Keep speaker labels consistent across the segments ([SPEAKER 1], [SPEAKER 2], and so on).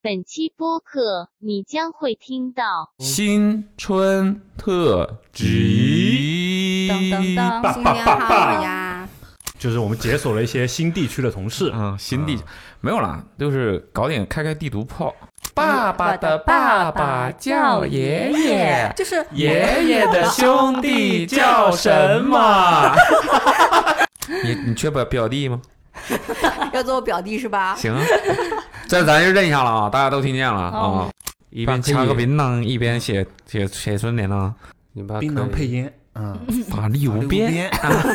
[SPEAKER 1] 本期播客你将会听到
[SPEAKER 2] 新春特辑，
[SPEAKER 1] 噔噔 噔
[SPEAKER 3] 爸
[SPEAKER 4] 新
[SPEAKER 3] 爸
[SPEAKER 4] 年
[SPEAKER 3] 爸
[SPEAKER 4] 好
[SPEAKER 3] 爸，
[SPEAKER 4] 呀！
[SPEAKER 3] 就是我们解锁了一些新地区的同事，
[SPEAKER 2] 嗯，新地没有啦，就是搞点开开地图炮。爸爸的爸爸叫爷爷，
[SPEAKER 4] 就是
[SPEAKER 2] 爷爷的兄弟叫什 么？你你缺表表弟吗？
[SPEAKER 4] 要做我表弟是吧？
[SPEAKER 2] 行，这咱就认一下了啊，大家都听见了啊
[SPEAKER 1] 哦。
[SPEAKER 2] 一边掐个槟榔，一边写写写春联呢，
[SPEAKER 5] 你把
[SPEAKER 3] 槟榔配烟，啊嗯，
[SPEAKER 2] 法力无边。
[SPEAKER 3] 边，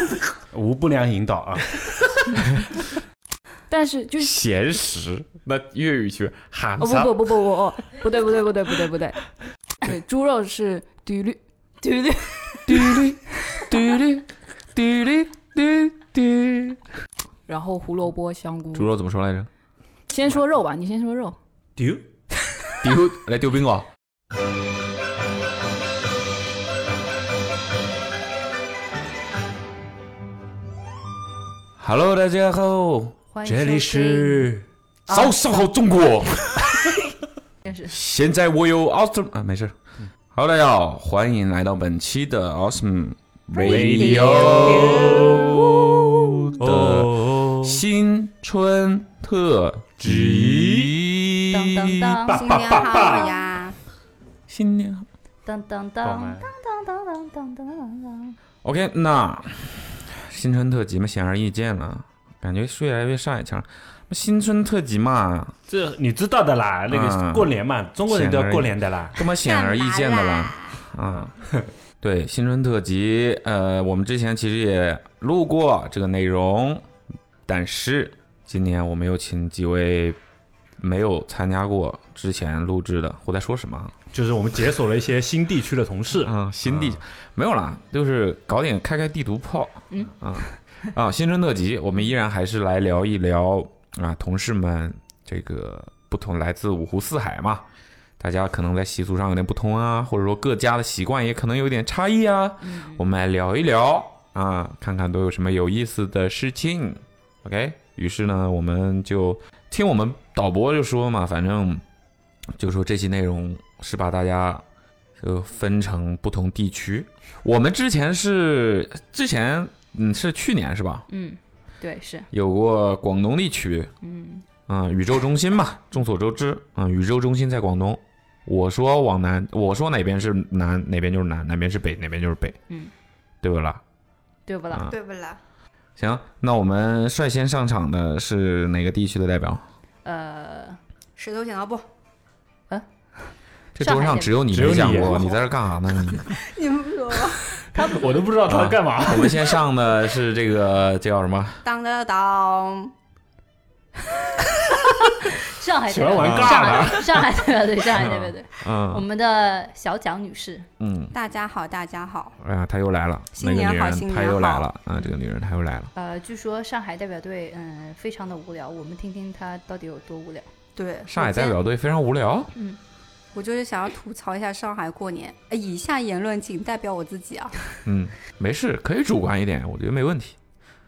[SPEAKER 3] 无不良引导啊，
[SPEAKER 6] 但是就是
[SPEAKER 2] 闲时，那粤语区喊
[SPEAKER 6] 哦
[SPEAKER 2] 啥？
[SPEAKER 6] 不不不不不哦不对不对不对不对不对，对猪肉是滴绿滴绿滴绿滴绿滴绿滴滴，然后胡萝卜香菇
[SPEAKER 2] 猪。肉怎么说来着？
[SPEAKER 6] 先说肉吧，你先说肉。
[SPEAKER 3] 丢
[SPEAKER 2] 丢来丢冰糕。Hello，大家好，
[SPEAKER 4] 欢迎
[SPEAKER 3] 这里是
[SPEAKER 2] 早上好中国。现在我有 awesome 啊，没事。Hello，大家好，欢迎来到本期的 awesome
[SPEAKER 1] 哎
[SPEAKER 2] radio 的
[SPEAKER 3] 哦，
[SPEAKER 2] 新春特辑。
[SPEAKER 1] 噔噔噔
[SPEAKER 4] 新年好呀！
[SPEAKER 2] 新年好。
[SPEAKER 1] 噔噔
[SPEAKER 3] 宝
[SPEAKER 1] 噔
[SPEAKER 3] 们
[SPEAKER 1] 噔噔噔噔噔噔。
[SPEAKER 2] OK，那新春特辑嘛，显而易见了，感觉越来越上一腔。那新春特辑嘛，
[SPEAKER 3] 这你知道的啦，那
[SPEAKER 2] 嗯
[SPEAKER 3] 个过年嘛，中国人都要过年的啦，
[SPEAKER 2] 这么显而易见的啦，啊， 对，新春特辑，呃，我们之前其实也录过这个内容，但是今年我们有请几位没有参加过之前录制的，我在说什么啊？
[SPEAKER 3] 就是我们解锁了一些新地区的同事，
[SPEAKER 2] 啊，新地
[SPEAKER 3] 嗯
[SPEAKER 2] 没有啦，就是搞点开开地图炮。
[SPEAKER 6] 嗯
[SPEAKER 2] 啊啊，新春特辑，我们依然还是来聊一聊啊，同事们这个不同来自五湖四海嘛，大家可能在习俗上有点不同啊，或者说各家的习惯也可能有点差异啊，
[SPEAKER 6] 嗯
[SPEAKER 2] 我们来聊一聊啊，看看都有什么有意思的事情。OK，于是呢，我们就听我们导播就说嘛，反正就说这期内容是把大家就分成不同地区。我们之前是之前嗯是去年是吧？
[SPEAKER 6] 嗯，对是
[SPEAKER 2] 有过广东地区，
[SPEAKER 6] 嗯
[SPEAKER 2] 嗯，宇宙中心嘛，众所周知，嗯，宇宙中心在广东。我说往南，我说哪边是南，哪边就是南，哪边是北，哪边就是北，
[SPEAKER 6] 嗯，
[SPEAKER 2] 对不啦？
[SPEAKER 6] 对不
[SPEAKER 2] 啊
[SPEAKER 6] 啦？
[SPEAKER 4] 对不啦？
[SPEAKER 2] 行，那我们率先上场的是哪个地区的代表？
[SPEAKER 6] 呃，
[SPEAKER 4] 石头剪刀布，
[SPEAKER 2] 这桌
[SPEAKER 6] 上
[SPEAKER 2] 上
[SPEAKER 6] 海
[SPEAKER 2] 只有你
[SPEAKER 3] 代表
[SPEAKER 2] 没讲
[SPEAKER 3] 只有你
[SPEAKER 2] 过，你在这干啥呢？ 你
[SPEAKER 4] 你们说吧。
[SPEAKER 3] 我都不知道 他干嘛，
[SPEAKER 2] 我们先上的是这个这叫什么？
[SPEAKER 4] 当当当，
[SPEAKER 1] 上海
[SPEAKER 3] 喜
[SPEAKER 1] 代
[SPEAKER 3] 欢
[SPEAKER 1] 表
[SPEAKER 3] 玩
[SPEAKER 2] 啊
[SPEAKER 3] 尬的。
[SPEAKER 1] 队，上海代表队，上海代表队，我
[SPEAKER 2] 嗯
[SPEAKER 1] 们的小蒋女士，
[SPEAKER 2] 嗯，
[SPEAKER 4] 大家好，大家好。
[SPEAKER 2] 哎呀，她又来了，那
[SPEAKER 4] 新
[SPEAKER 2] 个
[SPEAKER 4] 年
[SPEAKER 2] 女
[SPEAKER 4] 好
[SPEAKER 2] 人
[SPEAKER 4] 新
[SPEAKER 2] 她
[SPEAKER 4] 年
[SPEAKER 2] 又来
[SPEAKER 4] 好
[SPEAKER 2] 了啊，这个女人她又来了。
[SPEAKER 1] 呃，据说上海代表队，嗯，非常的无聊，我们听听她到底有多无聊。
[SPEAKER 4] 对，
[SPEAKER 2] 上海
[SPEAKER 4] 首先
[SPEAKER 2] 代表队非常无聊，
[SPEAKER 4] 我就是想要吐槽一下上海过年。呃以下言论仅代表我自己啊，
[SPEAKER 2] 嗯，没事，可以主观一点，我觉得没问题。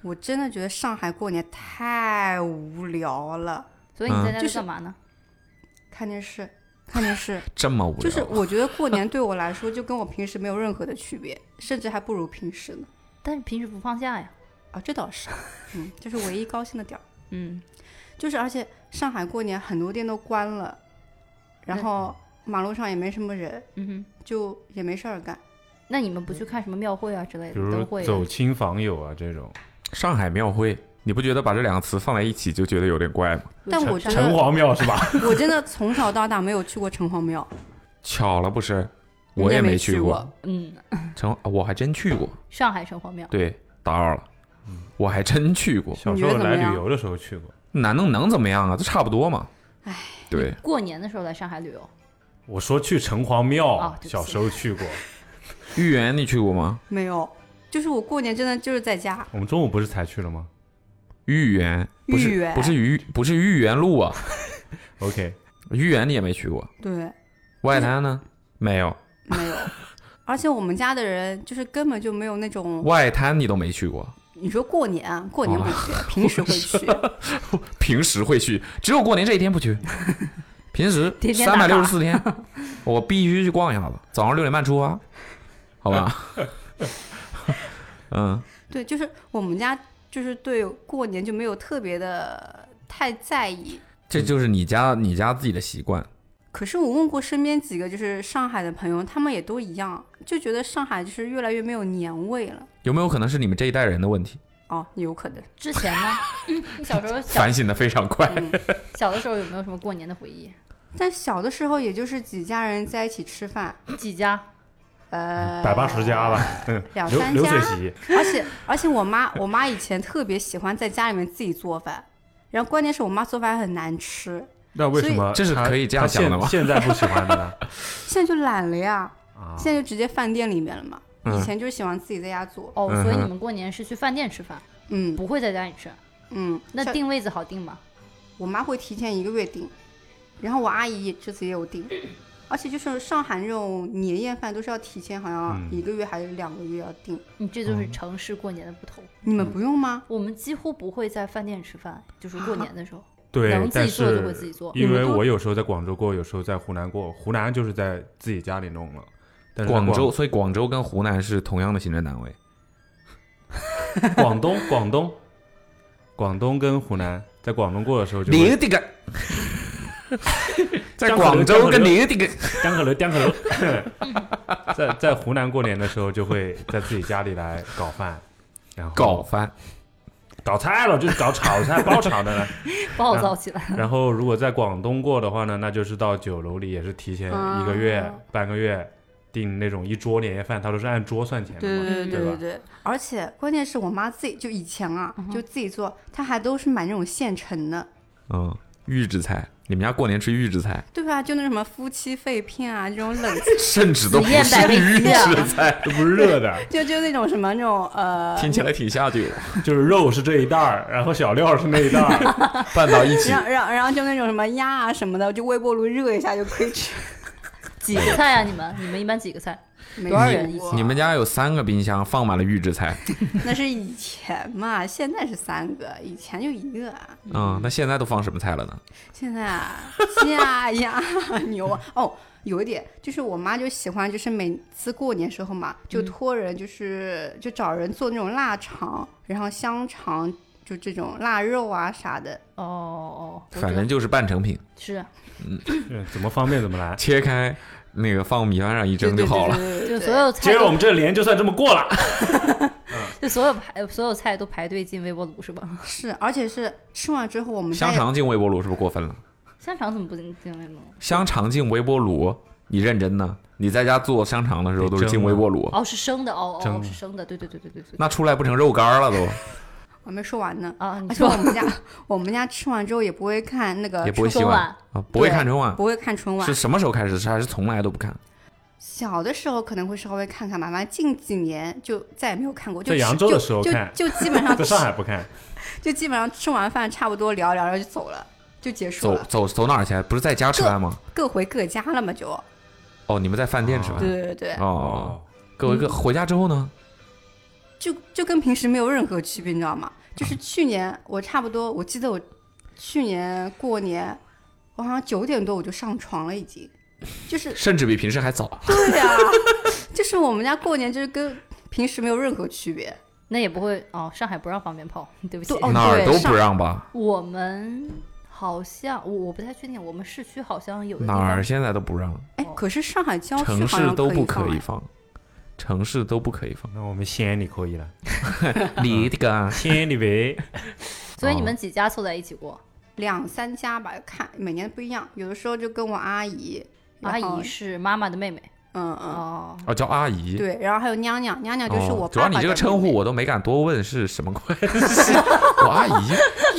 [SPEAKER 4] 我真的觉得上海过年太无聊了，
[SPEAKER 1] 所以你在那
[SPEAKER 4] 就
[SPEAKER 1] 里
[SPEAKER 4] 是
[SPEAKER 1] 干嘛呢？
[SPEAKER 4] 看电视，看电视。
[SPEAKER 2] 这么无聊，
[SPEAKER 4] 就是我觉得 过年对我来说就跟我平时没有任何的区别，甚至还不如平时呢。
[SPEAKER 1] 但是平时不放假呀。
[SPEAKER 4] 啊，这倒是，嗯，这是唯一高兴的点儿。
[SPEAKER 1] 嗯，
[SPEAKER 4] 就是而且上海过年很多店都关了，然后马路上也没什么人，
[SPEAKER 1] 嗯哼，
[SPEAKER 4] 就也没事儿干。
[SPEAKER 1] 那你们不去看什么庙会啊之类
[SPEAKER 3] 比
[SPEAKER 1] 的，都
[SPEAKER 3] 如
[SPEAKER 1] 会
[SPEAKER 3] 走亲访友啊这种，
[SPEAKER 2] 上海庙会，你不觉得把这两个词放在一起就觉得有点怪吗？
[SPEAKER 4] 但我觉
[SPEAKER 3] 城
[SPEAKER 4] 得
[SPEAKER 3] 隍庙是吧？
[SPEAKER 4] 我真的从小到大没有去过城隍庙，
[SPEAKER 2] 巧了不是，
[SPEAKER 4] 你
[SPEAKER 2] 我
[SPEAKER 4] 也
[SPEAKER 2] 没
[SPEAKER 4] 去
[SPEAKER 2] 去过，
[SPEAKER 1] 嗯，
[SPEAKER 2] 城，啊我还真去过，
[SPEAKER 1] 上海城隍庙。
[SPEAKER 2] 对，打扰了，我还真去过，
[SPEAKER 3] 小时候来旅游的时候去过，
[SPEAKER 2] 难能能怎么样啊？这差不多嘛。对，
[SPEAKER 1] 过年的时候来上海旅游，
[SPEAKER 3] 我说去城隍庙
[SPEAKER 1] 啊，对不起
[SPEAKER 3] 小时候去过，
[SPEAKER 2] 豫园你去过吗？
[SPEAKER 4] 没有。就是我过年真的就是在家，
[SPEAKER 3] 我们中午不是才去了吗
[SPEAKER 2] 豫园不
[SPEAKER 4] 豫
[SPEAKER 2] 是
[SPEAKER 4] 园
[SPEAKER 2] 不是豫不是豫园路啊，
[SPEAKER 3] ？OK，
[SPEAKER 2] 豫园你也没去过，
[SPEAKER 4] 对，
[SPEAKER 2] 外滩呢？没有，
[SPEAKER 4] 没 有。而且我们家的人就是根本就没有那种，
[SPEAKER 2] 外滩你都没去过，
[SPEAKER 4] 你说过年啊，过
[SPEAKER 1] 哦
[SPEAKER 4] 年会去，平时会去，
[SPEAKER 2] 平时会去，只有过年这一天不去。平时
[SPEAKER 1] 天天打
[SPEAKER 2] 三百
[SPEAKER 1] 卡
[SPEAKER 2] 六十四天， 我必须去逛一下子。早上六点半出发，好 吧？嗯，
[SPEAKER 4] 对，就是我们家就是对过年就没有特别的太在意。
[SPEAKER 2] 这就是你家你家自己的习惯。
[SPEAKER 4] 可是我问过身边几个就是上海的朋友，他们也都一样，就觉得上海就是越来越没有年味了。
[SPEAKER 2] 有没有可能是你们这一代人的问题？
[SPEAKER 4] 哦，有可能。
[SPEAKER 1] 之前呢，你小时候小
[SPEAKER 2] 反省的非常快。
[SPEAKER 4] 嗯，
[SPEAKER 1] 小的时候有没有什么过年的回忆？
[SPEAKER 4] 但小的时候也就是几家人在一起吃饭，
[SPEAKER 1] 几家？
[SPEAKER 4] 呃，
[SPEAKER 3] 百八十家吧，嗯
[SPEAKER 4] 两
[SPEAKER 3] 流
[SPEAKER 4] 三
[SPEAKER 3] 流
[SPEAKER 4] 家
[SPEAKER 3] 水席，
[SPEAKER 4] 而且而且我妈我妈以前特别喜欢在家里面自己做饭，然后关键是我妈做饭很难吃，
[SPEAKER 3] 那为
[SPEAKER 4] 所
[SPEAKER 3] 什
[SPEAKER 4] 以
[SPEAKER 3] 么
[SPEAKER 2] 这是
[SPEAKER 3] 他
[SPEAKER 2] 可以这样
[SPEAKER 3] 他
[SPEAKER 2] 想的
[SPEAKER 3] 现
[SPEAKER 2] 吗
[SPEAKER 3] 现在不喜欢的 呢？
[SPEAKER 4] 现在就懒了呀，
[SPEAKER 3] 啊，
[SPEAKER 4] 现在就直接饭店里面了嘛。以
[SPEAKER 2] 嗯
[SPEAKER 4] 前就喜欢自己在家做，
[SPEAKER 1] 哦，
[SPEAKER 2] 嗯
[SPEAKER 1] 所以你
[SPEAKER 2] 哼
[SPEAKER 1] 们过年是去饭店吃饭，
[SPEAKER 4] 嗯
[SPEAKER 1] 不会在家里吃。
[SPEAKER 4] 嗯，
[SPEAKER 1] 那
[SPEAKER 4] 像
[SPEAKER 1] 定位子好定吗？
[SPEAKER 4] 我妈会提前一个月订，然后我阿姨这次也有订，而且就是上海这种年夜饭都是要提前，好像
[SPEAKER 3] 嗯
[SPEAKER 4] 一个月还是两个月要订。
[SPEAKER 1] 你
[SPEAKER 2] 嗯
[SPEAKER 1] 这就是城市过年的不同。
[SPEAKER 4] 你们不用吗？
[SPEAKER 1] 我们几乎不会在饭店吃饭，就是过年的 时候，
[SPEAKER 3] 对
[SPEAKER 1] 能，自
[SPEAKER 3] 但
[SPEAKER 1] 己做
[SPEAKER 3] 是
[SPEAKER 1] 就会自己做。嗯
[SPEAKER 3] 因
[SPEAKER 4] 你
[SPEAKER 3] 为
[SPEAKER 4] 们都
[SPEAKER 3] 我有时候在广州过，有时候在湖南过，湖南就是在自己家里弄了。但是在
[SPEAKER 2] 广州，所以广州跟湖南是同样的行政单位。
[SPEAKER 3] 广、 广东、广东、广东跟湖南，在广东过的时候就会
[SPEAKER 2] 的 个，在
[SPEAKER 3] 江河
[SPEAKER 2] 广
[SPEAKER 3] 流
[SPEAKER 2] 州
[SPEAKER 3] 江河
[SPEAKER 2] 跟
[SPEAKER 3] 流
[SPEAKER 2] 你的个，
[SPEAKER 3] 江河楼、江河楼。 在在湖南过年的时候，就会在自己家里来搞饭，然后
[SPEAKER 2] 搞翻。
[SPEAKER 3] 搞菜了，就是搞炒菜、 包炒的了。
[SPEAKER 1] 暴
[SPEAKER 2] 嗯
[SPEAKER 1] 躁起来。
[SPEAKER 3] 然后如果在广东过的话呢，那就是到酒楼里也是提前一个月、
[SPEAKER 4] 啊
[SPEAKER 3] 半个月订那种一桌年夜饭，他都是按桌算钱的嘛，
[SPEAKER 4] 对
[SPEAKER 3] 对吧？
[SPEAKER 4] 对，而且关键是我妈自己就以前啊，就自己做，她还都是买那种现成的，
[SPEAKER 2] 嗯，预制菜，你们家过年吃预制菜，
[SPEAKER 4] 对吧？就那什么夫妻肺片啊，这种冷，
[SPEAKER 2] 甚至都不
[SPEAKER 1] 紫燕百
[SPEAKER 2] 是
[SPEAKER 1] 味
[SPEAKER 2] 预
[SPEAKER 1] 鸡啊
[SPEAKER 2] 制菜，
[SPEAKER 3] 都不是热的，
[SPEAKER 4] 就就那种什么那种呃，
[SPEAKER 2] 听起来挺下酒，
[SPEAKER 3] 就是肉是这一袋儿，然后小料是那一袋儿，
[SPEAKER 2] 拌到一起。
[SPEAKER 4] 然后然后然后就那种什么鸭啊什么的，就微波炉热一下就可以吃。
[SPEAKER 1] 几个菜啊？你们你们一般几个菜？
[SPEAKER 4] 没
[SPEAKER 1] 多少
[SPEAKER 4] 吃
[SPEAKER 1] 人一
[SPEAKER 4] 过
[SPEAKER 1] 起
[SPEAKER 2] 你们家有三个冰箱放满了预制菜，
[SPEAKER 4] 那是以前嘛，现在是三个，以前就一个啊。
[SPEAKER 2] 嗯，那现在都放什么菜了呢？
[SPEAKER 4] 现在啊，下呀牛啊！哦，有一点就是我妈就喜欢，就是每次过年时候嘛，
[SPEAKER 1] 嗯
[SPEAKER 4] 就托人就是、就找人做那种腊肠，然后香肠，就这种腊肉啊啥的。
[SPEAKER 1] 哦哦，我知道
[SPEAKER 2] 反正就是半成品，
[SPEAKER 1] 是啊
[SPEAKER 3] 嗯怎么方便怎么来。
[SPEAKER 2] 切开那个放米饭上一
[SPEAKER 4] 对
[SPEAKER 2] 蒸就好了。。
[SPEAKER 4] 对对对对
[SPEAKER 1] 就
[SPEAKER 4] 对
[SPEAKER 1] 所有
[SPEAKER 3] 今
[SPEAKER 1] 菜
[SPEAKER 3] 儿我
[SPEAKER 1] 都
[SPEAKER 3] 们这年就算这么过了，
[SPEAKER 1] 就所有排所有菜都排队进微波炉是吧？
[SPEAKER 4] 是，而且是吃完之后我们家
[SPEAKER 2] 香肠进微波炉是不是过分了？
[SPEAKER 1] 香肠怎么不进进微波炉？
[SPEAKER 2] 香肠进微波炉，你认真呢？你在家做香肠的时
[SPEAKER 4] 啊
[SPEAKER 2] 候都是进微波炉，
[SPEAKER 1] 哦，是生的哦
[SPEAKER 3] 蒸
[SPEAKER 1] 哦，
[SPEAKER 3] 的
[SPEAKER 1] 是生的，对对对对对对。
[SPEAKER 2] 那出来不成肉干儿了都，
[SPEAKER 4] 我还没说完呢。
[SPEAKER 1] 啊，你
[SPEAKER 4] 而且
[SPEAKER 1] 说
[SPEAKER 4] 我们家我们家吃完之后也不会看那个
[SPEAKER 2] 也不会洗
[SPEAKER 1] 春
[SPEAKER 2] 碗
[SPEAKER 1] 晚
[SPEAKER 2] 啊，不会看春晚，
[SPEAKER 4] 不会看春晚
[SPEAKER 2] 是，什么时候开始？是还是从来都不看？
[SPEAKER 4] 小的时候可能会稍微看看吧，反正近几年就再也没有看过。就
[SPEAKER 3] 在
[SPEAKER 4] 吃
[SPEAKER 3] 扬州的
[SPEAKER 4] 就
[SPEAKER 3] 时候
[SPEAKER 4] 就
[SPEAKER 3] 看
[SPEAKER 4] 就基本 上
[SPEAKER 3] 在上海不看，
[SPEAKER 4] 就基本上吃完饭差不多聊聊，然后就走了，就结束
[SPEAKER 2] 走
[SPEAKER 4] 了，
[SPEAKER 2] 走走哪儿去？不是在家吃饭吗？
[SPEAKER 4] 各回各家了嘛就。
[SPEAKER 2] 哦，你们在饭店吃饭
[SPEAKER 4] 对。对对对，嗯
[SPEAKER 2] 哦，，各位各回家之后呢？
[SPEAKER 4] 就就跟平时没有任何区别，你知道吗？就是去年我差不多，我记得我去年过年，我好像九点多我就上床了，已经。就是
[SPEAKER 2] 甚至比平时还早。
[SPEAKER 4] 对呀、 就是我们家过年就是跟平时没有任何区别。
[SPEAKER 1] 那也不会哦，上海不让放鞭炮，对不起
[SPEAKER 4] 对。哦
[SPEAKER 2] 哪儿都
[SPEAKER 4] 上
[SPEAKER 2] 不让吧？
[SPEAKER 1] 我们好像我我不太确定，我们市区好像有的地
[SPEAKER 2] 哪
[SPEAKER 1] 方
[SPEAKER 2] 儿现在都不让，
[SPEAKER 4] 哎，可是上海郊区
[SPEAKER 2] 城
[SPEAKER 4] 好
[SPEAKER 2] 市
[SPEAKER 4] 像
[SPEAKER 2] 都不
[SPEAKER 4] 可
[SPEAKER 2] 可
[SPEAKER 4] 以哎啊
[SPEAKER 2] 以放，城市都不可以放。
[SPEAKER 3] 那我们西安里可以了，
[SPEAKER 4] 嗯
[SPEAKER 2] 你的
[SPEAKER 4] 哦
[SPEAKER 2] 个，
[SPEAKER 3] 西安里为
[SPEAKER 1] 所以
[SPEAKER 2] 哦
[SPEAKER 1] 你们几家凑在一起过？
[SPEAKER 4] 两三家吧，看每年不一样，有的时候就跟我阿姨，
[SPEAKER 1] 阿
[SPEAKER 4] 然后
[SPEAKER 1] 姨，是妈妈的妹妹
[SPEAKER 4] 嗯嗯，
[SPEAKER 1] 哦，
[SPEAKER 2] 哦，叫阿姨。
[SPEAKER 4] 对，然后还有娘娘，娘娘就是我
[SPEAKER 2] 哦主要
[SPEAKER 4] 爸
[SPEAKER 2] 你
[SPEAKER 4] 爸
[SPEAKER 2] 这个
[SPEAKER 4] 的
[SPEAKER 2] 称
[SPEAKER 4] 妹
[SPEAKER 2] 呼
[SPEAKER 4] 妹，
[SPEAKER 2] 我都没敢多问是什么关系。我阿姨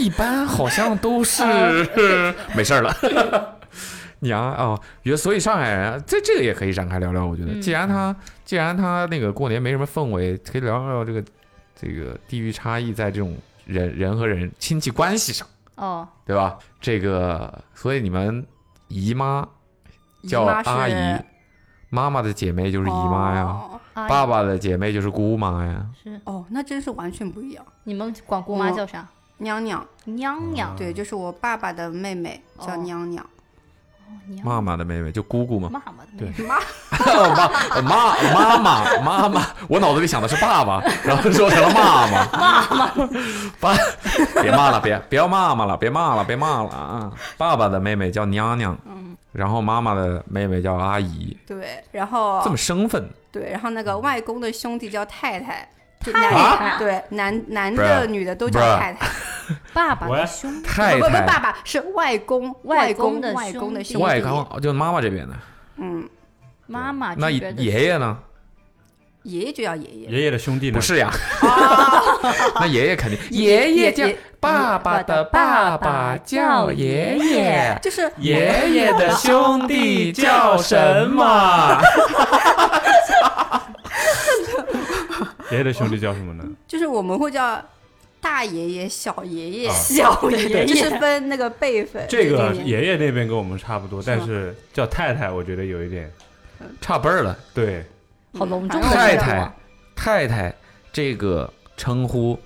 [SPEAKER 2] 一般好像
[SPEAKER 4] 啊
[SPEAKER 2] 都是没事儿了。 娘哦，原所以上海人啊这这个也可以展开聊聊。我觉得，
[SPEAKER 1] 嗯
[SPEAKER 2] 既然他既然他那个过年没什么氛围，可以聊聊这个这个地域差异在这种人人和人亲戚关系上，
[SPEAKER 1] 哦，
[SPEAKER 2] 对吧？这个所以你们姨妈
[SPEAKER 4] 姨
[SPEAKER 2] 叫
[SPEAKER 4] 妈是
[SPEAKER 2] 阿姨，妈妈的姐妹就是姨妈呀。
[SPEAKER 4] 哦
[SPEAKER 1] 阿姨
[SPEAKER 2] 爸爸的姐妹就是姑妈呀，
[SPEAKER 1] 是
[SPEAKER 4] 哦，那真是完全不一样。
[SPEAKER 1] 你们管姑妈
[SPEAKER 4] 我
[SPEAKER 1] 叫啥？
[SPEAKER 2] 哦
[SPEAKER 4] 娘娘，
[SPEAKER 1] 娘
[SPEAKER 3] 嗯
[SPEAKER 1] 娘
[SPEAKER 4] 对，就是我爸爸的妹妹叫
[SPEAKER 1] 哦
[SPEAKER 4] 娘娘，
[SPEAKER 1] 你要
[SPEAKER 2] 妈妈的妹妹就姑姑嘛，
[SPEAKER 1] 骂嘛，
[SPEAKER 3] 对
[SPEAKER 4] 妈，
[SPEAKER 2] 妈妈妈妈妈妈，我脑子里想的是爸爸，然后说成了妈妈妈妈，爸，别骂了，别不要骂妈了，别骂了，别骂了啊！爸爸的妹妹叫娘娘，然后妈妈的妹妹叫阿姨，
[SPEAKER 4] 对，然后
[SPEAKER 2] 这么生分，
[SPEAKER 4] 对，然后那个外公的兄弟叫太太，就
[SPEAKER 1] 太
[SPEAKER 4] 男
[SPEAKER 1] 太
[SPEAKER 4] 对男男
[SPEAKER 2] 不是
[SPEAKER 4] 的女的都叫
[SPEAKER 2] Bruh
[SPEAKER 4] 太太，
[SPEAKER 1] 爸爸
[SPEAKER 3] 喂
[SPEAKER 1] 的兄弟，
[SPEAKER 2] 太
[SPEAKER 4] 不不不，爸
[SPEAKER 2] 太，
[SPEAKER 4] 爸是外公，
[SPEAKER 1] 外公
[SPEAKER 4] 公
[SPEAKER 1] 的
[SPEAKER 4] 外公的
[SPEAKER 1] 兄
[SPEAKER 4] 弟，
[SPEAKER 2] 外刚就妈妈这边的，
[SPEAKER 4] 嗯，
[SPEAKER 1] 妈妈
[SPEAKER 2] 那
[SPEAKER 1] 这边的
[SPEAKER 2] 爷爷呢？
[SPEAKER 4] 爷爷就叫爷爷，
[SPEAKER 3] 爷爷的兄弟呢
[SPEAKER 2] 不？是呀， 那爷爷肯定，
[SPEAKER 4] 爷
[SPEAKER 2] 爷爷叫
[SPEAKER 4] 爷
[SPEAKER 2] 爸爸的爸爸叫爷爷。
[SPEAKER 4] 就是
[SPEAKER 2] 爷爷的兄弟叫什么？
[SPEAKER 3] 爷爷的兄弟叫什么呢？
[SPEAKER 4] 就是我们会叫大爷爷、小爷爷
[SPEAKER 3] 啊、
[SPEAKER 4] 小
[SPEAKER 1] 爷爷
[SPEAKER 4] 就是分那个辈分。
[SPEAKER 3] 这个
[SPEAKER 4] 对对对
[SPEAKER 3] 爷爷那边跟我们差不多，但是叫太太，我觉得有一点
[SPEAKER 2] 差辈儿了，
[SPEAKER 3] 对，
[SPEAKER 1] 好隆重
[SPEAKER 4] 嗯
[SPEAKER 1] 的啊
[SPEAKER 2] 太
[SPEAKER 4] 太
[SPEAKER 2] 太，太太这个称呼，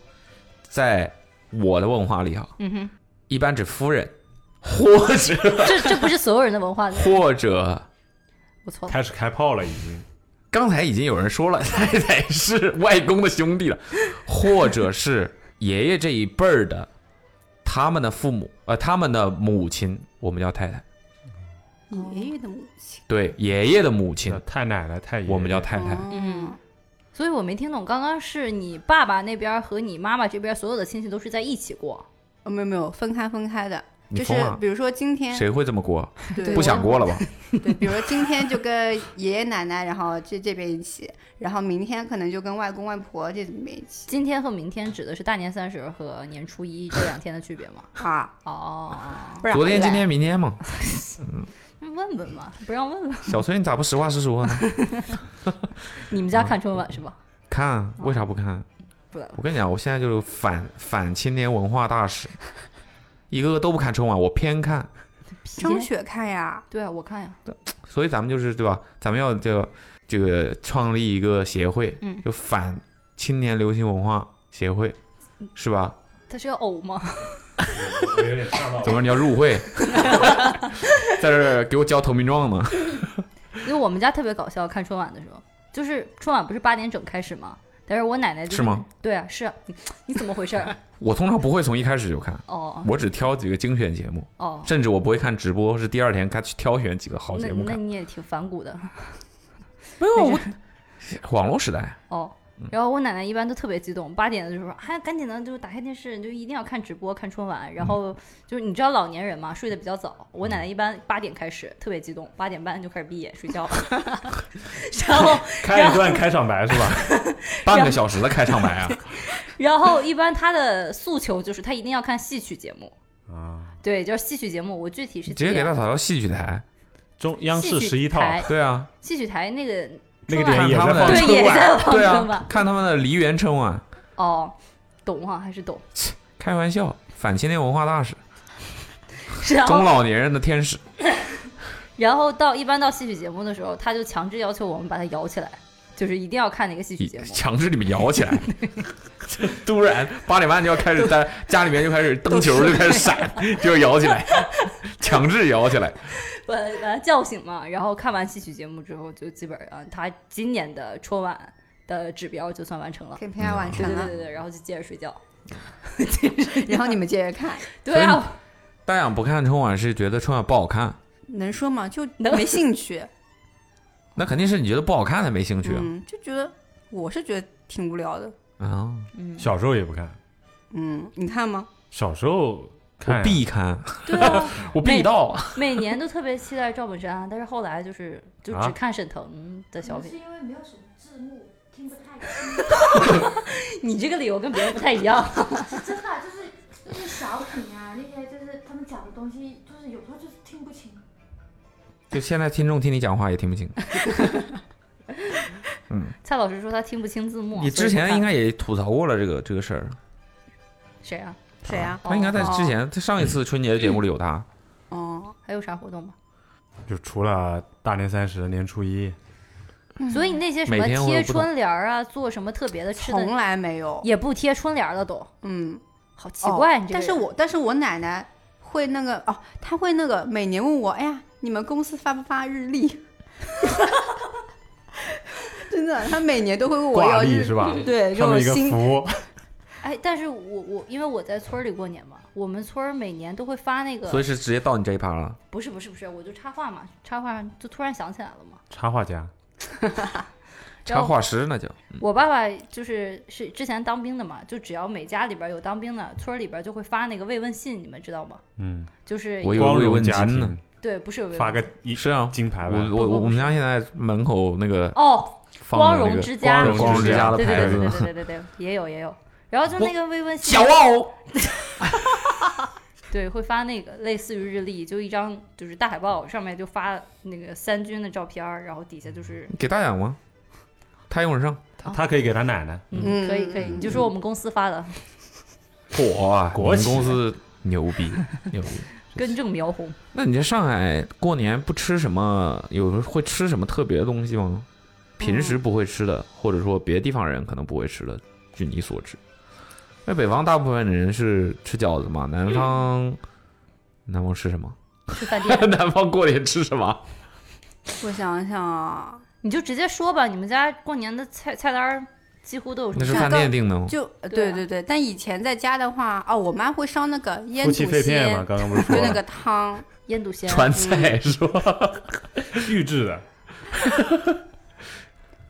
[SPEAKER 2] 在我的文化里哈，
[SPEAKER 1] 嗯哼，
[SPEAKER 2] 一般指夫人，或 者
[SPEAKER 1] 这这不是所有人的文化的，
[SPEAKER 2] 或者。
[SPEAKER 1] 我错了，
[SPEAKER 3] 开始开炮了已经。
[SPEAKER 2] 刚才已经有人说了， 太太是外公的兄弟了，或者是爷爷这一辈儿的，他们的父母，呃，他们的母亲，我们叫太太，
[SPEAKER 4] 爷爷的母亲，
[SPEAKER 2] 对，爷爷的母亲
[SPEAKER 3] 叫，太奶奶、太爷，
[SPEAKER 2] 我们叫太太。
[SPEAKER 4] 嗯，
[SPEAKER 1] 所以我没听懂，刚刚是你爸爸那边和你妈妈这边所有的亲戚都是在一起过，
[SPEAKER 4] 哦没有没有，分开分开的，
[SPEAKER 2] 你
[SPEAKER 4] 就是
[SPEAKER 2] 疯了？
[SPEAKER 4] 比如说今天
[SPEAKER 2] 谁会这么过？
[SPEAKER 4] 对
[SPEAKER 2] 不想过了吧？
[SPEAKER 4] 对，比如说今天就跟爷爷奶奶，然后这这边一起，然后明天可能就跟外公外婆这边一起
[SPEAKER 1] 今天和明天指的是大年三十和年初一 这两天的区别吗？
[SPEAKER 4] 啊，
[SPEAKER 1] 哦，嗯
[SPEAKER 4] 不然
[SPEAKER 2] 昨
[SPEAKER 4] 回
[SPEAKER 2] 天、
[SPEAKER 4] 来
[SPEAKER 2] 今天、明天 嘛。
[SPEAKER 1] 问问嘛，不让问了。
[SPEAKER 2] 小崔，你咋不实话实说呢？
[SPEAKER 1] 你们家看春晚是吧？
[SPEAKER 2] 看，
[SPEAKER 4] 哦
[SPEAKER 2] 为啥不看？
[SPEAKER 1] 不然
[SPEAKER 2] 我跟你讲，我现在就是反反青年文化大使，一个个都不看春晚，我偏看。
[SPEAKER 4] 张雪看呀，
[SPEAKER 1] 对啊，我看呀，
[SPEAKER 2] 所以咱们就是对吧？咱们要就这个创立一个协会，
[SPEAKER 1] 嗯
[SPEAKER 2] 就反青年流行文化协会，
[SPEAKER 4] 嗯
[SPEAKER 2] 是吧？
[SPEAKER 1] 他是要呕 吗？
[SPEAKER 3] 我有点吓到
[SPEAKER 2] 怎么你要入 会？在这儿给我交投名状呢？？
[SPEAKER 1] 因为我们家特别搞笑，看春晚的时候，就是春晚不是八点整开始吗？但是我奶奶就是
[SPEAKER 2] 吗？
[SPEAKER 1] 对啊，是啊，你你怎么回事 儿？
[SPEAKER 2] 我通常不会从一开始就看，
[SPEAKER 1] 哦
[SPEAKER 2] 我只挑几个精选节目，
[SPEAKER 1] 哦，
[SPEAKER 2] 甚至我不会看直播，是第二天看去挑选几个好
[SPEAKER 1] 那
[SPEAKER 2] 节目
[SPEAKER 1] 那
[SPEAKER 2] 看。
[SPEAKER 1] 你也挺反骨的
[SPEAKER 2] 没有我，网络时代。
[SPEAKER 1] 哦。
[SPEAKER 3] 嗯
[SPEAKER 1] 然后我奶奶一般都特别激动，八点的时候说：“哎，赶紧的，就打开电视，就一定要看直播，看春晚。”然
[SPEAKER 3] 嗯
[SPEAKER 1] 后就是你知道老年人嘛，睡得比较早。我奶奶一般八点开始，特别激动，八点半就开始闭眼睡觉。 然后
[SPEAKER 3] 开一段开场白是吧？
[SPEAKER 2] 半个小时的开场白啊，
[SPEAKER 1] 然后一般他的诉求就是他一定要看戏曲节目，
[SPEAKER 3] 啊，
[SPEAKER 1] 对，就是戏曲节目。我具体
[SPEAKER 2] 直
[SPEAKER 1] 是
[SPEAKER 2] 接
[SPEAKER 1] 几
[SPEAKER 2] 给
[SPEAKER 1] 点
[SPEAKER 2] 他打到戏曲台。
[SPEAKER 3] 中央视
[SPEAKER 1] 戏曲
[SPEAKER 3] 十一套
[SPEAKER 1] 台
[SPEAKER 2] 对啊，
[SPEAKER 1] 戏曲台那个
[SPEAKER 3] 那个
[SPEAKER 1] 春晚
[SPEAKER 3] 点也
[SPEAKER 2] 看他们的
[SPEAKER 3] 在放春
[SPEAKER 1] 对也在
[SPEAKER 3] 晚，
[SPEAKER 1] 放
[SPEAKER 2] 对
[SPEAKER 1] 春晚、
[SPEAKER 2] 啊，看他们的梨园春晚，
[SPEAKER 1] 哦，懂哈、还是懂？
[SPEAKER 2] 开玩笑，反青年文化大使，
[SPEAKER 1] 然
[SPEAKER 2] 中
[SPEAKER 1] 后
[SPEAKER 2] 老年人的天使。
[SPEAKER 1] 然后到一般到戏曲节目的时候，他就强制要求我们把它摇起来，就是一定要看那个戏曲节 目。
[SPEAKER 2] 强制你们摇起来。 突然八点半就要开始在家里面就开始灯球就开始闪，就要摇起来，强制摇起来。
[SPEAKER 1] 把把他叫醒嘛，然后看完戏曲节目之后，就基本上他今年的春晚的指标就算完成了。
[SPEAKER 4] KPI 完
[SPEAKER 1] 对
[SPEAKER 4] 成
[SPEAKER 1] 对
[SPEAKER 4] 了
[SPEAKER 1] 对，对，然后就接着睡觉。
[SPEAKER 4] 然后你们接着看，
[SPEAKER 1] 对
[SPEAKER 2] 所以
[SPEAKER 1] 啊，
[SPEAKER 2] 大养不看春晚是觉得春晚不好看，
[SPEAKER 4] 能说吗？就
[SPEAKER 1] 能
[SPEAKER 4] 没兴趣，
[SPEAKER 2] 那肯定是你觉得不好看才没兴趣啊。
[SPEAKER 4] 嗯，就觉得我是觉得挺无聊的，
[SPEAKER 2] 啊，
[SPEAKER 1] 嗯，
[SPEAKER 3] 小时候也不看，
[SPEAKER 4] 嗯，你看吗？
[SPEAKER 3] 小时候看
[SPEAKER 2] 我
[SPEAKER 3] 呀
[SPEAKER 2] 必看，
[SPEAKER 1] 对啊，
[SPEAKER 2] 我必到。
[SPEAKER 1] 每年都特别期待赵本山，但是后来就是就
[SPEAKER 3] 啊
[SPEAKER 1] 只看沈腾的小品。
[SPEAKER 5] 是因为没有什么字幕，听不太清。
[SPEAKER 1] 你这个理由跟别人不太一样。
[SPEAKER 5] 真的就是那些小品啊，那些就是他们讲的东西，就是有时候就是听不清。
[SPEAKER 2] 就现在听众听你讲话也听不清，
[SPEAKER 1] 蔡老师说他听不清字幕，
[SPEAKER 2] 你
[SPEAKER 1] 所以
[SPEAKER 2] 之前
[SPEAKER 1] 不看
[SPEAKER 2] 应该也吐槽过了这个这个事儿。
[SPEAKER 1] 谁啊？
[SPEAKER 4] 谁啊？
[SPEAKER 2] 他应该在
[SPEAKER 1] 哦
[SPEAKER 2] 之前，他上一次春节的节目里有
[SPEAKER 1] 嗯
[SPEAKER 2] 他。
[SPEAKER 4] 哦，
[SPEAKER 1] 还有啥活动吗？
[SPEAKER 3] 就除了大年三十、年初一，
[SPEAKER 1] 所以那些什么
[SPEAKER 2] 嗯每天我
[SPEAKER 1] 贴
[SPEAKER 2] 也不懂
[SPEAKER 1] 春联儿啊，做什么特别的吃的
[SPEAKER 4] 从，来没有，
[SPEAKER 1] 也不贴春联儿了都，
[SPEAKER 4] 嗯，
[SPEAKER 1] 好奇怪。
[SPEAKER 4] 哦
[SPEAKER 1] 你这个
[SPEAKER 4] 但是
[SPEAKER 1] 人
[SPEAKER 4] 我但是我奶奶会那个哦，她会那个每年问我，哎呀，你们公司发不发日历？ 真的，他每年都会问我
[SPEAKER 3] 挂
[SPEAKER 4] 要
[SPEAKER 3] 历
[SPEAKER 4] 日
[SPEAKER 3] 是吧？
[SPEAKER 4] 对，这
[SPEAKER 3] 上面
[SPEAKER 4] 种
[SPEAKER 3] 一个
[SPEAKER 4] 新
[SPEAKER 3] 福，
[SPEAKER 1] 哎，但是我我因为我在村儿里过年嘛，我们村儿每年都会发那
[SPEAKER 2] 所以
[SPEAKER 1] 个，
[SPEAKER 2] 是直接到你这一趴了。
[SPEAKER 1] 不是不是不是，我就插画嘛，插画就突然想起来了嘛。
[SPEAKER 3] 插画家，
[SPEAKER 1] 然
[SPEAKER 2] 插
[SPEAKER 1] 后
[SPEAKER 2] 画师那就
[SPEAKER 1] 我爸爸就是是之前当兵的嘛，就只要每家里边有当兵的，村儿里边就会发那个慰问信，你们知道吗？
[SPEAKER 3] 嗯，
[SPEAKER 1] 就是
[SPEAKER 2] 我有
[SPEAKER 3] 光
[SPEAKER 2] 慰
[SPEAKER 3] 荣
[SPEAKER 2] 问
[SPEAKER 3] 家
[SPEAKER 2] 金
[SPEAKER 3] 庭
[SPEAKER 2] 呢，
[SPEAKER 1] 对，不是有慰问
[SPEAKER 3] 发个一
[SPEAKER 2] 是啊，
[SPEAKER 3] 金牌吧。
[SPEAKER 2] 我我我我们家现在门口那个
[SPEAKER 1] 哦，
[SPEAKER 2] 放的
[SPEAKER 1] 光
[SPEAKER 2] 那
[SPEAKER 1] 荣
[SPEAKER 2] 个
[SPEAKER 1] 之家，
[SPEAKER 3] 光荣之家
[SPEAKER 2] 的
[SPEAKER 1] 对对
[SPEAKER 2] 牌
[SPEAKER 1] 对
[SPEAKER 2] 子
[SPEAKER 1] 对
[SPEAKER 2] 呢
[SPEAKER 1] 对对对对，也有也有。然后就那个慰问信，
[SPEAKER 2] 小啊奥，
[SPEAKER 1] 对，会发那个类似于日历，就一张就是大海报，上面就发那个三军的照片儿，然后底下就是
[SPEAKER 2] 给大奖吗？他用得上，
[SPEAKER 3] 他可以给他奶奶，
[SPEAKER 1] 嗯，
[SPEAKER 4] 嗯
[SPEAKER 1] 可以可以，你就说我们公司发的，
[SPEAKER 2] 嗯火啊！我
[SPEAKER 3] 国
[SPEAKER 2] 们
[SPEAKER 3] 企
[SPEAKER 2] 公司牛逼牛逼。
[SPEAKER 1] 根正苗红。
[SPEAKER 2] 那你在上海过年不吃什么？有时候会吃什么特别的东西吗？平时不会吃的，或者说别地方人可能不会吃的，据你所知。那北方大部分人是吃饺子嘛，南方、南方吃什么？
[SPEAKER 1] 去饭店，
[SPEAKER 2] 南方过年吃什么？
[SPEAKER 4] 我想想啊，
[SPEAKER 1] 你就直接说吧，你们家过年的菜菜单儿几乎都有什
[SPEAKER 2] 那
[SPEAKER 1] 么
[SPEAKER 2] 是
[SPEAKER 1] 菜？
[SPEAKER 2] 饭店订的吗？
[SPEAKER 4] 就
[SPEAKER 1] 对
[SPEAKER 4] 呃对
[SPEAKER 1] 啊
[SPEAKER 4] 对对，但以前在家的话，哦，我妈会烧那个腌
[SPEAKER 3] 夫妻
[SPEAKER 4] 笃
[SPEAKER 3] 肺
[SPEAKER 4] 鲜
[SPEAKER 3] 片嘛，，刚刚不是说
[SPEAKER 4] 就那
[SPEAKER 3] 了
[SPEAKER 4] 个汤，
[SPEAKER 1] 腌笃鲜，啊
[SPEAKER 2] 川菜是吧？
[SPEAKER 3] 预制的，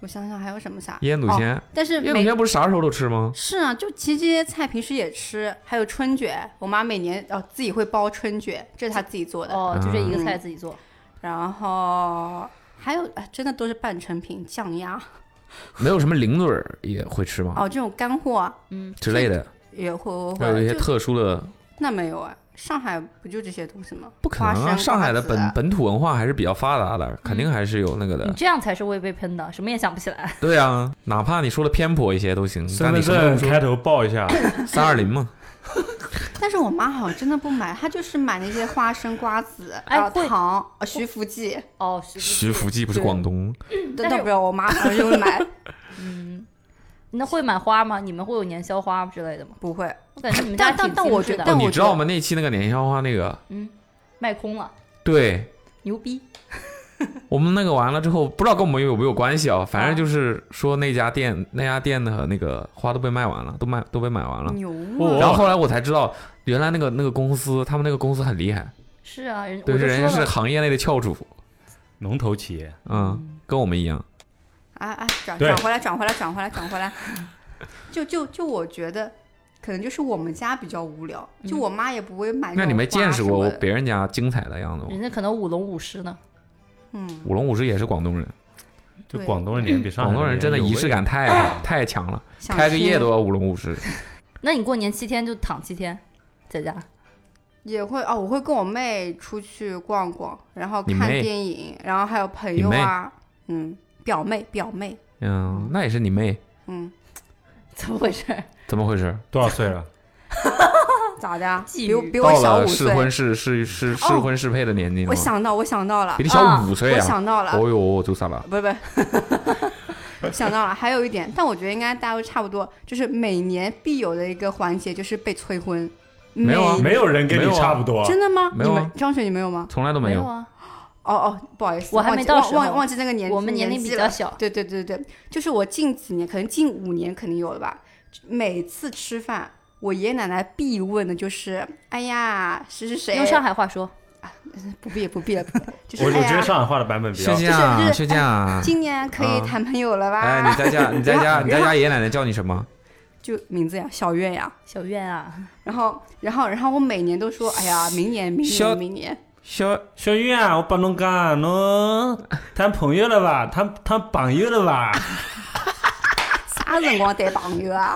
[SPEAKER 4] 我想想还有什么啥
[SPEAKER 2] 腌笃
[SPEAKER 4] 哦
[SPEAKER 2] 鲜，
[SPEAKER 4] 但是
[SPEAKER 2] 腌笃
[SPEAKER 4] 每
[SPEAKER 2] 鲜不是啥时候都吃吗？
[SPEAKER 4] 是啊，就其实这些菜平时也吃，还有春卷，我妈每年哦自己会包春卷，这是她自己做的。
[SPEAKER 1] 哦，就这一个
[SPEAKER 4] 嗯
[SPEAKER 1] 菜自己做。
[SPEAKER 4] 然后还有啊，真的都是半成品酱鸭
[SPEAKER 2] 没有什么零嘴儿也会吃吗？
[SPEAKER 4] 哦，这种干货啊
[SPEAKER 1] 嗯，
[SPEAKER 2] 之类的，
[SPEAKER 4] 也会
[SPEAKER 2] 还有
[SPEAKER 4] 会
[SPEAKER 2] 一
[SPEAKER 4] 会。
[SPEAKER 2] 些
[SPEAKER 4] 就
[SPEAKER 2] 特殊的，
[SPEAKER 4] 那没有啊，上海不就这些东西吗？
[SPEAKER 2] 不可能
[SPEAKER 4] 花
[SPEAKER 2] 啊！
[SPEAKER 4] 生
[SPEAKER 2] 上海的
[SPEAKER 4] 瓜子
[SPEAKER 2] 本本土文化还是比较发达
[SPEAKER 4] 嗯
[SPEAKER 2] 的，肯定还是有那个
[SPEAKER 1] 你
[SPEAKER 2] 的。
[SPEAKER 1] 这样才是会被喷的，什么也想不起来。
[SPEAKER 2] 对啊，哪怕你说的偏颇一些都行。
[SPEAKER 3] 身
[SPEAKER 2] 但你
[SPEAKER 3] 份
[SPEAKER 2] 什么都不
[SPEAKER 3] 证开
[SPEAKER 2] 说
[SPEAKER 3] 头报一下，
[SPEAKER 2] 三二零嘛，
[SPEAKER 4] 但是我妈好像真的不买，她就是买那些花生、瓜子、
[SPEAKER 1] 哎
[SPEAKER 4] 啊
[SPEAKER 1] 会
[SPEAKER 4] 糖、啊徐福记，
[SPEAKER 1] 哦，徐
[SPEAKER 2] 徐
[SPEAKER 1] 福
[SPEAKER 2] 福
[SPEAKER 1] 记。
[SPEAKER 2] 记不是
[SPEAKER 4] 对
[SPEAKER 2] 广东？
[SPEAKER 4] 都
[SPEAKER 1] 但是
[SPEAKER 4] 都不要，我妈好像就会 买，
[SPEAKER 1] 嗯，那会买花吗？你们会有年宵花之类的吗？
[SPEAKER 4] 不会。
[SPEAKER 1] 我感觉你们家
[SPEAKER 4] 但
[SPEAKER 1] 挺
[SPEAKER 4] 但但我
[SPEAKER 1] 精致
[SPEAKER 4] 觉
[SPEAKER 1] 的
[SPEAKER 4] 但
[SPEAKER 2] 哦
[SPEAKER 4] 我
[SPEAKER 2] 你
[SPEAKER 4] 觉
[SPEAKER 2] 知道
[SPEAKER 4] 得
[SPEAKER 2] 吗？那期那个年宵花那个，
[SPEAKER 1] 嗯，卖空了，
[SPEAKER 2] 对
[SPEAKER 1] 牛逼。
[SPEAKER 2] 我们那个完了之后，不知道跟我们有没有关系啊？反正
[SPEAKER 1] 啊
[SPEAKER 2] 就是说那家店那家店的那个花都被卖完了，都卖都被买完了。
[SPEAKER 4] 牛
[SPEAKER 3] 哦
[SPEAKER 4] 啊！
[SPEAKER 2] 然后后来我才知道，原来那个那个公司，他们那个公司很厉害，
[SPEAKER 1] 是啊，人
[SPEAKER 2] 对，
[SPEAKER 1] 我就是
[SPEAKER 2] 人家
[SPEAKER 1] 说
[SPEAKER 2] 是
[SPEAKER 1] 了
[SPEAKER 2] 行业内的翘楚，
[SPEAKER 3] 龙头企业，
[SPEAKER 2] 嗯，跟我们一样。
[SPEAKER 4] 哎哎，转
[SPEAKER 3] 对
[SPEAKER 4] 转回来，转回来，转回来，转回来。就就就我觉得，可能就是我们家比较无聊，
[SPEAKER 1] 嗯
[SPEAKER 4] 就我妈也不会买。
[SPEAKER 2] 那你没见识过
[SPEAKER 4] 别？
[SPEAKER 2] 别人家精彩的样子吗？
[SPEAKER 1] 人家可能舞龙舞狮呢。
[SPEAKER 4] 嗯，
[SPEAKER 2] 舞龙舞狮也是广东人，
[SPEAKER 3] 就
[SPEAKER 4] 对
[SPEAKER 3] 广东人脸比上海
[SPEAKER 2] 广东人真的
[SPEAKER 3] 有
[SPEAKER 2] 仪
[SPEAKER 3] 味
[SPEAKER 2] 式。感太太强了，
[SPEAKER 4] 想
[SPEAKER 2] 开个
[SPEAKER 4] 吃
[SPEAKER 2] 夜都要舞龙舞狮。
[SPEAKER 1] 那你过年七天就躺七天，在家
[SPEAKER 4] 也会哦，我会跟我妹出去逛逛，然后
[SPEAKER 2] 你
[SPEAKER 4] 看
[SPEAKER 2] 妹
[SPEAKER 4] 电影，然后还有朋
[SPEAKER 2] 你
[SPEAKER 4] 友
[SPEAKER 2] 妹
[SPEAKER 4] 啊，嗯，表妹表妹，
[SPEAKER 2] 嗯，那也是你妹，
[SPEAKER 4] 嗯，
[SPEAKER 1] 怎么回事？
[SPEAKER 2] 怎么回事？
[SPEAKER 3] 多少岁了？
[SPEAKER 4] 咋的啊？
[SPEAKER 1] 觊
[SPEAKER 4] 比我
[SPEAKER 1] 觎
[SPEAKER 4] 比我
[SPEAKER 2] 到
[SPEAKER 4] 小
[SPEAKER 2] 了
[SPEAKER 4] 五
[SPEAKER 2] 适
[SPEAKER 4] 岁。
[SPEAKER 2] 婚适适适适
[SPEAKER 4] 哦
[SPEAKER 2] 婚适配的年纪了
[SPEAKER 4] 我
[SPEAKER 2] 吗，
[SPEAKER 4] 想到，我想到了
[SPEAKER 2] 比，你小
[SPEAKER 1] 啊
[SPEAKER 2] 五岁
[SPEAKER 4] 我
[SPEAKER 2] 啊！
[SPEAKER 4] 想到了，
[SPEAKER 2] 哦呦，就算了，
[SPEAKER 4] 不是不是， 想到了，还有一点，但我觉得应该大家都差不多，就是每年必有的一个环节就是被催婚。
[SPEAKER 2] 没有啊
[SPEAKER 4] 每
[SPEAKER 3] 没有人跟
[SPEAKER 2] 没有
[SPEAKER 3] 你
[SPEAKER 2] 啊
[SPEAKER 3] 差不多，
[SPEAKER 4] 真的吗？
[SPEAKER 2] 没有啊
[SPEAKER 4] 你们张雪你们有吗？
[SPEAKER 2] 从来都没
[SPEAKER 1] 没
[SPEAKER 2] 有。
[SPEAKER 1] 啊，
[SPEAKER 4] 哦哦，不好意思，
[SPEAKER 1] 我还
[SPEAKER 4] 忘
[SPEAKER 1] 没
[SPEAKER 4] 记
[SPEAKER 1] 到
[SPEAKER 4] 忘
[SPEAKER 1] 时候
[SPEAKER 4] 忘忘记那个 年，
[SPEAKER 1] 我们年
[SPEAKER 4] 年
[SPEAKER 1] 龄比
[SPEAKER 4] 纪
[SPEAKER 1] 较
[SPEAKER 4] 了。
[SPEAKER 1] 小。
[SPEAKER 4] 对对对对，就是我近几年，可能近五年肯定有了吧。每次吃饭，我爷爷奶奶必问的就是：“哎呀，谁谁谁。”
[SPEAKER 1] 用上海话说，
[SPEAKER 4] 不必不必了，就是
[SPEAKER 3] 我我
[SPEAKER 4] 哎
[SPEAKER 3] 觉得
[SPEAKER 4] 呀，
[SPEAKER 3] 上海话的版本比较
[SPEAKER 2] 睡。觉啊，
[SPEAKER 4] 就是
[SPEAKER 2] 睡觉啊。
[SPEAKER 4] 今年可以
[SPEAKER 2] 嗯
[SPEAKER 4] 谈朋友了吧？
[SPEAKER 2] 哎，你在家，你在
[SPEAKER 4] 然
[SPEAKER 2] 家，
[SPEAKER 4] 后
[SPEAKER 2] 你在家，爷爷奶奶叫你什么？
[SPEAKER 4] 就名字呀，小月呀。
[SPEAKER 1] 小苑啊，
[SPEAKER 4] 然后，然后，然后我每年都说，哎呀，明年，明
[SPEAKER 2] 小
[SPEAKER 4] 年，明年。
[SPEAKER 2] 小
[SPEAKER 3] 小玉啊，我帮侬讲，侬谈朋友了吧？谈谈朋友了吧？
[SPEAKER 4] 啥辰光带朋 友啊？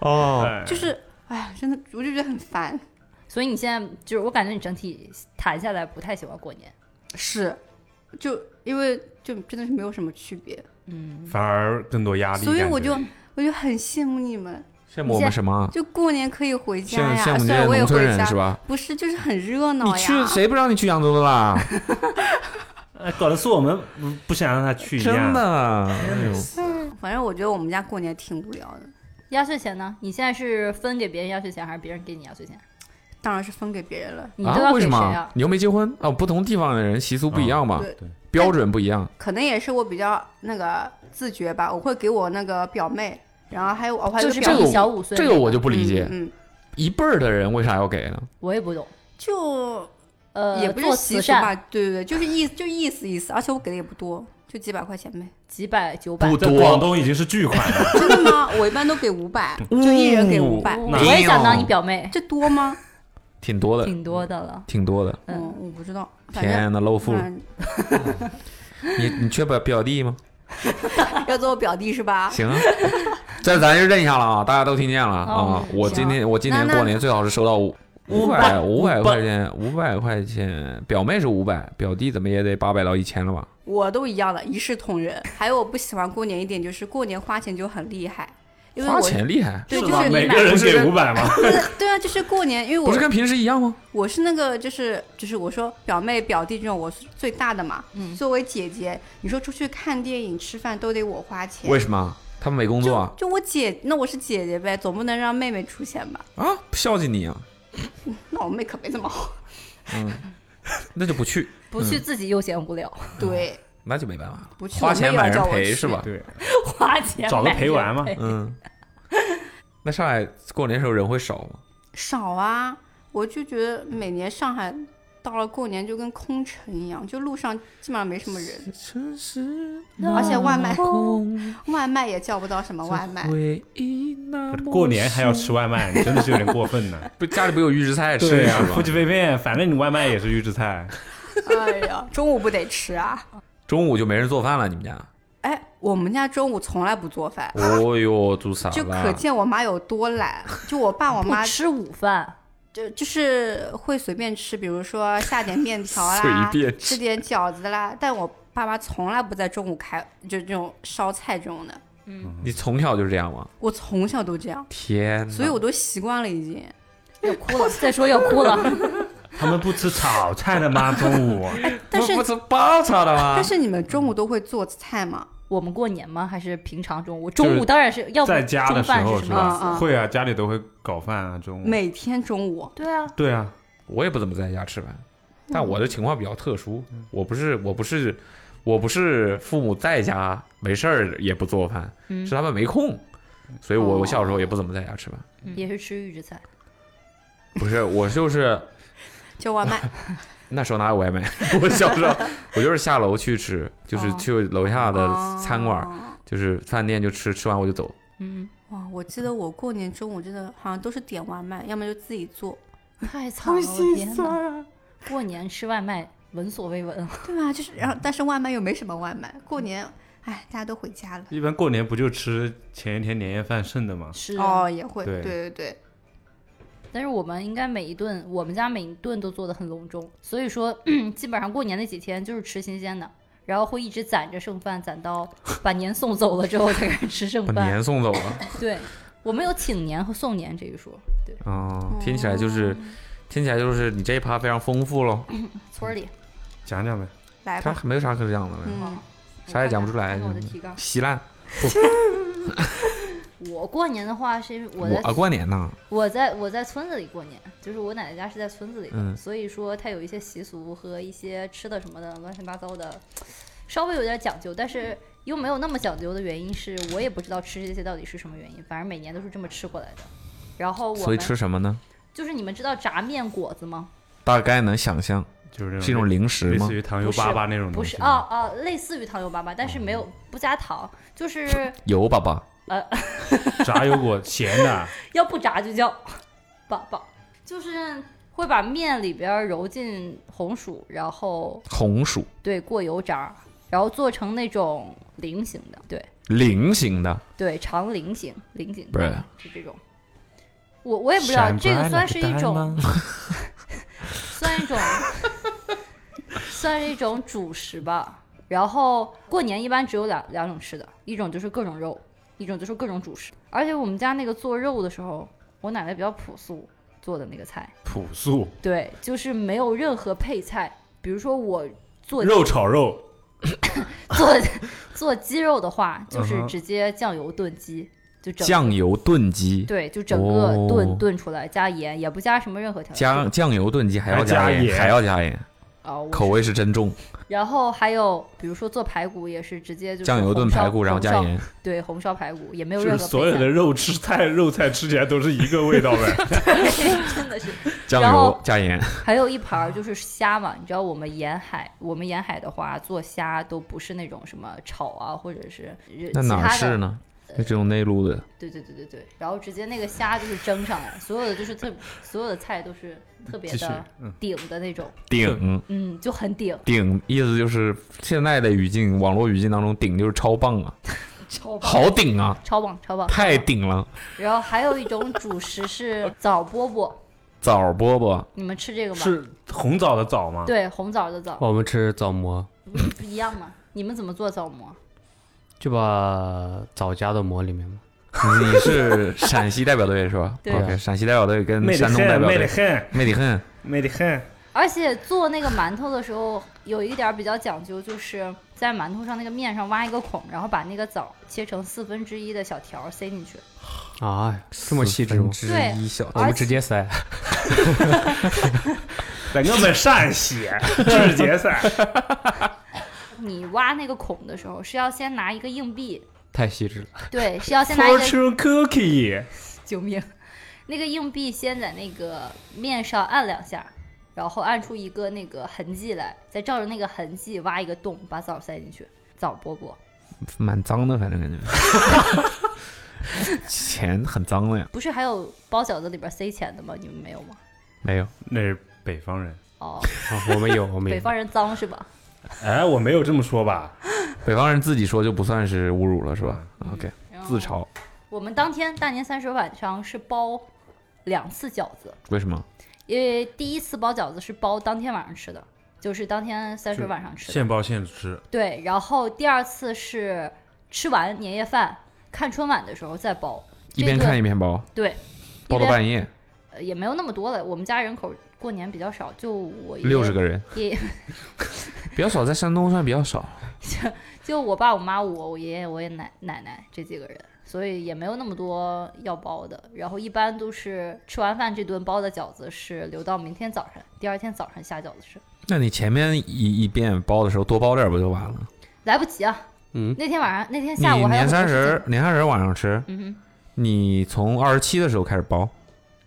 [SPEAKER 2] 哦，
[SPEAKER 3] 哎
[SPEAKER 4] 就是，哎呀，真的，我就觉得很烦。
[SPEAKER 1] 所以你现在就是我感觉你整体谈下来不太喜欢过年。
[SPEAKER 4] 是，就因为就真的是没有什么区别，
[SPEAKER 1] 嗯，
[SPEAKER 3] 反而更多压力。
[SPEAKER 4] 所以我
[SPEAKER 3] 感觉
[SPEAKER 4] 就我就很羡慕你们，
[SPEAKER 2] 羡慕我们什么？
[SPEAKER 4] 就过年可以回
[SPEAKER 2] 羡
[SPEAKER 4] 家
[SPEAKER 2] 慕
[SPEAKER 4] 呀。
[SPEAKER 2] 羡慕你
[SPEAKER 4] 虽
[SPEAKER 2] 这
[SPEAKER 4] 然我也
[SPEAKER 2] 农村
[SPEAKER 4] 回
[SPEAKER 2] 人
[SPEAKER 4] 家，
[SPEAKER 2] 是吧？
[SPEAKER 4] 不是，就是很热闹
[SPEAKER 2] 你
[SPEAKER 4] 呀。
[SPEAKER 2] 去谁不让你去扬州的啦？
[SPEAKER 3] 哎搞得是我们不不想让他去一样。
[SPEAKER 2] 真的，
[SPEAKER 4] 反正我觉得我们家过年挺无聊的，
[SPEAKER 1] 压岁钱呢？你现在是分给别人压岁钱，还是别人给你压岁钱？
[SPEAKER 4] 当然是分给别人了。
[SPEAKER 1] 你知
[SPEAKER 2] 啊？
[SPEAKER 1] 道
[SPEAKER 2] 为
[SPEAKER 1] 给
[SPEAKER 2] 什
[SPEAKER 1] 谁
[SPEAKER 2] 么
[SPEAKER 1] 啊？？
[SPEAKER 2] 你又没结婚啊？不同地方的人习俗不一样嘛
[SPEAKER 4] 嗯对，
[SPEAKER 2] 标准不一样。
[SPEAKER 4] 可能也是我比较那个自觉吧，我会给我那个表妹，然后还有我还
[SPEAKER 1] 就
[SPEAKER 4] 有个
[SPEAKER 1] 是
[SPEAKER 4] 表
[SPEAKER 1] 比
[SPEAKER 2] 这
[SPEAKER 1] 你
[SPEAKER 2] 个
[SPEAKER 1] 小五岁，
[SPEAKER 2] 这个我就不理解，
[SPEAKER 4] 嗯，嗯
[SPEAKER 2] 一辈儿的人为啥要给呢？
[SPEAKER 1] 我也不懂。
[SPEAKER 4] 就
[SPEAKER 1] 呃，
[SPEAKER 4] 也不是
[SPEAKER 1] 做
[SPEAKER 4] 习
[SPEAKER 1] 慈
[SPEAKER 4] 俗吧，
[SPEAKER 1] 善
[SPEAKER 4] 对对对，就是意就意思意思，而且我给的也不多，就几百 块钱呗。
[SPEAKER 1] 几百九百
[SPEAKER 2] 不，
[SPEAKER 3] 在广
[SPEAKER 2] 多，
[SPEAKER 3] 东已经是巨款了，
[SPEAKER 4] 真的吗？我一般都给五百，就一人给五百，
[SPEAKER 2] 嗯啊
[SPEAKER 1] 我也想当你表妹，
[SPEAKER 4] 这多吗？
[SPEAKER 2] 挺多的，
[SPEAKER 1] 挺多的了。
[SPEAKER 2] 挺多的。
[SPEAKER 4] 嗯，
[SPEAKER 1] 嗯
[SPEAKER 4] 我不知道，反正
[SPEAKER 2] 天呐，露富了！
[SPEAKER 4] 嗯，
[SPEAKER 2] 你你缺表表弟吗？
[SPEAKER 4] 要做我表弟是吧？
[SPEAKER 2] 行啊，这咱就认一下了啊，大家都听见了啊
[SPEAKER 1] 哦。
[SPEAKER 2] 我
[SPEAKER 1] 行
[SPEAKER 2] 今天我今年
[SPEAKER 4] 那
[SPEAKER 2] 过年最好是收到五五百
[SPEAKER 3] 百
[SPEAKER 2] 五百
[SPEAKER 3] 500
[SPEAKER 2] 块钱，五百块钱，表妹是五百，表弟怎么也得八百到一千了吧？
[SPEAKER 4] 我都一样的，一视同仁。还有我不喜欢过年一点就是过年花钱就很厉害，因为
[SPEAKER 2] 花
[SPEAKER 4] 我
[SPEAKER 2] 钱厉害，
[SPEAKER 4] 对，
[SPEAKER 3] 是
[SPEAKER 4] 就
[SPEAKER 3] 吗？
[SPEAKER 4] 是
[SPEAKER 3] 每
[SPEAKER 4] 你买
[SPEAKER 3] 个人
[SPEAKER 2] 不是
[SPEAKER 3] 给五百吗？
[SPEAKER 4] 对啊，就是过年，因为
[SPEAKER 2] 不
[SPEAKER 4] 我
[SPEAKER 2] 是跟平时一样吗？
[SPEAKER 4] 我是那个就是就是我说表妹表弟这种我是最大的嘛，
[SPEAKER 1] 嗯
[SPEAKER 4] 作为姐姐，你说出去看电影吃饭都得我花钱，
[SPEAKER 2] 为什么？他们没工作啊？
[SPEAKER 4] 就我姐，那我是姐姐呗，总不能让妹妹出钱吧？
[SPEAKER 2] 啊，不孝敬你啊？
[SPEAKER 4] 那我妹可没这么 好，
[SPEAKER 2] 嗯，那就不去，
[SPEAKER 1] 不去自己又嫌无聊，
[SPEAKER 4] 对，
[SPEAKER 2] 那就没办法了，
[SPEAKER 4] 不去
[SPEAKER 2] 花钱买人
[SPEAKER 4] 我妹要叫我
[SPEAKER 2] 赔
[SPEAKER 4] 去
[SPEAKER 2] 是吧？
[SPEAKER 3] 对，
[SPEAKER 1] 花钱
[SPEAKER 3] 找个
[SPEAKER 1] 买
[SPEAKER 3] 陪
[SPEAKER 1] 人
[SPEAKER 3] 玩嘛
[SPEAKER 1] 陪
[SPEAKER 2] 嗯。那上海过年时候人会少吗？
[SPEAKER 4] 少啊，我就觉得每年上海到了过年就跟空城一样，就路上基本上没什么人，
[SPEAKER 2] 城市
[SPEAKER 4] 而且外卖
[SPEAKER 2] 空，
[SPEAKER 4] 外卖也叫不到什么外卖，
[SPEAKER 2] 回忆那么
[SPEAKER 3] 过年还要
[SPEAKER 2] 深
[SPEAKER 3] 吃外卖，你真的是有点过分 呢。
[SPEAKER 2] 不家里不有预制菜吃
[SPEAKER 3] 对啊呀
[SPEAKER 2] 是，吧
[SPEAKER 3] 夫妻肺片，反正你外卖也是预制菜。
[SPEAKER 4] 哎呀，中午不得吃啊？
[SPEAKER 2] 中午就没人做饭了，你们 家？
[SPEAKER 4] 哎，我们家中午从来不做饭。
[SPEAKER 2] 哦哟，做啥
[SPEAKER 4] 就可
[SPEAKER 2] 了？
[SPEAKER 4] 见我妈有多懒。就我爸我
[SPEAKER 1] 不
[SPEAKER 4] 妈
[SPEAKER 1] 吃午 饭，
[SPEAKER 4] 就就是会随便吃，比如说下点面条啦，
[SPEAKER 2] 随便吃
[SPEAKER 4] 吃点饺子啦。但我爸妈从来不在中午开，就这种烧菜这种的。
[SPEAKER 2] 你从小就是这样吗？
[SPEAKER 4] 我从小都这样，
[SPEAKER 2] 天哪！
[SPEAKER 4] 所以我都习惯了已经。
[SPEAKER 1] 要哭了，再说要哭了。
[SPEAKER 3] 他们不吃炒菜的吗？中午
[SPEAKER 4] 但
[SPEAKER 2] 不
[SPEAKER 4] 是
[SPEAKER 2] 不是爆炒的吗
[SPEAKER 4] 但？是你们中午都会做菜吗？
[SPEAKER 1] 我们过年吗？还是平常中午？
[SPEAKER 3] 是
[SPEAKER 1] 中午当然是要不
[SPEAKER 3] 在家的
[SPEAKER 1] 中
[SPEAKER 3] 时
[SPEAKER 1] 饭
[SPEAKER 3] 候
[SPEAKER 1] 是什
[SPEAKER 3] 是
[SPEAKER 1] 么？
[SPEAKER 4] 嗯
[SPEAKER 3] 吧？
[SPEAKER 4] 嗯
[SPEAKER 3] 会啊，家里都会搞饭啊，中
[SPEAKER 2] 嗯
[SPEAKER 3] 午。
[SPEAKER 4] 每天中午
[SPEAKER 1] 对啊，
[SPEAKER 3] 对啊，
[SPEAKER 2] 我也不怎么在家吃饭，但我的情况比较特殊，我不是我不是我不是父母在家没事儿也不做饭，
[SPEAKER 1] 嗯
[SPEAKER 2] 是他们没空，所以我
[SPEAKER 4] 哦
[SPEAKER 2] 我小时候也不怎么在家吃饭。
[SPEAKER 1] 也是吃预制菜。
[SPEAKER 2] 不是，我就是
[SPEAKER 4] 叫外 卖，
[SPEAKER 2] 那时候哪有外卖？ 我小时候我就是下楼去吃，就是
[SPEAKER 4] 哦
[SPEAKER 2] 去楼下的餐馆。
[SPEAKER 4] 哦
[SPEAKER 2] 就是饭店就吃，吃完我就走。
[SPEAKER 1] 嗯，
[SPEAKER 4] 哇，我记得我过年中午真的好像都是点外卖，要么就自己做，
[SPEAKER 1] 太惨了，我天哪！过年吃外卖，闻所未闻。啊
[SPEAKER 4] 对吧？就是然后，
[SPEAKER 2] 嗯
[SPEAKER 4] 但是外卖又没什么外卖，过年，哎，大家都回家了。
[SPEAKER 3] 一般过年不就吃前一天年夜饭剩的吗？
[SPEAKER 1] 是啊，
[SPEAKER 4] 哦，也会，
[SPEAKER 3] 对
[SPEAKER 4] 对对对，
[SPEAKER 1] 但是我们应该每一顿，我们家每一顿都做的很隆重，所以说 基本上过年那几天就是吃新鲜的，然后会一直攒着剩饭，攒到把年送走了之后才开始吃剩
[SPEAKER 2] 把
[SPEAKER 1] 饭。
[SPEAKER 2] 年送走了，
[SPEAKER 1] 对，我们有请年和送年这一说。对，
[SPEAKER 2] 嗯，听起来就是，听起来就是你这一趴非常丰富咯。
[SPEAKER 1] 村儿里
[SPEAKER 3] 讲讲呗。
[SPEAKER 4] 来
[SPEAKER 2] 他
[SPEAKER 4] 吧，
[SPEAKER 2] 没有啥可讲的了，
[SPEAKER 4] 嗯，
[SPEAKER 2] 啥也讲不出
[SPEAKER 1] 看
[SPEAKER 2] 来
[SPEAKER 1] 看我的，提纲。
[SPEAKER 2] 稀烂。
[SPEAKER 1] 我过年的话是因为我在
[SPEAKER 2] 我啊，过年呢，
[SPEAKER 1] 我在我在村子里过年，就是我奶奶家是在村子里的，
[SPEAKER 2] 嗯
[SPEAKER 1] 所以说它有一些习俗和一些吃的什么的乱七八糟的，稍微有点讲究，但是又没有那么讲究的原因是我也不知道吃这些到底是什么原因，反正每年都是这么吃过来的。然后我
[SPEAKER 2] 所以
[SPEAKER 1] 们
[SPEAKER 2] 吃嗯什么呢？
[SPEAKER 1] 就是你们知道炸面果子吗？
[SPEAKER 2] 大概能想象
[SPEAKER 3] 就是
[SPEAKER 2] 是一种零食
[SPEAKER 3] 嗯类
[SPEAKER 2] 吗
[SPEAKER 3] 似？于糖油粑粑那种
[SPEAKER 1] 不
[SPEAKER 3] 东
[SPEAKER 1] 是
[SPEAKER 3] 西
[SPEAKER 1] 哦哦，类似于糖油粑粑，但是没有
[SPEAKER 2] 嗯
[SPEAKER 1] 不加糖，就是
[SPEAKER 2] 有粑粑，
[SPEAKER 1] 哦
[SPEAKER 3] 炸油果咸 的，
[SPEAKER 1] 要不炸就叫粑粑，就是会把面里边揉进红薯，然后
[SPEAKER 2] 红薯，
[SPEAKER 1] 对，过油炸，然后做成那种菱形的，对
[SPEAKER 2] 菱形的，
[SPEAKER 1] 对，长菱形，菱形
[SPEAKER 2] 不是
[SPEAKER 1] 的，就这种。我我也不知道，这个算是一种， 算一种，算是一种主食吧。然后过年一般只有两两种吃的，一种就是各种肉，一种就是各种主食。而且我们家那个做肉的时候，我奶奶比较朴素做的那个菜，
[SPEAKER 3] 朴素
[SPEAKER 1] 对，就是没有任何配菜。比如说我做
[SPEAKER 3] 肉炒肉，
[SPEAKER 1] 做做鸡肉的话，就是
[SPEAKER 3] 嗯哼
[SPEAKER 1] 直接酱油炖鸡，就整
[SPEAKER 2] 酱油炖鸡，
[SPEAKER 1] 对，就整个
[SPEAKER 2] 哦
[SPEAKER 1] 炖炖出来，加盐也不加什么任何调料
[SPEAKER 2] 加
[SPEAKER 1] 啊
[SPEAKER 2] 酱油炖鸡还要
[SPEAKER 3] 还加
[SPEAKER 2] 盐，
[SPEAKER 3] 盐
[SPEAKER 2] 还要加盐，，
[SPEAKER 1] 哦我
[SPEAKER 2] 口味是真重。
[SPEAKER 1] 然后还有比如说做排骨也是直接就是
[SPEAKER 2] 酱油炖
[SPEAKER 1] 红烧
[SPEAKER 2] 排骨，然后加，
[SPEAKER 1] 红
[SPEAKER 2] 盐
[SPEAKER 1] 烧，对，红烧排骨也没有
[SPEAKER 3] 就
[SPEAKER 1] 任
[SPEAKER 3] 是
[SPEAKER 1] 何
[SPEAKER 3] 所有
[SPEAKER 1] 配菜
[SPEAKER 3] 的肉吃菜肉菜吃起来都是一 个味道呗。
[SPEAKER 1] 真的是
[SPEAKER 2] 酱
[SPEAKER 1] 然
[SPEAKER 2] 油
[SPEAKER 1] 后
[SPEAKER 2] 加盐，
[SPEAKER 1] 还有一盘儿就是虾嘛，你知道我们沿海，我们沿海的话做虾都不是那种什么炒啊，或者是呃
[SPEAKER 2] 那
[SPEAKER 1] 其
[SPEAKER 2] 哪
[SPEAKER 1] 他
[SPEAKER 2] 是
[SPEAKER 1] 的，呃
[SPEAKER 2] 呢？那只有内陆的，
[SPEAKER 1] 对对对对对，然后直接那个虾就是蒸上来，所有的就是特所有的菜都是特别
[SPEAKER 3] 继续
[SPEAKER 1] 的
[SPEAKER 3] 嗯
[SPEAKER 1] 顶的那种，
[SPEAKER 2] 顶
[SPEAKER 1] 嗯，就很顶，
[SPEAKER 2] 顶，意思就是现在的语境，网络语境当中，顶就是超棒啊，
[SPEAKER 1] 超棒，
[SPEAKER 2] 好顶啊，
[SPEAKER 1] 超棒，超棒，
[SPEAKER 2] 太
[SPEAKER 1] 超棒。
[SPEAKER 2] 顶了。
[SPEAKER 1] 然后还有一种主食是枣饽饽，
[SPEAKER 2] 枣饽饽，
[SPEAKER 1] 你们吃这个吗？
[SPEAKER 3] 是红枣的枣吗？
[SPEAKER 1] 对，红枣的枣，
[SPEAKER 7] 我们吃枣馍，
[SPEAKER 1] 不是不一样吗？你们怎么做枣馍？
[SPEAKER 7] 就把枣加到馍里面嘛。
[SPEAKER 2] 你是陕西代表队是吧？
[SPEAKER 1] 对啊
[SPEAKER 2] OK，陕西代表队跟
[SPEAKER 3] 美得
[SPEAKER 2] 山东代
[SPEAKER 3] 很，
[SPEAKER 2] 表
[SPEAKER 3] 美得
[SPEAKER 2] 队，
[SPEAKER 3] 很，
[SPEAKER 2] 魅力恨，
[SPEAKER 3] 美得很。
[SPEAKER 1] 而且做那个馒头的时候，有一点儿比较讲究，就是在馒头上那个面上挖一个孔，然后把那个枣切成四分之一的小条儿塞进去。
[SPEAKER 7] 啊，这么细致吗？
[SPEAKER 2] 之
[SPEAKER 1] 对
[SPEAKER 2] 一小
[SPEAKER 7] 我们直接塞，
[SPEAKER 3] 咱我们陕西直接 噻，
[SPEAKER 1] 你挖那个孔的时候，是要先拿一个硬币，
[SPEAKER 7] 太细致了。
[SPEAKER 1] 对，是要先拿一个
[SPEAKER 3] ，fortune cookie，
[SPEAKER 1] 救命， 那个硬币先在那个面上按两下，然后按出一个那个痕迹来，再照着那个痕迹挖一个洞，把枣塞进去。枣饽饽
[SPEAKER 2] 蛮脏的，反正感觉。 钱很脏了呀，
[SPEAKER 1] 不是还有包饺子里边塞钱的吗？你们没有吗？
[SPEAKER 7] 没有，
[SPEAKER 3] 那是北方人。
[SPEAKER 1] 哦，
[SPEAKER 7] 啊，我们有，我们
[SPEAKER 1] 北
[SPEAKER 7] 有。
[SPEAKER 1] 方人脏是吧？
[SPEAKER 3] 哎，我没有这么说吧？
[SPEAKER 2] 北方人自己说就不算是侮辱了，是吧？OK，
[SPEAKER 1] 嗯然后
[SPEAKER 2] 自嘲，
[SPEAKER 1] 我们当天大年三十晚上是包两次饺子，
[SPEAKER 2] 为什么？
[SPEAKER 1] 因为第一次包饺子是包当天晚上吃的，就是当天三十晚上吃的。
[SPEAKER 3] 现包现吃，
[SPEAKER 1] 对，然后第二次是吃完年夜饭看春晚的时候再包，
[SPEAKER 2] 一边
[SPEAKER 1] 这个
[SPEAKER 2] 看一边包，
[SPEAKER 1] 对，
[SPEAKER 2] 包到
[SPEAKER 1] 一边
[SPEAKER 2] 半夜，
[SPEAKER 1] 呃也没有那么多了。我们家人口过年比较少，就我爷
[SPEAKER 2] 六十个人，
[SPEAKER 1] 爷，
[SPEAKER 2] 比较少，在山东算比较少。
[SPEAKER 1] 就我爸、我妈、我、我爷爷、我爷奶奶奶这几个人，所以也没有那么多要包的。然后一般都是吃完饭这顿包的饺子是留到明天早上，第二天早上下饺子吃，
[SPEAKER 2] 那你前面一一遍包的时候多包点不就完了？
[SPEAKER 1] 来不及啊。
[SPEAKER 7] 嗯，
[SPEAKER 1] 那天晚上，那天
[SPEAKER 2] 你
[SPEAKER 1] 下午还有
[SPEAKER 2] 年
[SPEAKER 1] 很多
[SPEAKER 2] 三
[SPEAKER 1] 事
[SPEAKER 2] 十
[SPEAKER 1] 情，
[SPEAKER 2] 年三十晚上吃，
[SPEAKER 1] 嗯
[SPEAKER 2] 你从二十七的时候开始包，
[SPEAKER 1] 哼，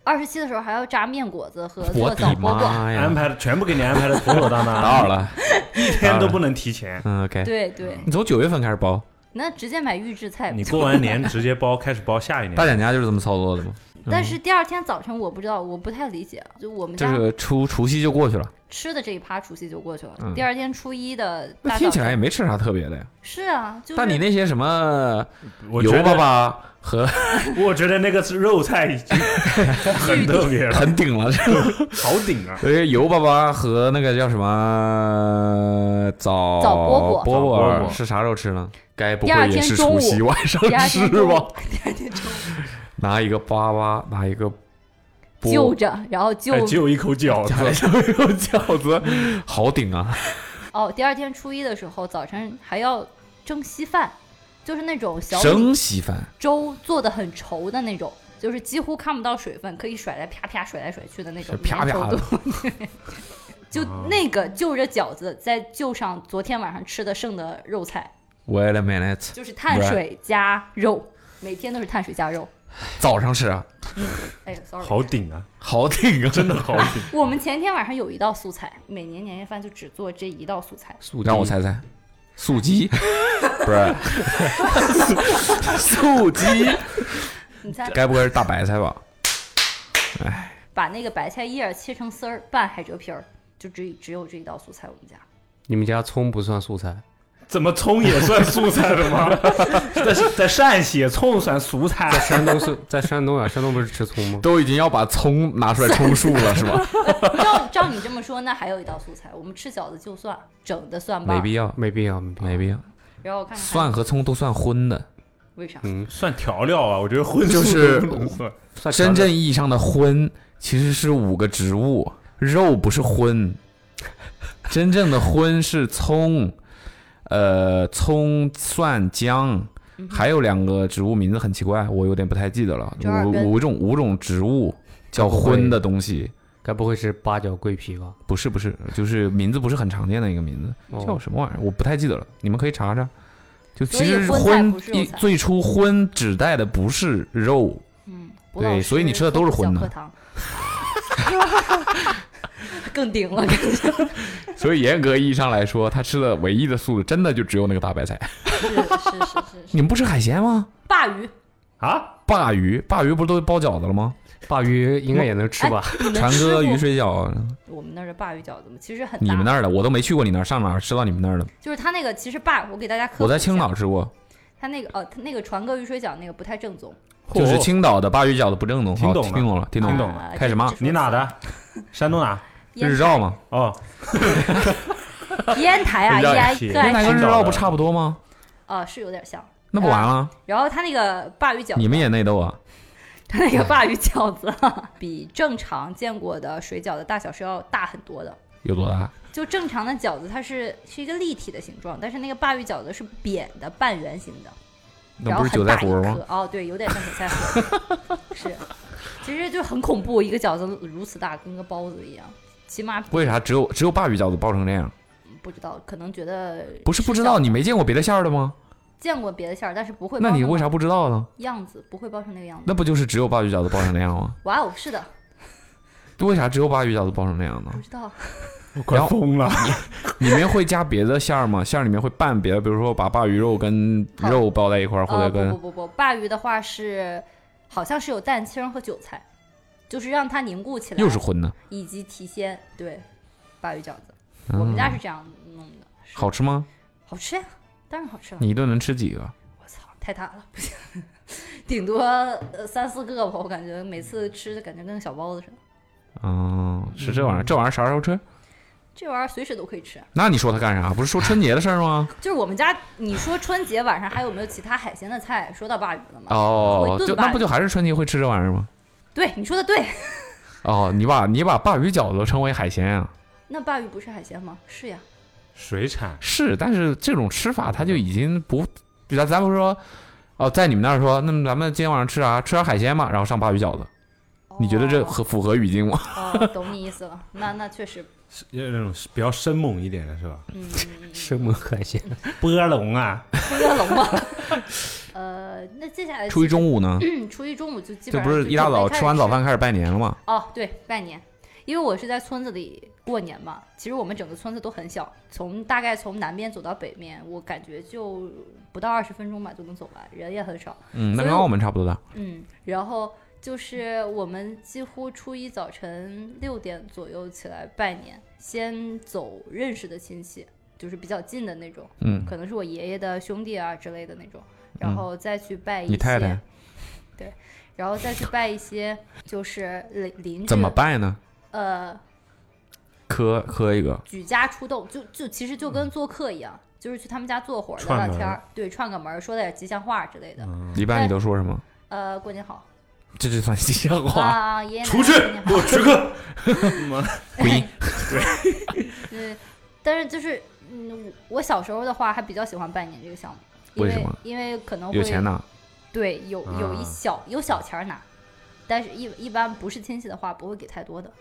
[SPEAKER 1] 二十七的时候还要炸面果子和
[SPEAKER 2] 我
[SPEAKER 1] 做
[SPEAKER 2] 的
[SPEAKER 1] 枣饽饽。
[SPEAKER 2] 妈
[SPEAKER 3] 安
[SPEAKER 2] 哎呀！
[SPEAKER 3] 排的全部给你安排的妥妥 当当，
[SPEAKER 2] 打扰了，
[SPEAKER 3] 一天都不能提前。
[SPEAKER 2] 嗯，OK，
[SPEAKER 1] 对对，
[SPEAKER 2] 你从九月份开始包，
[SPEAKER 1] 那直接买预制菜。
[SPEAKER 3] 你过完年直接包，开始包下一
[SPEAKER 2] 大
[SPEAKER 3] 年。
[SPEAKER 2] 蒋家就是这么操作的吗？
[SPEAKER 1] 但是第二天早晨我不知道，我不太理解，就我们
[SPEAKER 2] 这
[SPEAKER 1] 家
[SPEAKER 2] 嗯是除除夕就过去了，
[SPEAKER 1] 吃的这一趴，除夕就过去了。
[SPEAKER 2] 嗯
[SPEAKER 1] 第二天初一的
[SPEAKER 2] 那
[SPEAKER 1] 大
[SPEAKER 2] 听
[SPEAKER 1] 早
[SPEAKER 2] 起来也
[SPEAKER 1] 上，
[SPEAKER 2] 没吃啥特别的呀。
[SPEAKER 1] 是啊，就是
[SPEAKER 2] 但你那些什么
[SPEAKER 3] 我
[SPEAKER 2] 油
[SPEAKER 3] 觉
[SPEAKER 2] 粑
[SPEAKER 3] 得，
[SPEAKER 2] 粑和
[SPEAKER 3] 我觉得那个是肉菜已经 很特别了，
[SPEAKER 2] 很顶了，
[SPEAKER 3] 好顶啊！
[SPEAKER 2] 所以油粑粑和那个叫什么枣
[SPEAKER 1] 枣饽
[SPEAKER 2] 饽
[SPEAKER 1] 饽
[SPEAKER 3] 枣饽饽
[SPEAKER 2] 是啥时候吃呢？该不
[SPEAKER 1] 第二
[SPEAKER 2] 会也
[SPEAKER 1] 天
[SPEAKER 2] 是
[SPEAKER 1] 中
[SPEAKER 2] 除
[SPEAKER 1] 午
[SPEAKER 2] 夕晚上
[SPEAKER 1] 第二
[SPEAKER 2] 吃
[SPEAKER 1] 天中
[SPEAKER 2] 吧
[SPEAKER 1] 午？， 第二天中午
[SPEAKER 2] 拿一个粑粑，拿一个饽
[SPEAKER 1] 就 着，然后就、
[SPEAKER 3] 哎，只有一口饺
[SPEAKER 2] 还
[SPEAKER 3] 子，
[SPEAKER 2] 有一个饺子，好顶啊！
[SPEAKER 1] 哦，第二天初一的时候早晨还要蒸稀饭，就是那种小米
[SPEAKER 2] 蒸稀饭，
[SPEAKER 1] 粥做的很稠的那种。就是几乎看不到水分，可以稠来啪啪甩来甩去的那种
[SPEAKER 2] 是啪
[SPEAKER 1] 粘稠
[SPEAKER 2] 啪
[SPEAKER 1] 度
[SPEAKER 2] 的，哦
[SPEAKER 1] 就那个就着饺子，再就上昨天晚上吃的剩的肉菜，
[SPEAKER 2] Wait a minute，
[SPEAKER 1] 就是碳水加肉，每天都是碳水加肉。
[SPEAKER 2] 早上吃啊，
[SPEAKER 1] 哎呀，sorry，
[SPEAKER 3] 好顶啊，
[SPEAKER 2] 好顶啊！
[SPEAKER 3] 真的好顶。
[SPEAKER 1] 我们前天晚上有一道素菜，每年年夜饭就只做这一道素菜，
[SPEAKER 7] 素
[SPEAKER 2] 让我
[SPEAKER 7] 鸡
[SPEAKER 2] 猜猜，素 鸡，不是素鸡，
[SPEAKER 1] 你猜
[SPEAKER 2] 该不会是大白菜吧？
[SPEAKER 1] 把那个白菜叶儿切成丝儿，拌海蜇皮儿，就只只有这一道素菜。我们家
[SPEAKER 7] 你们家葱不算素菜，
[SPEAKER 3] 怎么葱也算素菜的吗？ 在在陕西，葱算素菜。
[SPEAKER 7] 山东是在山东啊，山东不是吃葱吗？
[SPEAKER 2] 都已经要把葱拿出来充数了，是吧？
[SPEAKER 1] 照照你这么说，那还有一道素菜，我们吃饺子就蒜，整的蒜瓣
[SPEAKER 2] 没
[SPEAKER 1] 儿，
[SPEAKER 2] 必要，
[SPEAKER 7] 没必要，没必要。
[SPEAKER 2] 没必要。
[SPEAKER 1] 然后我看看还
[SPEAKER 2] 蒜和葱都算荤的，
[SPEAKER 1] 为啥？
[SPEAKER 7] 嗯，
[SPEAKER 3] 算调料啊，我觉得荤素
[SPEAKER 2] 就是
[SPEAKER 3] 都不能算
[SPEAKER 7] 算
[SPEAKER 2] 真
[SPEAKER 7] 调料
[SPEAKER 2] 正意义上的荤其实是五个植物，肉不是荤。真正的荤是葱，呃，葱、蒜、姜，
[SPEAKER 1] 嗯哼
[SPEAKER 2] 还有两个植物名字很奇怪，我有点不太记得了。
[SPEAKER 1] 折耳根
[SPEAKER 2] 五五种五种植物叫荤的东西，
[SPEAKER 7] 该不会是八角桂皮吧？
[SPEAKER 2] 不是不是，就是名字不是很常见的一个名字，
[SPEAKER 7] 哦
[SPEAKER 2] 叫什么玩意儿？我不太记得了，你们可以查查。就其实
[SPEAKER 1] 所以荤菜
[SPEAKER 2] 荤
[SPEAKER 1] 不是肉
[SPEAKER 2] 一
[SPEAKER 1] 菜
[SPEAKER 2] 最初荤指代的不是肉，
[SPEAKER 1] 嗯，
[SPEAKER 2] 对所以你吃的都是荤的
[SPEAKER 1] 的。更顶了，感觉
[SPEAKER 2] 所以严格意义上来说，他吃的唯一的素真的就只有那个大白菜。
[SPEAKER 1] 是是是是是。
[SPEAKER 2] 你们不吃海鲜吗？
[SPEAKER 1] 鲅鱼，
[SPEAKER 2] 嗯
[SPEAKER 3] 啊，
[SPEAKER 2] 鲅鱼，鲅鱼不是都包饺子了吗？
[SPEAKER 7] 鲅鱼应该也能吃 吧？
[SPEAKER 1] 你们
[SPEAKER 2] 传
[SPEAKER 1] 吃
[SPEAKER 2] 哥
[SPEAKER 1] 过
[SPEAKER 2] 鱼水饺，
[SPEAKER 1] 我们那儿的鲅鱼饺子吗？其实很大，
[SPEAKER 2] 你们那儿的我都没去过，你那儿上哪儿吃到你们那儿的？
[SPEAKER 1] 就是它那个其实鲅，我给大家科普
[SPEAKER 2] 我在
[SPEAKER 1] 一下
[SPEAKER 2] 青岛，吃过，
[SPEAKER 1] 它那个呃，它那个船哥鱼水饺那个不太正宗，
[SPEAKER 2] 就是
[SPEAKER 3] 嚯
[SPEAKER 2] 青岛的鲅鱼饺子不正宗。
[SPEAKER 3] 听
[SPEAKER 2] 好
[SPEAKER 3] 懂了
[SPEAKER 2] 听懂了，听懂
[SPEAKER 3] 听
[SPEAKER 2] 了。
[SPEAKER 3] 懂
[SPEAKER 1] 啊
[SPEAKER 2] 了开始骂
[SPEAKER 3] 你哪？的？山东哪？
[SPEAKER 1] 这
[SPEAKER 2] 日照嘛，
[SPEAKER 3] 哦，
[SPEAKER 1] 这烟 台啊，
[SPEAKER 3] 日照
[SPEAKER 1] 烟
[SPEAKER 3] 也
[SPEAKER 1] 台
[SPEAKER 3] 是
[SPEAKER 1] 个
[SPEAKER 3] 对
[SPEAKER 2] 烟
[SPEAKER 1] 爱
[SPEAKER 2] 台跟日
[SPEAKER 3] 哎
[SPEAKER 1] 吃
[SPEAKER 3] 青岛
[SPEAKER 2] 照
[SPEAKER 3] 的
[SPEAKER 2] 不差不多吗？
[SPEAKER 1] 啊，是有点像。
[SPEAKER 2] 那不完了？
[SPEAKER 1] 然后它那个鲅鱼饺子，
[SPEAKER 2] 你们也内斗啊？
[SPEAKER 1] 它 那个鲅鱼饺子 啊比正常见过的水饺的大小是要大很多的。
[SPEAKER 2] 有多大？
[SPEAKER 1] 就正常的饺子，它是是一个立体的形状，但是那个鲅鱼饺子是扁的半圆形的，
[SPEAKER 2] 那
[SPEAKER 1] 然
[SPEAKER 2] 不
[SPEAKER 1] 后
[SPEAKER 2] 是
[SPEAKER 1] 很
[SPEAKER 2] 韭菜
[SPEAKER 1] 大一
[SPEAKER 2] 盒
[SPEAKER 1] 颗
[SPEAKER 2] 吗？？
[SPEAKER 1] 哦，对，有点像韭菜盒， 是，其实就很恐怖，一个饺子如此大，跟个包子一样，起码
[SPEAKER 2] 为啥只有只有鲅鱼饺子包成这样？
[SPEAKER 1] 不知道，可能觉得
[SPEAKER 2] 不是不知道，
[SPEAKER 1] 饺
[SPEAKER 2] 你没见过别的馅儿的吗？
[SPEAKER 1] 见过别的馅儿，但是不会包
[SPEAKER 2] 那
[SPEAKER 1] 成
[SPEAKER 2] 你为啥不知道呢？
[SPEAKER 1] 样子不会包成那个样子？
[SPEAKER 2] 那不啊就是只有鲅鱼饺子包成那样吗？
[SPEAKER 1] 哇哦，是的，
[SPEAKER 2] 为啥只有鲅鱼饺子包成那样呢
[SPEAKER 1] 不？知道，
[SPEAKER 3] 我快
[SPEAKER 2] 然后
[SPEAKER 3] 疯了。
[SPEAKER 2] 里面会加别的馅儿吗？馅儿里面会拌别的，比如说把鲅鱼肉跟肉包在一块儿，或
[SPEAKER 1] 呃，
[SPEAKER 2] 者
[SPEAKER 1] 不
[SPEAKER 2] 跟
[SPEAKER 1] 不不不，鲅鱼的话是好像是有蛋清和韭菜，就是让它凝固起来，
[SPEAKER 2] 又是荤的。
[SPEAKER 1] 以及提鲜，对，鲅鱼饺子。
[SPEAKER 2] 嗯
[SPEAKER 1] 我们家是这样弄的，是
[SPEAKER 2] 好吃吗？
[SPEAKER 1] 好吃呀，当然好吃了。
[SPEAKER 2] 你一顿能吃几个？
[SPEAKER 1] 我操，太大了，不 行，顶多呃三四个吧，我感觉每次吃的感觉跟个小包子似的。
[SPEAKER 2] 嗯，是这玩意儿，这玩意儿啥时候吃？
[SPEAKER 1] 这玩意儿随时都可以吃，啊
[SPEAKER 2] 那你说它干啥？不是说春节的事儿 吗？
[SPEAKER 1] 就是我们家，你说春节晚上还有没有其他海鲜的菜？说到鲅鱼了嘛？
[SPEAKER 2] 哦
[SPEAKER 1] 我，炖
[SPEAKER 2] 就
[SPEAKER 1] 吧
[SPEAKER 2] 那不就还是春节会吃这玩意儿吗？
[SPEAKER 1] 对，你说的对。
[SPEAKER 2] 哦，你把你把鲅鱼饺子称为海鲜啊？
[SPEAKER 1] 那鲅鱼不是海鲜吗？是呀，
[SPEAKER 3] 水产
[SPEAKER 2] 是，但是这种吃法它就已经不，咱咱不是说，哦，在你们那儿说，那么咱们今天晚上吃啥？吃点海鲜吧，然后上鲅鱼饺子，你觉得这
[SPEAKER 1] 哦
[SPEAKER 2] 合符合语境吗？
[SPEAKER 1] 哦，懂你意思了。那那确实，
[SPEAKER 3] 是那种比较生猛一点的是 吧？
[SPEAKER 1] 嗯，
[SPEAKER 7] 生猛海鲜，
[SPEAKER 3] 波龙啊，
[SPEAKER 1] 喝龙嘛。 呃，那接下来
[SPEAKER 2] 初一中午呢？
[SPEAKER 1] 嗯，初一中午就基
[SPEAKER 2] 这
[SPEAKER 1] 本上
[SPEAKER 2] 不是一大
[SPEAKER 1] 准备
[SPEAKER 2] 早
[SPEAKER 1] 开
[SPEAKER 2] 吃完
[SPEAKER 1] 始
[SPEAKER 2] 早饭开始拜年了吗？
[SPEAKER 1] 哦，对，拜年，因为我是在村子里过年嘛。其实我们整个村子都很小，从大概从南边走到北面，我感觉就不到二十分钟吧就能走完，人也很少。
[SPEAKER 2] 嗯，那
[SPEAKER 1] 所以
[SPEAKER 2] 跟
[SPEAKER 1] 我
[SPEAKER 2] 澳门差不多大。
[SPEAKER 1] 嗯，然后就是我们几乎初一早晨六点左右起来拜年，先走认识的亲戚，就是比较近的那种，
[SPEAKER 2] 嗯，
[SPEAKER 1] 可能是我爷爷的兄弟啊之类的那种，然
[SPEAKER 2] 嗯
[SPEAKER 1] 后再去拜一些，
[SPEAKER 2] 你太太
[SPEAKER 1] 对，然后再去拜一些就是邻邻居
[SPEAKER 2] 怎么拜呢？
[SPEAKER 1] 呃
[SPEAKER 2] 磕磕一个，
[SPEAKER 1] 举家出动，就就其实就跟做客一样，就是去他们家坐会儿聊
[SPEAKER 3] 串
[SPEAKER 1] 聊
[SPEAKER 3] 门
[SPEAKER 1] 天
[SPEAKER 3] 儿
[SPEAKER 1] 儿，对，串个门儿，说点吉祥话之类的。
[SPEAKER 2] 一般你都说什么？
[SPEAKER 1] 呃，过年好
[SPEAKER 2] 嗯 这就算吉祥话。
[SPEAKER 1] 啊，爷爷奶奶
[SPEAKER 3] 出去
[SPEAKER 1] 过年好
[SPEAKER 3] 给我吃客。
[SPEAKER 2] 滚！
[SPEAKER 1] 哎嗯，但是就是嗯，我小时候的话还比较喜欢拜年这个项目，因
[SPEAKER 2] 为
[SPEAKER 1] 为
[SPEAKER 2] 什么
[SPEAKER 1] 因为可能会
[SPEAKER 2] 有钱拿，
[SPEAKER 1] 对，有有一
[SPEAKER 3] 啊
[SPEAKER 1] 小、有小钱儿拿，但是一一般不是亲戚的话不会给太多的，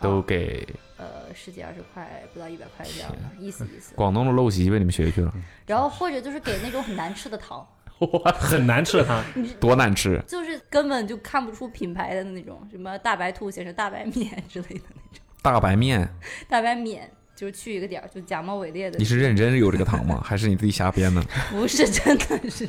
[SPEAKER 2] 都
[SPEAKER 1] 啊
[SPEAKER 2] 给
[SPEAKER 1] 呃十几二十块，不到一百块这样的，意思意思。
[SPEAKER 2] 广东的陋习被你们学去了，
[SPEAKER 1] 然后或者就是给那种很难吃的糖，
[SPEAKER 3] 哇， 很难吃的 汤，
[SPEAKER 2] 多难吃！
[SPEAKER 1] 就是根本就看不出品牌的那种，什么大白兔先生、大白面之类的，
[SPEAKER 2] 大白面，
[SPEAKER 1] 大白面。就是去一个点儿，就假冒伪劣的
[SPEAKER 2] 你，是认真有这个糖 吗？还是你自己瞎编的？
[SPEAKER 1] 不是真的是。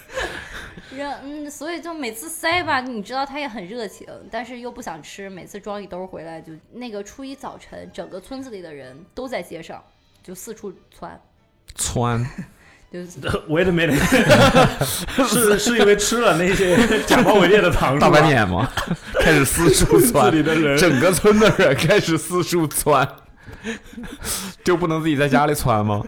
[SPEAKER 1] 然嗯，所以就每次塞吧，你知道他也很热情，但是又不想吃，每次装一兜儿回来就那个初一早晨，整个村子里的人都在街上，就四处窜，
[SPEAKER 2] 窜，
[SPEAKER 1] 就
[SPEAKER 3] 我也没得， 是是因为吃了那 些假冒伪劣的糖，
[SPEAKER 2] 大白面吗？ 开始四处
[SPEAKER 3] 是吧
[SPEAKER 2] 窜
[SPEAKER 3] 自，己的人
[SPEAKER 2] 整个村的人开始四处窜， 就不能自己在家里窜吗？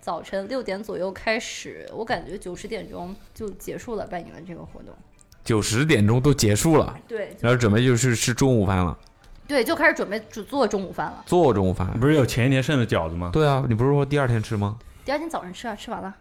[SPEAKER 1] 早晨六点左右开始，我感觉九十点钟就结束了拜年的这个活动。
[SPEAKER 2] 九十点钟都结束了，
[SPEAKER 1] 对就
[SPEAKER 2] 然后准备就是吃中午饭了，
[SPEAKER 1] 对，就开始准备煮做中午饭了。
[SPEAKER 2] 做中午饭。
[SPEAKER 3] 不是有前一天剩的饺子吗？
[SPEAKER 2] 对啊，你不是说第二天吃吗？
[SPEAKER 1] 第二天早上吃啊，吃完了。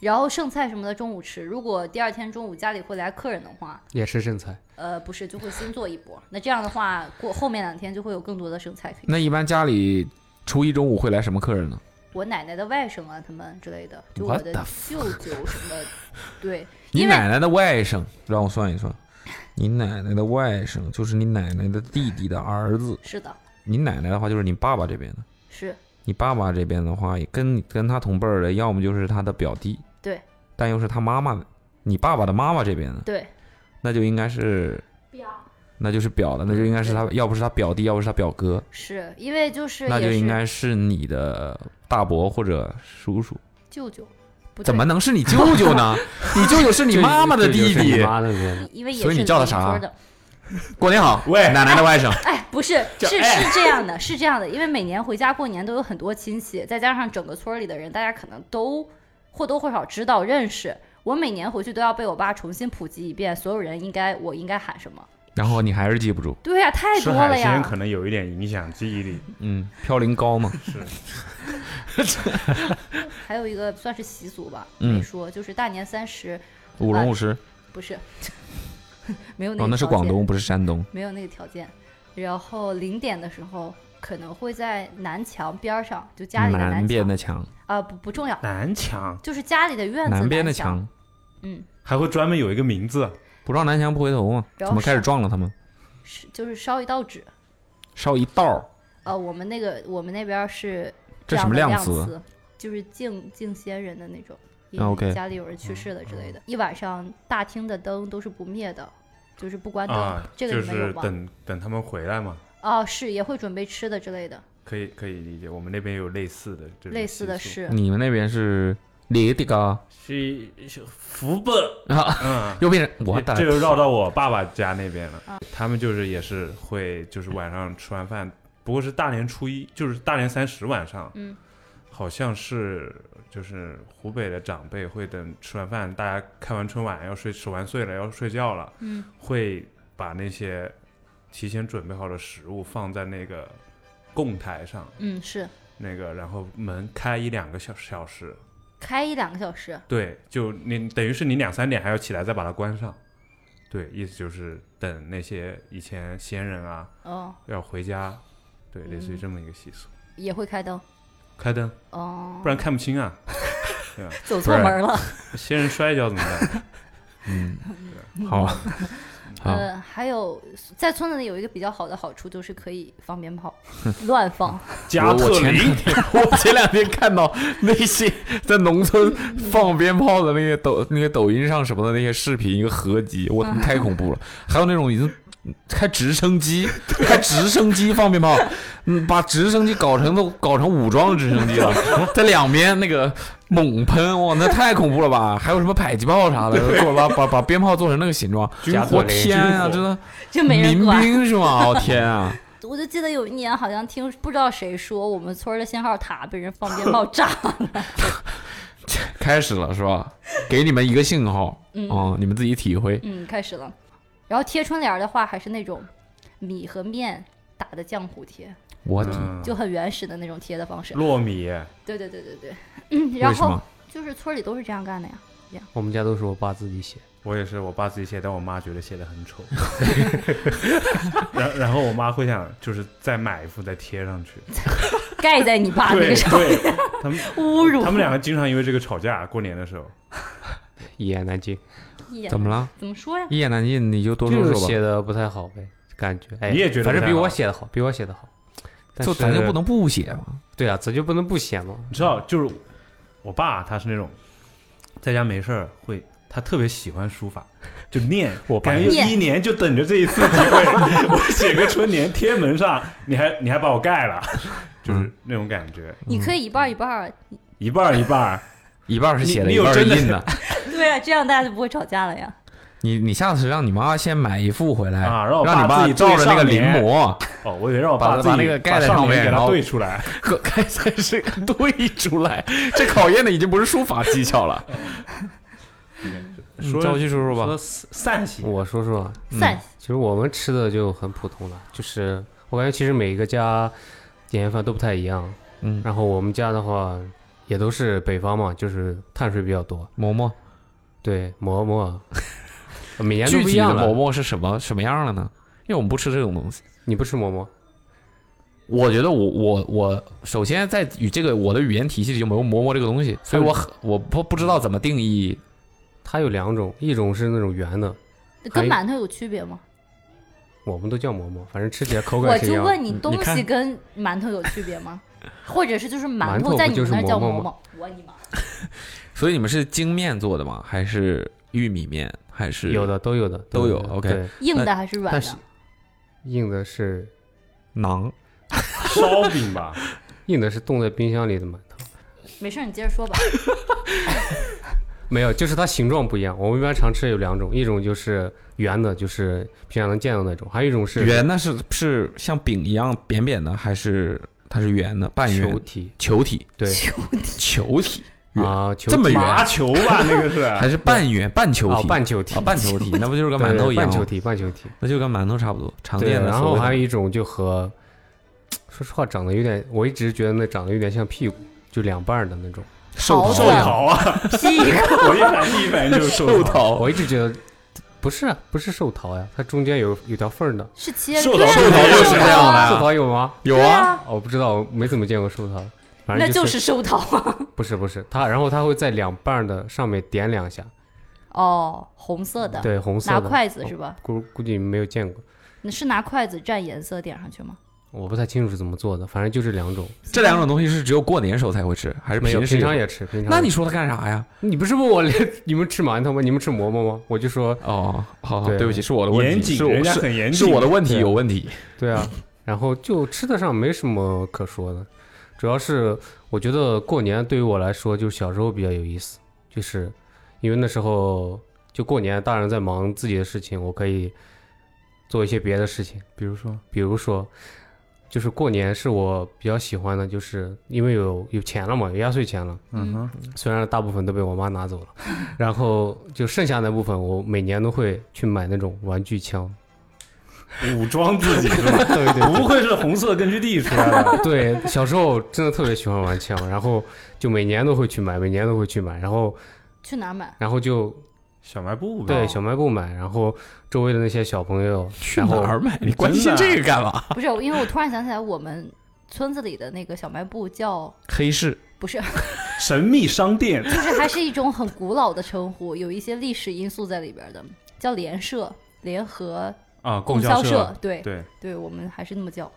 [SPEAKER 1] 然后剩菜什么的中午吃，如果第二天中午家里会来客人的话，
[SPEAKER 7] 也是剩菜。
[SPEAKER 1] 呃，不是就会先做一波。那这样的话，过后面两天就会有更多的剩菜可以。
[SPEAKER 2] 那一般家里初一中午会来什么客人呢？
[SPEAKER 1] 我奶奶的外甥啊，他们之类的，就我
[SPEAKER 2] What
[SPEAKER 1] 的
[SPEAKER 2] the
[SPEAKER 1] 舅舅什么，对，
[SPEAKER 2] 你
[SPEAKER 1] 因为
[SPEAKER 2] 奶奶的外甥，让我算一算，你奶奶的外甥就是你奶奶的弟弟的儿子。
[SPEAKER 1] 是的，
[SPEAKER 2] 你奶奶的话就是你爸爸这边的，
[SPEAKER 1] 是
[SPEAKER 2] 你爸爸这边的话也跟跟他同辈儿的，要么就是他的表弟，
[SPEAKER 1] 对，
[SPEAKER 2] 但又是他妈妈的，你爸爸的妈妈这边的，
[SPEAKER 1] 对，
[SPEAKER 2] 那就应该是
[SPEAKER 5] 表
[SPEAKER 2] 那就是表的，那就应该是他，要不是他表弟，要不是他表哥，
[SPEAKER 1] 是因为就是
[SPEAKER 2] 那就
[SPEAKER 1] 也
[SPEAKER 2] 应
[SPEAKER 1] 是
[SPEAKER 2] 该是你的大伯或者叔叔。
[SPEAKER 1] 舅舅，不对
[SPEAKER 2] 怎么？能是你舅舅 呢？你舅舅是你
[SPEAKER 7] 这
[SPEAKER 2] 妈妈的
[SPEAKER 7] 这就是
[SPEAKER 2] 弟
[SPEAKER 7] 你
[SPEAKER 2] 弟。
[SPEAKER 7] 妈那边的
[SPEAKER 1] 因为也
[SPEAKER 2] 所以
[SPEAKER 1] 是
[SPEAKER 2] 你叫他
[SPEAKER 1] 邻
[SPEAKER 2] 啥啊
[SPEAKER 1] 桌的
[SPEAKER 2] 过年好，
[SPEAKER 3] 喂
[SPEAKER 2] 奶奶的外甥。
[SPEAKER 1] 哎，不是，
[SPEAKER 2] 叫
[SPEAKER 1] 是
[SPEAKER 2] 哎
[SPEAKER 1] 是这样的， 是这样的，因为每年回家过年都有很多亲戚，再加上整个村儿里的人，大家可能都或多或少知道认识。我每年回去都要被我爸重新普及一遍，所有人应该我应该喊什么？
[SPEAKER 2] 然后你还是记不住，
[SPEAKER 1] 对呀、太
[SPEAKER 3] 吃
[SPEAKER 1] 多了
[SPEAKER 3] 海鲜
[SPEAKER 1] 呀。
[SPEAKER 3] 可能有一点影响记忆力。
[SPEAKER 2] 嗯，嘌呤高嘛。
[SPEAKER 1] 还有一个算是习俗吧，
[SPEAKER 2] 嗯
[SPEAKER 1] 没说，就是大年三十
[SPEAKER 2] 舞龙舞狮
[SPEAKER 1] 不是， 没有那
[SPEAKER 2] 哦，
[SPEAKER 1] 个、
[SPEAKER 2] 那是广东，，不是山东。
[SPEAKER 1] 没有那个条件。然后零点的时候，可能会在南墙边儿上，就家里的
[SPEAKER 2] 南边
[SPEAKER 1] 墙
[SPEAKER 2] 的墙，
[SPEAKER 1] 啊、不不重要，
[SPEAKER 3] 南墙
[SPEAKER 1] 就是家里的院子
[SPEAKER 2] 南边的
[SPEAKER 1] 墙，
[SPEAKER 2] 墙，
[SPEAKER 1] 嗯，
[SPEAKER 3] 还会专门有一个名字，
[SPEAKER 2] 不撞南墙不回头嘛。
[SPEAKER 1] 然
[SPEAKER 2] 怎
[SPEAKER 1] 后
[SPEAKER 2] 么开始
[SPEAKER 1] 是
[SPEAKER 2] 撞了他们？
[SPEAKER 1] 是就是烧一道纸。
[SPEAKER 2] 烧一道儿，
[SPEAKER 1] 呃，我们那个我们那边儿是
[SPEAKER 2] 这什
[SPEAKER 1] 样
[SPEAKER 2] 么
[SPEAKER 1] 的
[SPEAKER 2] 量
[SPEAKER 1] 量
[SPEAKER 2] 词？
[SPEAKER 1] 就是敬敬先人的那种，因
[SPEAKER 2] 啊
[SPEAKER 1] 为
[SPEAKER 2] ，OK
[SPEAKER 1] 家里有人去世了之
[SPEAKER 3] 嗯
[SPEAKER 1] 类的。一晚上大厅的灯都是不灭的，就是不关灯。
[SPEAKER 3] 啊，
[SPEAKER 1] 这个
[SPEAKER 3] 就
[SPEAKER 1] 你们有
[SPEAKER 3] 是
[SPEAKER 1] 吗？
[SPEAKER 3] 等等他们回来嘛，
[SPEAKER 1] 啊，是也会准备吃的之类的，
[SPEAKER 3] 可以可以理解。我们那边有类似的这种
[SPEAKER 1] 类似的
[SPEAKER 3] 习俗，
[SPEAKER 1] 是。
[SPEAKER 2] 你们那边是你的个
[SPEAKER 3] 是是福本，
[SPEAKER 2] 啊？。
[SPEAKER 3] 嗯
[SPEAKER 2] 又变成我的
[SPEAKER 3] 这又绕到我爸爸家那边
[SPEAKER 1] 嗯
[SPEAKER 3] 了，他们就是也是会就是晚上吃完饭，不过是大年初一，就是大年三十晚上，
[SPEAKER 1] 嗯，
[SPEAKER 3] 好像是就是湖北的长辈会等吃完饭，大家看完春晚要睡吃完岁了要睡觉了，
[SPEAKER 1] 嗯，
[SPEAKER 3] 会把那些提前准备好的食物放在那个供台上，
[SPEAKER 1] 嗯，是
[SPEAKER 3] 那个然后门开一两个小小时，
[SPEAKER 1] 开一两个小时，
[SPEAKER 3] 对，就你等于是你两三点还要起来再把它关上，对，意思就是等那些以前先人啊
[SPEAKER 1] 哦，
[SPEAKER 3] 要回家，对，类似于
[SPEAKER 1] 嗯
[SPEAKER 3] 这么一个习俗，
[SPEAKER 1] 也会开灯，
[SPEAKER 3] 开灯，
[SPEAKER 1] 哦
[SPEAKER 3] 不，然看不清啊，
[SPEAKER 1] 走错门儿了。
[SPEAKER 3] 先人摔一跤怎么办？
[SPEAKER 2] 嗯，好， 好，
[SPEAKER 1] 呃，还有在村子里有一个比较好的好处，就是可以放鞭 炮，乱放。
[SPEAKER 3] 加
[SPEAKER 2] 我
[SPEAKER 3] 特
[SPEAKER 2] 我前
[SPEAKER 3] 林
[SPEAKER 2] 两天我前两天看到那些在农村放鞭炮的那些抖那些抖音上什么的那些视频，一个合集，我他妈太恐怖了。还有那种已经开直升机，开直升机放鞭炮，嗯，把直升机搞成都搞成武装直升机了，在两边那个猛喷，哇，那太恐怖了吧？还有什么迫击炮啥的，做把把把鞭炮做成那个形状，
[SPEAKER 7] 加
[SPEAKER 2] 我
[SPEAKER 7] 特林
[SPEAKER 2] 天啊，
[SPEAKER 3] 军火
[SPEAKER 2] 真的
[SPEAKER 1] 就没人
[SPEAKER 2] 民
[SPEAKER 1] 管。
[SPEAKER 2] 兵是吗？我天啊！
[SPEAKER 1] 我就记得有一年，好像听不知道谁说，我们村儿的信号塔被人放鞭炮炸。
[SPEAKER 2] 开始了是吧？给你们一个信号，
[SPEAKER 1] 嗯
[SPEAKER 2] 哦你们自己体会。
[SPEAKER 1] 嗯，开始了。然后贴春联儿的话，还是那种米和面打的浆糊贴，
[SPEAKER 2] 我
[SPEAKER 3] 嗯
[SPEAKER 1] 就很原始的那种贴的方式。
[SPEAKER 3] 糯米，
[SPEAKER 1] 对对对对对。嗯，然
[SPEAKER 2] 为什
[SPEAKER 1] 后
[SPEAKER 2] 么？
[SPEAKER 1] 就是村儿里都是这样干的呀。
[SPEAKER 7] 我们家都是我爸自己 写，
[SPEAKER 3] 我也是我爸自己写，但我妈觉得写的很丑， 然然后我妈会想就是再买一副再贴上去，
[SPEAKER 1] 盖在你 爸那
[SPEAKER 3] 对
[SPEAKER 1] 个上，
[SPEAKER 3] 对，他们
[SPEAKER 1] 侮辱
[SPEAKER 3] 他们两个经常因为这个吵架，过年的时候。
[SPEAKER 7] 一言难尽，
[SPEAKER 1] 一眼
[SPEAKER 2] 怎么嗯了？
[SPEAKER 1] 怎么说呀？
[SPEAKER 2] 一言难尽，你就多说
[SPEAKER 7] 就是
[SPEAKER 2] 说
[SPEAKER 7] 写
[SPEAKER 2] 吧。
[SPEAKER 7] 的不太好呗，感觉。哎，
[SPEAKER 3] 你也觉得
[SPEAKER 7] 反正
[SPEAKER 3] 不太
[SPEAKER 7] 比我
[SPEAKER 3] 好
[SPEAKER 7] 写的好，比我写的好。但
[SPEAKER 2] 就是咱就不能不写嘛？
[SPEAKER 7] 对啊，咱就不能不写嘛。
[SPEAKER 3] 你知道，就是我爸他是那种在家没事儿会，他特别喜欢书法，就念。
[SPEAKER 7] 我爸
[SPEAKER 3] 感觉
[SPEAKER 1] 念
[SPEAKER 3] 一年就等着这一次机会， 我写个春联贴门上，你还你还把我盖了，
[SPEAKER 7] 嗯
[SPEAKER 3] 就是那种感觉，
[SPEAKER 1] 你可以一半儿一半儿啊。
[SPEAKER 3] 一半儿一半儿。
[SPEAKER 2] 一半是写的，
[SPEAKER 3] 你你
[SPEAKER 2] 一
[SPEAKER 3] 有
[SPEAKER 2] 半是
[SPEAKER 3] 真的
[SPEAKER 2] 印的。
[SPEAKER 1] 对啊，这样大家就不会吵架了呀。
[SPEAKER 2] 你你下次让你妈先买一副回来，
[SPEAKER 3] 啊让我爸
[SPEAKER 2] 你爸
[SPEAKER 3] 自己对
[SPEAKER 2] 照着那个
[SPEAKER 3] 上
[SPEAKER 2] 临
[SPEAKER 3] 联
[SPEAKER 2] 摹，
[SPEAKER 3] 哦，我以为让我
[SPEAKER 2] 把
[SPEAKER 3] 爸自己
[SPEAKER 2] 把那个盖在
[SPEAKER 3] 把
[SPEAKER 2] 上
[SPEAKER 3] 上
[SPEAKER 2] 面
[SPEAKER 3] 面给
[SPEAKER 2] 然
[SPEAKER 3] 他
[SPEAKER 2] 后
[SPEAKER 3] 对出来。
[SPEAKER 2] 可开才是对出 来。这考验的已经不是书法技巧了。
[SPEAKER 3] 说
[SPEAKER 2] 赵旭叔叔
[SPEAKER 3] 说
[SPEAKER 2] 吧，
[SPEAKER 3] 散喜，
[SPEAKER 7] 我说说啊，
[SPEAKER 1] 散
[SPEAKER 7] 其实我们吃的就很普通了，就是我感觉其实每个家年夜饭都不太一样。
[SPEAKER 2] 嗯
[SPEAKER 7] 然后我们家的话，也都是北方嘛，就是碳水比较多。
[SPEAKER 2] 馍馍，
[SPEAKER 7] 对，馍馍，每年都
[SPEAKER 2] 具
[SPEAKER 7] 不一
[SPEAKER 2] 体的
[SPEAKER 7] 样
[SPEAKER 2] 馍
[SPEAKER 7] 了。
[SPEAKER 2] 馍是什么什么样了呢？因为我们不吃这种东西。
[SPEAKER 7] 你不吃馍馍？
[SPEAKER 2] 我觉得我我我首先在与这个我的语言体系里就没有馍馍这个东西，所以我很我不不知道怎么定义
[SPEAKER 7] 它有两种，一种是那种圆的，
[SPEAKER 1] 跟馒头有区别吗？
[SPEAKER 7] 我们都叫馍馍，反正吃起来口
[SPEAKER 1] 我
[SPEAKER 7] 感是一
[SPEAKER 1] 就
[SPEAKER 7] 样。
[SPEAKER 1] 问你，
[SPEAKER 2] 嗯
[SPEAKER 1] 东
[SPEAKER 2] 你
[SPEAKER 1] 西
[SPEAKER 2] 看
[SPEAKER 1] 跟馒头有区别吗？或者是就是馒
[SPEAKER 7] 馒头
[SPEAKER 1] 头在
[SPEAKER 7] 不
[SPEAKER 1] 你
[SPEAKER 7] 就
[SPEAKER 1] 们
[SPEAKER 7] 是
[SPEAKER 1] 那儿叫
[SPEAKER 7] 馍
[SPEAKER 1] 馍
[SPEAKER 7] 馍
[SPEAKER 1] 馍？我你妈！
[SPEAKER 2] 所以你们是精面做的吗？还是玉米面？还是
[SPEAKER 7] 有的都有的
[SPEAKER 2] 都有
[SPEAKER 7] 的
[SPEAKER 2] OK
[SPEAKER 7] 对
[SPEAKER 1] 硬的还是软
[SPEAKER 7] 但
[SPEAKER 1] 的
[SPEAKER 7] 是？硬的是
[SPEAKER 2] 馕？
[SPEAKER 3] 烧饼 吧，
[SPEAKER 7] 硬的是冻在冰箱里的馒头，
[SPEAKER 1] 没事儿，你接着说吧。
[SPEAKER 7] 没有，就是它形状不一样。我们一般常吃有两种，一种就是圆的，就是平常能见到那种，还有一种是
[SPEAKER 2] 圆的是是像饼一样扁扁的，还是它是圆的半圆
[SPEAKER 7] 球体，
[SPEAKER 2] 球体
[SPEAKER 7] 对
[SPEAKER 2] 球体圆
[SPEAKER 7] 啊，球
[SPEAKER 2] 这么
[SPEAKER 7] 体
[SPEAKER 2] 圆
[SPEAKER 3] 麻球吧，那个是。
[SPEAKER 2] 还是半圆半球
[SPEAKER 7] 啊哦
[SPEAKER 2] 体？，
[SPEAKER 7] 半球体
[SPEAKER 2] 啊，，半球 体，那不就是跟
[SPEAKER 7] 对
[SPEAKER 2] 馒头一样
[SPEAKER 7] 半
[SPEAKER 2] 吗？
[SPEAKER 7] 球体，半球体。
[SPEAKER 2] 那就跟馒头差不多，常
[SPEAKER 7] 对，
[SPEAKER 2] 见的。
[SPEAKER 7] 然后还有一种就和，说实话长得有点，我一直觉得那长得有点像屁股，就两半儿的那种。
[SPEAKER 2] 寿
[SPEAKER 3] 寿桃啊， 我一反第一反应就是寿桃，
[SPEAKER 7] 我一直觉得不是啊，不是寿桃呀，它中间有有条缝儿的。
[SPEAKER 1] 是切
[SPEAKER 3] 瘦
[SPEAKER 1] 对
[SPEAKER 3] 桃
[SPEAKER 1] 啊
[SPEAKER 3] 瘦桃
[SPEAKER 1] 对啊
[SPEAKER 3] 又是这样的
[SPEAKER 7] 寿桃有吗？
[SPEAKER 2] 有
[SPEAKER 1] 对
[SPEAKER 2] 啊，
[SPEAKER 1] 啊，
[SPEAKER 7] 哦，我不知道，我没怎么见过寿桃。反
[SPEAKER 1] 那
[SPEAKER 7] 正
[SPEAKER 1] 就是是寿桃啊。
[SPEAKER 7] 不是不是它，然后它会在两半儿的上面点两下，
[SPEAKER 1] 哦，红色的，哦
[SPEAKER 7] 对，红色
[SPEAKER 1] 拿
[SPEAKER 7] 的。
[SPEAKER 1] 筷子是吧？
[SPEAKER 7] 估估计没有见过，
[SPEAKER 1] 你是拿筷子蘸颜色点上去吗？
[SPEAKER 7] 我不太清楚是怎么做的，反正就这两种，
[SPEAKER 2] 这两种东西是只有过年时候才会吃，还是
[SPEAKER 7] 没有
[SPEAKER 2] 平时
[SPEAKER 7] 平常？也吃。平常
[SPEAKER 2] 那
[SPEAKER 7] 也
[SPEAKER 2] 你说它干啥呀？
[SPEAKER 7] 你不是问我你们吃馒头吗？你们吃馍馍吗？我就说
[SPEAKER 2] 哦，好，好，
[SPEAKER 7] 对
[SPEAKER 2] 对不起，是我的问
[SPEAKER 3] 严
[SPEAKER 2] 题，
[SPEAKER 3] 谨，
[SPEAKER 2] 是我
[SPEAKER 3] 人家
[SPEAKER 2] 是
[SPEAKER 3] 很严
[SPEAKER 2] 是
[SPEAKER 3] 谨。
[SPEAKER 2] 我的问题
[SPEAKER 7] 对
[SPEAKER 2] 有问题。
[SPEAKER 7] 对啊，然后就吃的上没什么可说的，主要是我觉得过年对于我来说，就是小时候比较有意思，就是因为那时候就过年，大人在忙自己的事情，我可以做一些别的事情，
[SPEAKER 3] 比如说，
[SPEAKER 7] 比如说。就是过年是我比较喜欢的，就是因为有有钱了嘛，有压岁钱了，
[SPEAKER 3] 嗯哼，
[SPEAKER 7] 虽然大部分都被我妈 拿走了，然后就剩下那部分，我每年都会去买那种玩具枪，
[SPEAKER 3] 武装自己是吧？
[SPEAKER 7] 对对
[SPEAKER 3] 不愧是红色根据地出来的，
[SPEAKER 7] 对，小时候真的特别喜欢玩枪，然后就每年都会去买，每年都会去买，然后
[SPEAKER 1] 去哪儿 买？
[SPEAKER 7] 然后就
[SPEAKER 3] 小卖部呗。
[SPEAKER 7] 对小卖部买，然后周围的那些小朋友，
[SPEAKER 2] 去
[SPEAKER 7] 然
[SPEAKER 2] 哪
[SPEAKER 7] 后
[SPEAKER 2] 儿买？你
[SPEAKER 3] 真
[SPEAKER 2] 关心
[SPEAKER 3] 的
[SPEAKER 2] 这个干嘛？
[SPEAKER 1] 不是，因为我突然想起来，我们村子里的那个小卖部叫
[SPEAKER 2] 黑市
[SPEAKER 1] 不是，
[SPEAKER 3] 神秘商店
[SPEAKER 1] 就是还是一种很古老的称呼，有一些历史因素在里边的，叫联社、联合
[SPEAKER 3] 啊，
[SPEAKER 1] 供销
[SPEAKER 3] 销
[SPEAKER 1] 社。，对
[SPEAKER 3] 对，
[SPEAKER 1] 对，我们还是那么叫。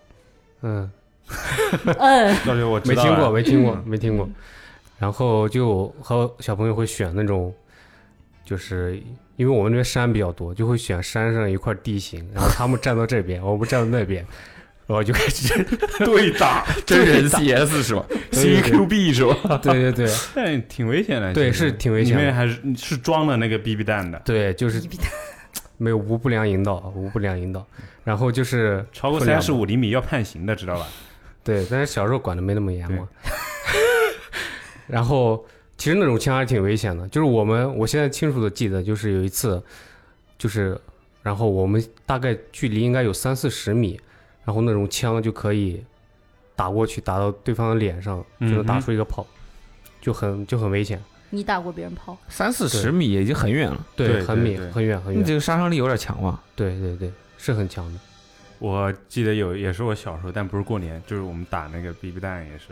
[SPEAKER 7] 嗯，
[SPEAKER 1] 嗯，
[SPEAKER 3] 到时我知
[SPEAKER 7] 没
[SPEAKER 3] 道啊嗯
[SPEAKER 7] 听
[SPEAKER 3] 了
[SPEAKER 7] 过，没听过，没听过，然后就和小朋友会选那种，就是因为我们那边山比较多，就会选山上一块地形，然后他们站到这 边，我们站到那边，然后就开 始，
[SPEAKER 3] 对打，
[SPEAKER 2] 真人 CS 是吧
[SPEAKER 7] 对对对
[SPEAKER 2] ？CQB 是吧？
[SPEAKER 7] 对对 对
[SPEAKER 3] 但哎挺危险的。
[SPEAKER 7] 对，
[SPEAKER 3] 其实
[SPEAKER 7] 是挺危险
[SPEAKER 3] 里
[SPEAKER 7] 的
[SPEAKER 3] 面。还是是装了那个 BB 弹的，
[SPEAKER 7] 对，就是没有无不良引导，无不良引导。然后就是
[SPEAKER 3] 超过
[SPEAKER 7] 分两
[SPEAKER 3] 三十五厘米要判刑的，知道吧？
[SPEAKER 7] 对，但是小时候管的没那么严嘛。 然后其实那种枪还挺危险的，就是我们我现在清楚的记得，就是有一次，就是然后我们大概距离应该有三四十米，然后那种枪就可以打过去，打到对方的脸上，就能
[SPEAKER 3] 嗯
[SPEAKER 7] 打
[SPEAKER 3] 哼
[SPEAKER 7] 出一个泡，就很就很危险。
[SPEAKER 1] 你打过别人炮？
[SPEAKER 2] 三四
[SPEAKER 7] 对
[SPEAKER 2] 十米已经很远了，
[SPEAKER 3] 对对
[SPEAKER 7] 很敏
[SPEAKER 3] 对
[SPEAKER 7] 很远很
[SPEAKER 2] 你
[SPEAKER 7] 远
[SPEAKER 2] 这。个杀伤力有点强嘛？
[SPEAKER 7] 对对对，是很强的。
[SPEAKER 3] 我记得有，也是我小时候，但不是过年，就是我们打那个 BB 弹也是，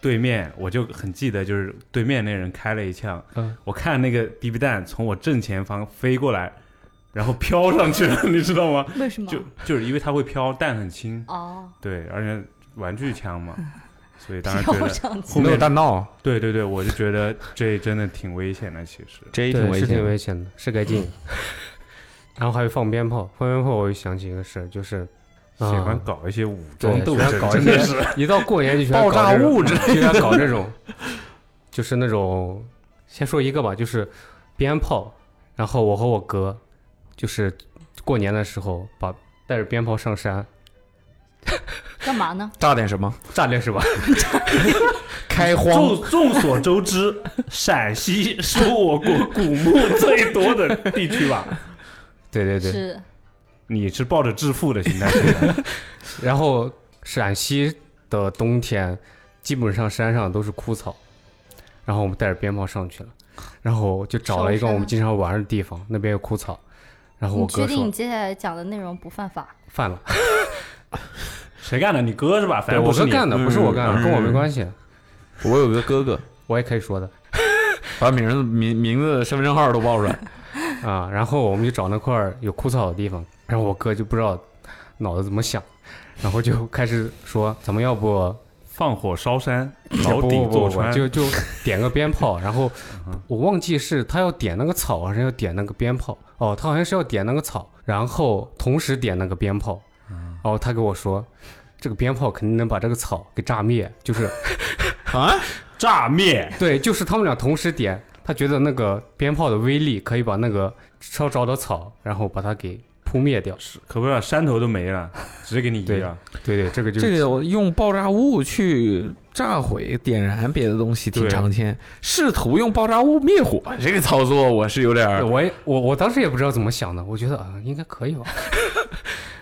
[SPEAKER 3] 对面我就很记得，就是对面那人开了一枪，
[SPEAKER 7] 嗯
[SPEAKER 3] 我看那个 BB 弹从我正前方飞过来，然后飘上去了， 你知道吗？
[SPEAKER 1] 为什么
[SPEAKER 3] 就就是因为它会飘，弹很轻，
[SPEAKER 1] 哦，
[SPEAKER 3] 对，而且玩具枪 嘛，所以当时觉
[SPEAKER 1] 飘
[SPEAKER 3] 得，
[SPEAKER 1] 上去
[SPEAKER 3] 后面
[SPEAKER 2] 没有啊弹道，
[SPEAKER 3] 对对对，我就觉得这真的挺危险的，其实。
[SPEAKER 2] 这也
[SPEAKER 7] 对，
[SPEAKER 2] 挺危
[SPEAKER 7] 是
[SPEAKER 2] 险
[SPEAKER 7] 挺
[SPEAKER 2] 的。
[SPEAKER 7] 危险的，是 该禁。然后还有放鞭炮，放鞭炮我又想起一个事儿，就是
[SPEAKER 3] 喜欢搞一些武装
[SPEAKER 7] 啊对
[SPEAKER 3] 斗
[SPEAKER 7] 喜欢
[SPEAKER 3] 争，
[SPEAKER 7] 搞一
[SPEAKER 3] 真的
[SPEAKER 7] 些
[SPEAKER 3] 是
[SPEAKER 7] 一到过年就喜欢
[SPEAKER 2] 爆
[SPEAKER 7] 搞
[SPEAKER 2] 炸
[SPEAKER 7] 这种
[SPEAKER 2] 物之
[SPEAKER 7] 就喜欢搞这种，就是那种先说一个吧，就是鞭炮。然后我和我哥就是过年的时候把带着鞭炮上山，
[SPEAKER 1] 干嘛呢？
[SPEAKER 2] 炸点什么？
[SPEAKER 7] 炸裂是吧？
[SPEAKER 2] 开荒
[SPEAKER 3] 众众所周知，陕西是我国古墓最多的地区吧？
[SPEAKER 7] 对对对。
[SPEAKER 1] 是
[SPEAKER 3] 你是抱着致富的心态去的，
[SPEAKER 7] 然后陕西的冬天基本上山上都是枯草，然后我们带着鞭炮上去了，然后就找了一个我们经常玩的地方，那边有枯草，然后我
[SPEAKER 1] 你确
[SPEAKER 7] 哥
[SPEAKER 1] 定
[SPEAKER 7] 说
[SPEAKER 1] 你接下来讲的内容不犯法？
[SPEAKER 7] 犯了，
[SPEAKER 3] 谁干的？你哥是吧？反
[SPEAKER 2] 哎
[SPEAKER 7] 对
[SPEAKER 3] 正
[SPEAKER 7] 我
[SPEAKER 3] 不是
[SPEAKER 7] 哥
[SPEAKER 3] 你
[SPEAKER 2] 嗯
[SPEAKER 3] 嗯
[SPEAKER 7] 干的，不是我干的，跟我没关系，
[SPEAKER 2] 我有个哥哥，
[SPEAKER 7] 我也可以说的
[SPEAKER 2] 把名字、名名字、身份证号都报出 来。
[SPEAKER 7] 啊。然后我们就找那块儿有枯草的地方，然后我哥就不知道脑子怎么想，然后就开始说咱们要不
[SPEAKER 3] 放火烧山，牢
[SPEAKER 7] 不
[SPEAKER 3] 底
[SPEAKER 7] 不
[SPEAKER 3] 坐
[SPEAKER 7] 不不
[SPEAKER 3] 穿，嗯
[SPEAKER 7] 就就点个鞭炮，然后我忘记是他要点那个草还是要点那个鞭炮，哦，他好像是要点那个草，然后同时点那个鞭炮，
[SPEAKER 3] 嗯
[SPEAKER 7] 哦，他跟我说，这个鞭炮肯定能把这个草给炸灭，就是
[SPEAKER 2] 啊
[SPEAKER 3] 炸灭。
[SPEAKER 7] 对，就是他们俩同时点，他觉得那个鞭炮的威力可以把那个烧着的草，然后把它给扑灭掉。
[SPEAKER 3] 可不是，山头都没了，直接给你一
[SPEAKER 7] 对
[SPEAKER 3] 了。
[SPEAKER 7] 对对，这个就是
[SPEAKER 2] 这个我用爆炸物去炸毁、点燃别的东西挺
[SPEAKER 3] 对
[SPEAKER 2] 常见，试图用爆炸物灭火这个操作我是有点
[SPEAKER 7] 对
[SPEAKER 2] 儿
[SPEAKER 7] 我也我我当时也不知道怎么想的，我觉得啊、应该可 以吧。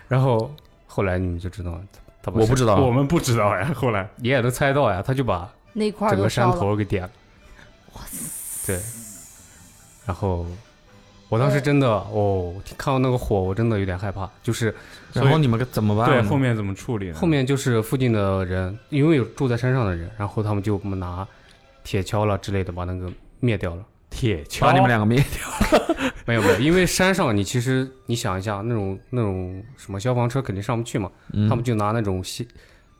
[SPEAKER 7] 然后后来你们就知道了，他
[SPEAKER 2] 我不知道
[SPEAKER 3] 我们不知道呀，后来
[SPEAKER 7] 你也能猜到呀，他就把
[SPEAKER 1] 那块儿
[SPEAKER 7] 整
[SPEAKER 1] 都
[SPEAKER 7] 个山
[SPEAKER 1] 烧了，
[SPEAKER 7] 头给点了。哇对，然后我当时真
[SPEAKER 2] 哎
[SPEAKER 7] 的哦，看到那个火，我真的有点害怕。就是
[SPEAKER 3] 所以
[SPEAKER 2] 然后你们怎么办呢？
[SPEAKER 3] 对后面怎么处理呢？
[SPEAKER 7] 后面就是附近的人，因为有住在山上的人，然后他们就拿铁锹了之类的把那个灭掉了。
[SPEAKER 3] 铁锹，
[SPEAKER 2] 把你们两个灭
[SPEAKER 7] 没有没有，因为山上你其实你想一下，那种那种什么消防车肯定上不去嘛，
[SPEAKER 2] 嗯
[SPEAKER 7] 他们就拿那种锨，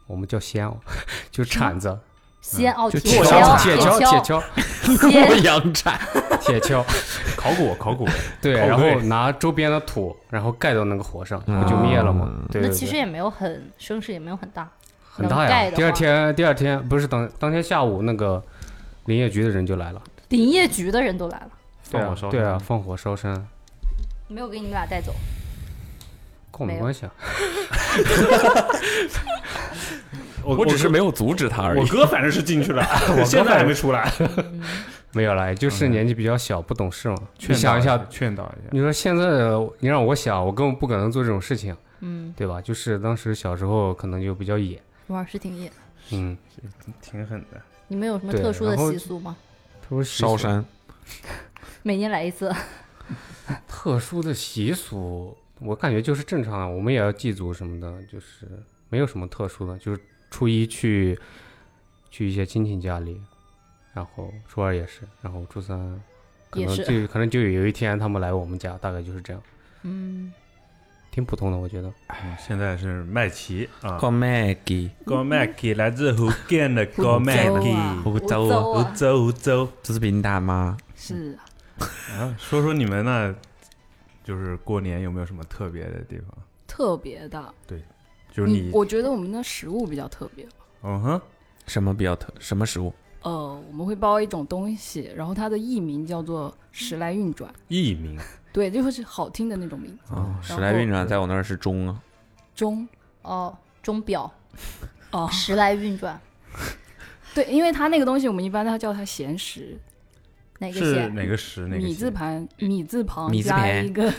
[SPEAKER 7] 我们叫锨哦， 就是铲子，
[SPEAKER 1] 先哦，
[SPEAKER 2] 就
[SPEAKER 1] 铁
[SPEAKER 2] 铁
[SPEAKER 1] 锹，
[SPEAKER 2] 锹
[SPEAKER 7] 嗯铁
[SPEAKER 1] 锹，
[SPEAKER 7] 铁锹，
[SPEAKER 1] 锨
[SPEAKER 2] 掉，阳 铲。
[SPEAKER 7] 铁锹，
[SPEAKER 3] 考古考 古，
[SPEAKER 7] 对，
[SPEAKER 3] 哦
[SPEAKER 7] 然
[SPEAKER 3] 对
[SPEAKER 7] 后拿周边的土，然后盖到那个火上，
[SPEAKER 3] 啊
[SPEAKER 7] 不就灭了吗？对
[SPEAKER 1] 那
[SPEAKER 7] 对
[SPEAKER 1] 其实
[SPEAKER 7] 对，
[SPEAKER 1] 也没有很声势，也没有很大，
[SPEAKER 7] 很大
[SPEAKER 1] 能盖
[SPEAKER 7] 呀。
[SPEAKER 1] 的
[SPEAKER 7] 第二
[SPEAKER 1] 话
[SPEAKER 7] 天，第二天不是当当天下午那个林业局的人就来了，
[SPEAKER 1] 林业局的人都来了，
[SPEAKER 7] 对
[SPEAKER 3] 放
[SPEAKER 7] 啊
[SPEAKER 3] 火烧，
[SPEAKER 7] 对啊，，放火烧山，跟
[SPEAKER 1] 没有给你们俩带走。
[SPEAKER 7] 我没关系啊。
[SPEAKER 3] 我
[SPEAKER 2] 我只是
[SPEAKER 3] 哥
[SPEAKER 2] 没有阻止他而
[SPEAKER 3] 我
[SPEAKER 2] 已。
[SPEAKER 3] 哥反正是进去了，
[SPEAKER 7] 哥
[SPEAKER 3] 现在还没出来。
[SPEAKER 7] 没有啦，也
[SPEAKER 3] 嗯
[SPEAKER 7] 就是年纪比较小，不懂事嘛。你
[SPEAKER 3] 劝导
[SPEAKER 7] 想一下，
[SPEAKER 3] 劝导一下，
[SPEAKER 7] 你说现在的你让我想，我根本不可能做这种事情，
[SPEAKER 1] 嗯，
[SPEAKER 7] 对吧？就是当时小时候可能就比较野，
[SPEAKER 1] 玩是挺野的。
[SPEAKER 7] 嗯，
[SPEAKER 3] 挺狠的。
[SPEAKER 1] 你们有什么
[SPEAKER 7] 对
[SPEAKER 1] 特殊的
[SPEAKER 7] 然后
[SPEAKER 1] 习俗吗？
[SPEAKER 7] 特殊习俗
[SPEAKER 2] 烧山，
[SPEAKER 1] 每年来一次，
[SPEAKER 7] 特殊的习俗，我感觉就是正常啊，我们也要祭祖什么的，就是没有什么特殊的，就是初一去去一些亲戚家里，然后初二也是，然后初三可
[SPEAKER 1] 也
[SPEAKER 7] 能
[SPEAKER 1] 是
[SPEAKER 7] 就可能就有一天他们来我们家，大概就是这样，
[SPEAKER 1] 嗯，
[SPEAKER 7] 挺普通的，我觉得。
[SPEAKER 3] 嗯现在是麦奇 啊，
[SPEAKER 2] 高麦给，
[SPEAKER 3] 高麦奇来自福建的
[SPEAKER 6] 啊
[SPEAKER 3] 高麦奇，
[SPEAKER 1] 湖
[SPEAKER 2] 州啊
[SPEAKER 1] 州
[SPEAKER 3] 福
[SPEAKER 1] 啊，
[SPEAKER 3] 州福州
[SPEAKER 2] 这是平大妈。
[SPEAKER 1] 是啊
[SPEAKER 3] 啊，说说你们那，就是过年有没有什么特别的地方？
[SPEAKER 6] 特别大。
[SPEAKER 3] 就是你，
[SPEAKER 6] 我觉得我们的食物比较特别。
[SPEAKER 3] 嗯哼，
[SPEAKER 2] 什么比较特？什么食物？
[SPEAKER 6] 呃，我们会包一种东西，然后它的艺名叫做时来运转，
[SPEAKER 3] 艺名
[SPEAKER 6] 对，就是好听的那种名字。
[SPEAKER 3] 嗯
[SPEAKER 2] 啊，时来运转在我那儿是钟啊，
[SPEAKER 6] 钟
[SPEAKER 1] 哦，钟表
[SPEAKER 6] 哦，
[SPEAKER 1] 时来运转，
[SPEAKER 6] 对，因为它那个东西我们一般它叫它咸食，
[SPEAKER 1] 哪个
[SPEAKER 3] 是
[SPEAKER 1] 先？
[SPEAKER 3] 哪个石？哪个
[SPEAKER 6] 米字
[SPEAKER 3] 县
[SPEAKER 6] 旁米字旁
[SPEAKER 2] 米字
[SPEAKER 6] 加
[SPEAKER 2] 旁
[SPEAKER 6] 一个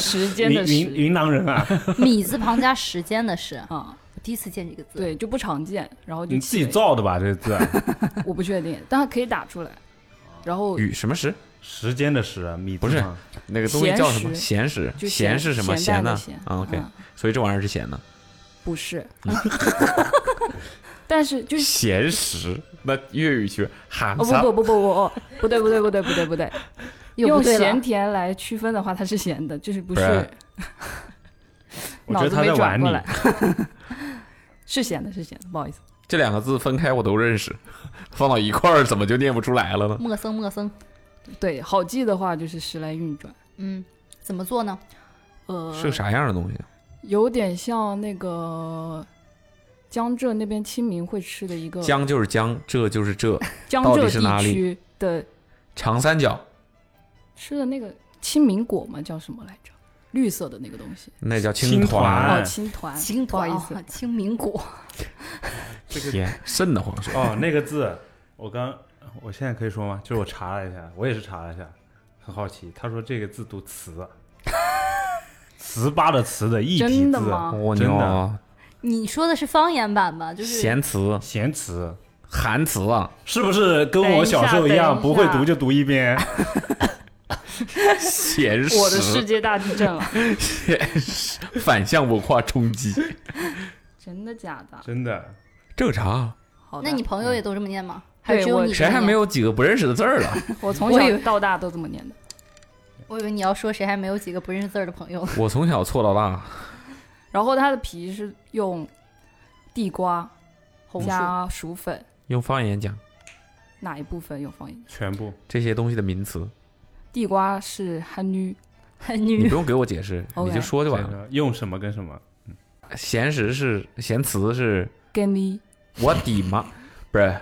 [SPEAKER 6] 时间的
[SPEAKER 3] 云云
[SPEAKER 6] 时
[SPEAKER 3] 云南人 啊，
[SPEAKER 1] 米字旁加时间的时，
[SPEAKER 6] 啊，
[SPEAKER 1] 我第一次见这个字。，
[SPEAKER 6] 对，就不常见，然后就
[SPEAKER 3] 你自己
[SPEAKER 6] 起了
[SPEAKER 3] 造的吧？这字啊，
[SPEAKER 6] 一个，我不确定，但它可以打出来。然后
[SPEAKER 2] 雨什么时？
[SPEAKER 3] 时间的时啊，米字
[SPEAKER 2] 不是
[SPEAKER 3] 旁
[SPEAKER 2] 那个东西叫什么？
[SPEAKER 6] 咸
[SPEAKER 2] 咸食。
[SPEAKER 6] 就
[SPEAKER 2] 咸是什么？咸
[SPEAKER 6] 咸淡的
[SPEAKER 2] 的
[SPEAKER 6] 咸。
[SPEAKER 2] 啊，OK，
[SPEAKER 6] 嗯
[SPEAKER 2] 所以这玩意儿是咸 的。
[SPEAKER 6] 不是， 但是就是
[SPEAKER 2] 咸食，那粤语区哈
[SPEAKER 6] 哦不不不不不哦，不对不对不对不对不对，
[SPEAKER 1] 又
[SPEAKER 6] 用
[SPEAKER 1] 不对了
[SPEAKER 6] 咸。甜来区分的话，它是咸的，就是不是
[SPEAKER 2] 对
[SPEAKER 3] 我觉
[SPEAKER 6] 脑
[SPEAKER 3] 得
[SPEAKER 6] 子
[SPEAKER 3] 他
[SPEAKER 6] 没
[SPEAKER 3] 在
[SPEAKER 6] 转
[SPEAKER 3] 玩
[SPEAKER 6] 过
[SPEAKER 3] 你，
[SPEAKER 6] 来， 是咸的，是咸的，不好意思。
[SPEAKER 2] 这两个字分开我都认识，放到一块儿怎么就念不出来了呢？
[SPEAKER 1] 莫僧莫僧，
[SPEAKER 6] 对，好记的话就是时来运转，
[SPEAKER 1] 嗯，怎么做呢？
[SPEAKER 6] 呃，
[SPEAKER 2] 是个啥样的东西？啊
[SPEAKER 6] 有点像那个江浙那边清明会吃的一个
[SPEAKER 2] 江就是江，浙就是浙，
[SPEAKER 6] 江
[SPEAKER 2] 到底
[SPEAKER 6] 浙
[SPEAKER 2] 是哪
[SPEAKER 6] 地
[SPEAKER 2] 里
[SPEAKER 6] 区的
[SPEAKER 2] 长三角
[SPEAKER 6] 吃的那个清明果嘛，叫什么来着？绿色的那个东西，
[SPEAKER 2] 那叫
[SPEAKER 3] 青
[SPEAKER 2] 团，
[SPEAKER 3] 团哎
[SPEAKER 6] 哦，青团，
[SPEAKER 1] 青
[SPEAKER 6] 不好
[SPEAKER 1] 团
[SPEAKER 6] 意
[SPEAKER 1] 啊
[SPEAKER 6] 思，
[SPEAKER 1] 清明果，
[SPEAKER 2] 天，瘆得慌是吧？
[SPEAKER 3] 哦，那个字，我刚，我现在可以说吗？就是我查了一下，我也是查了一下，很好奇。他说这个字读“糍”，糍粑的“糍”的一体
[SPEAKER 6] 真的
[SPEAKER 2] 哦
[SPEAKER 3] 字，啊
[SPEAKER 6] 吗？
[SPEAKER 2] 我
[SPEAKER 3] 真
[SPEAKER 2] 牛
[SPEAKER 3] 的
[SPEAKER 2] 啊，
[SPEAKER 1] 你说的是方言版吧？就是
[SPEAKER 2] 咸词
[SPEAKER 3] 咸糍，
[SPEAKER 2] 韩词 啊，
[SPEAKER 3] 是不是跟我小时候一样，
[SPEAKER 6] 等一下
[SPEAKER 3] 不会读就读一遍？
[SPEAKER 2] 闲时
[SPEAKER 6] 我的世界大地震了，
[SPEAKER 2] 反向文化冲击，
[SPEAKER 6] 真的假的？
[SPEAKER 3] 真的，
[SPEAKER 2] 正常。
[SPEAKER 6] 好的，
[SPEAKER 1] 那你朋
[SPEAKER 2] 嗯
[SPEAKER 1] 友也都这么念吗？还
[SPEAKER 6] 对
[SPEAKER 1] 是只有
[SPEAKER 6] 我
[SPEAKER 1] 你？
[SPEAKER 2] 啊谁还没？有几个不认识的字儿了？
[SPEAKER 6] 我从
[SPEAKER 1] 我以
[SPEAKER 6] 小
[SPEAKER 1] 为
[SPEAKER 6] 到大都这么念的。
[SPEAKER 1] 我以为你要说谁还没有几个不认识字儿的朋友呢。
[SPEAKER 2] 我从小错到大，
[SPEAKER 6] 然后它的皮是用地瓜
[SPEAKER 1] 红薯
[SPEAKER 6] 加薯粉，
[SPEAKER 2] 用方言讲
[SPEAKER 6] 哪一部分用方言？
[SPEAKER 3] 全部
[SPEAKER 2] 这些东西的名词，
[SPEAKER 6] 地瓜是憨女，
[SPEAKER 1] 很
[SPEAKER 2] 你
[SPEAKER 1] 女
[SPEAKER 2] 不用给我解释，你
[SPEAKER 6] OK
[SPEAKER 2] 就说就完
[SPEAKER 3] 这
[SPEAKER 2] 了。
[SPEAKER 3] 个用什么跟什么？
[SPEAKER 2] 闲时是闲词是，
[SPEAKER 6] 干咪，
[SPEAKER 2] 我的妈，不是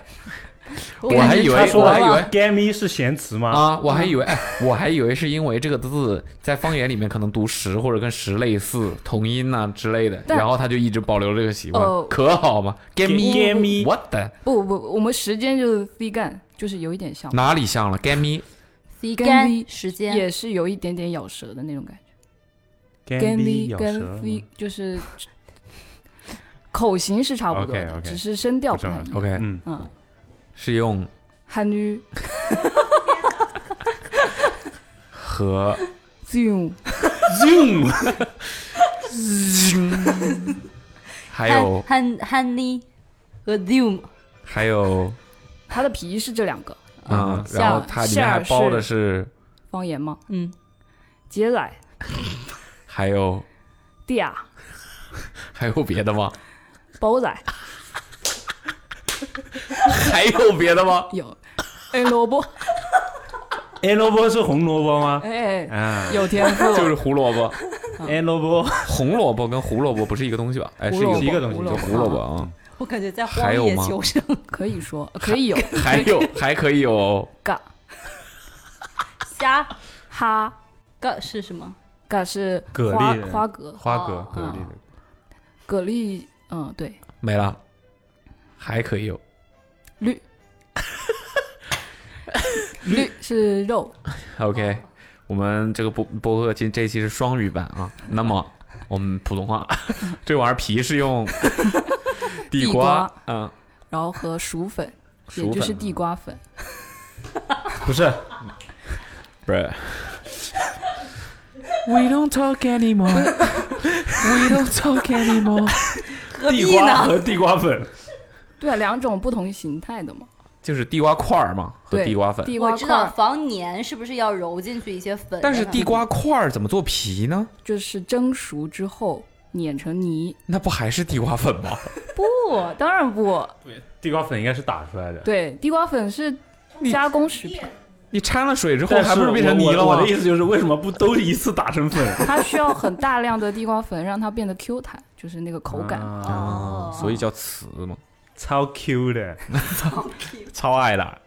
[SPEAKER 1] 我
[SPEAKER 2] 我还以为
[SPEAKER 3] 他说
[SPEAKER 2] 我还以为
[SPEAKER 3] g a m m y 是咸词吗？
[SPEAKER 2] 啊，我还以为 哎，我还以为是因为这个字在方言里面可能读十或者跟十类似同音呐、之类的，
[SPEAKER 6] 但
[SPEAKER 2] 然后他就一直保留这个习惯，
[SPEAKER 6] 哦
[SPEAKER 2] 可好嘛 g a m e
[SPEAKER 3] Give me
[SPEAKER 2] 我的
[SPEAKER 6] 不不，我们时间就是 C 干，就是有一点像，
[SPEAKER 2] 哪里像了 g a m e
[SPEAKER 1] C
[SPEAKER 6] 跟
[SPEAKER 1] 干
[SPEAKER 6] V
[SPEAKER 1] 时间
[SPEAKER 6] 也是有一点点咬舌的那种感觉。
[SPEAKER 3] g a
[SPEAKER 6] 跟
[SPEAKER 3] m
[SPEAKER 6] V
[SPEAKER 3] 咬舌
[SPEAKER 6] 跟
[SPEAKER 3] 吗
[SPEAKER 6] V 就是 口型是差不多的
[SPEAKER 3] OK，OK
[SPEAKER 6] 只是声调不太
[SPEAKER 3] 不
[SPEAKER 6] 一
[SPEAKER 3] 重
[SPEAKER 6] 样。
[SPEAKER 2] OK，
[SPEAKER 3] 嗯，
[SPEAKER 6] 嗯，
[SPEAKER 2] 是用
[SPEAKER 6] 韩女
[SPEAKER 2] 和
[SPEAKER 6] zoom
[SPEAKER 3] Zoom
[SPEAKER 6] 哎
[SPEAKER 2] 还有
[SPEAKER 1] 汉汉尼和 Zoom
[SPEAKER 2] 还有
[SPEAKER 6] 它的皮是这两个
[SPEAKER 2] 啊、
[SPEAKER 6] 馅儿
[SPEAKER 2] 然后它里面还包的是
[SPEAKER 6] 方言吗？
[SPEAKER 1] 嗯，
[SPEAKER 6] 杰仔
[SPEAKER 2] 还有
[SPEAKER 6] 地啊，
[SPEAKER 2] 还有别的吗？
[SPEAKER 6] 包仔
[SPEAKER 2] 还有别的吗？
[SPEAKER 6] 有，哎萝卜
[SPEAKER 3] ，A 萝卜是红萝卜吗？
[SPEAKER 6] 哎
[SPEAKER 3] 啊
[SPEAKER 6] 有天赋，
[SPEAKER 2] 就是胡萝卜，
[SPEAKER 3] ，A 萝 卜
[SPEAKER 2] 红萝卜跟胡萝卜不是一个东西吧？哎，是
[SPEAKER 6] 胡萝卜
[SPEAKER 3] 是一个东西
[SPEAKER 6] 胡
[SPEAKER 2] 一
[SPEAKER 6] 萝
[SPEAKER 2] 个
[SPEAKER 6] 卜
[SPEAKER 2] 胡萝卜啊。
[SPEAKER 1] 我感觉在
[SPEAKER 2] 还
[SPEAKER 1] 荒
[SPEAKER 2] 有
[SPEAKER 1] 野
[SPEAKER 2] 吗
[SPEAKER 1] 求生。
[SPEAKER 6] 可以说可以有
[SPEAKER 2] 还有还可以有
[SPEAKER 6] 嘎
[SPEAKER 1] 虾
[SPEAKER 6] 哈
[SPEAKER 1] 干是什么？
[SPEAKER 6] 嘎是
[SPEAKER 3] 蛤
[SPEAKER 6] 花
[SPEAKER 3] 蜊
[SPEAKER 6] 花蛤
[SPEAKER 3] 花蛤
[SPEAKER 1] 哦
[SPEAKER 3] 蛤蜊
[SPEAKER 6] 嗯蛤蜊，嗯对，
[SPEAKER 2] 没了，还可以有
[SPEAKER 6] 绿绿是肉，
[SPEAKER 2] OK。我们这个播播客今这一期是双语版啊，那么我们普通话 这玩意儿皮是 用地
[SPEAKER 6] 地
[SPEAKER 2] 瓜
[SPEAKER 6] 瓜，
[SPEAKER 2] 嗯，
[SPEAKER 6] 然后和薯粉，
[SPEAKER 2] 薯
[SPEAKER 6] 也就是
[SPEAKER 2] 粉
[SPEAKER 6] 地瓜粉。
[SPEAKER 3] 不是
[SPEAKER 2] 不是。We don't talk anymore. We don't talk anymore.
[SPEAKER 1] 何
[SPEAKER 3] 地
[SPEAKER 1] 必
[SPEAKER 3] 瓜
[SPEAKER 1] 呢？
[SPEAKER 3] 和地瓜粉，
[SPEAKER 6] 对啊，两种不同形态的嘛。
[SPEAKER 2] 就是地瓜块儿嘛，和
[SPEAKER 6] 对，
[SPEAKER 2] 地瓜粉。
[SPEAKER 6] 地
[SPEAKER 1] 我
[SPEAKER 6] 瓜
[SPEAKER 1] 知
[SPEAKER 6] 块
[SPEAKER 1] 道
[SPEAKER 6] 儿
[SPEAKER 1] 防粘是不是要揉进去一些粉？
[SPEAKER 2] 但是地瓜块儿怎么做皮呢？
[SPEAKER 6] 就是蒸熟之后碾成泥。
[SPEAKER 2] 那不还是地瓜粉吗？
[SPEAKER 6] 不，当然不
[SPEAKER 3] 地瓜粉应该是打出来的。
[SPEAKER 6] 对，地瓜粉是加工食品，
[SPEAKER 2] 你掺了水之后
[SPEAKER 3] 但
[SPEAKER 2] 还不是变成泥了
[SPEAKER 3] 我我
[SPEAKER 2] 吗
[SPEAKER 3] 的？意思就是，为什么不都一次打成粉？
[SPEAKER 6] 它需要很大量的地瓜粉让它变得 Q 弹，就是那个口感。
[SPEAKER 3] 啊
[SPEAKER 1] 哦，
[SPEAKER 2] 所以叫糍嘛，
[SPEAKER 3] 超 Q 的，
[SPEAKER 2] 超爱的。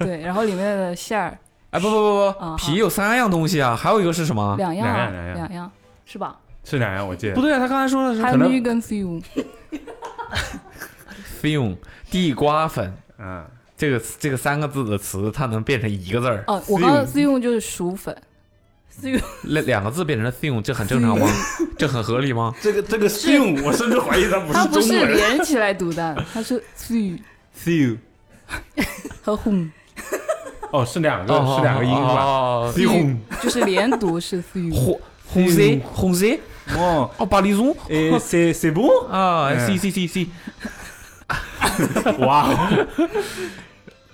[SPEAKER 6] 对，然后里面的馅儿
[SPEAKER 2] 哎，不不不不，
[SPEAKER 6] 啊
[SPEAKER 2] 皮有三样东西啊，还有一个是什么？
[SPEAKER 6] 两样
[SPEAKER 3] 两
[SPEAKER 6] 啊
[SPEAKER 3] 样两样
[SPEAKER 6] 两样是吧？
[SPEAKER 3] 是两样，我记
[SPEAKER 2] 不
[SPEAKER 3] 得。
[SPEAKER 2] 对啊，他刚才说的是
[SPEAKER 6] 还
[SPEAKER 3] 可能
[SPEAKER 6] 有 y 跟 feel，
[SPEAKER 2] film 地瓜粉，
[SPEAKER 3] 嗯，
[SPEAKER 2] 这个这个三个字的词，它能变成一个字儿，
[SPEAKER 6] 哦，我刚刚 s 用就是薯粉，
[SPEAKER 2] 两两个字变成了 film，这很正常吗？这很合理吗？
[SPEAKER 3] 这个这个 Zoom，我甚至怀疑它不
[SPEAKER 6] 它不
[SPEAKER 3] 中
[SPEAKER 6] 是
[SPEAKER 3] 文。
[SPEAKER 6] 连起来读的，它是 s
[SPEAKER 3] Zoom，
[SPEAKER 6] 和 home，
[SPEAKER 3] 哦，是两个，是两个音是吧
[SPEAKER 2] 吧？
[SPEAKER 3] ？Zoom，
[SPEAKER 6] 就是连读是 s
[SPEAKER 2] 红红色
[SPEAKER 3] 嗯
[SPEAKER 2] 红色
[SPEAKER 3] 哦，
[SPEAKER 2] 哦，巴黎棕
[SPEAKER 3] 诶，c'est c'est bon？
[SPEAKER 2] 啊
[SPEAKER 3] 嗯
[SPEAKER 2] ，C C C C，
[SPEAKER 3] 哇，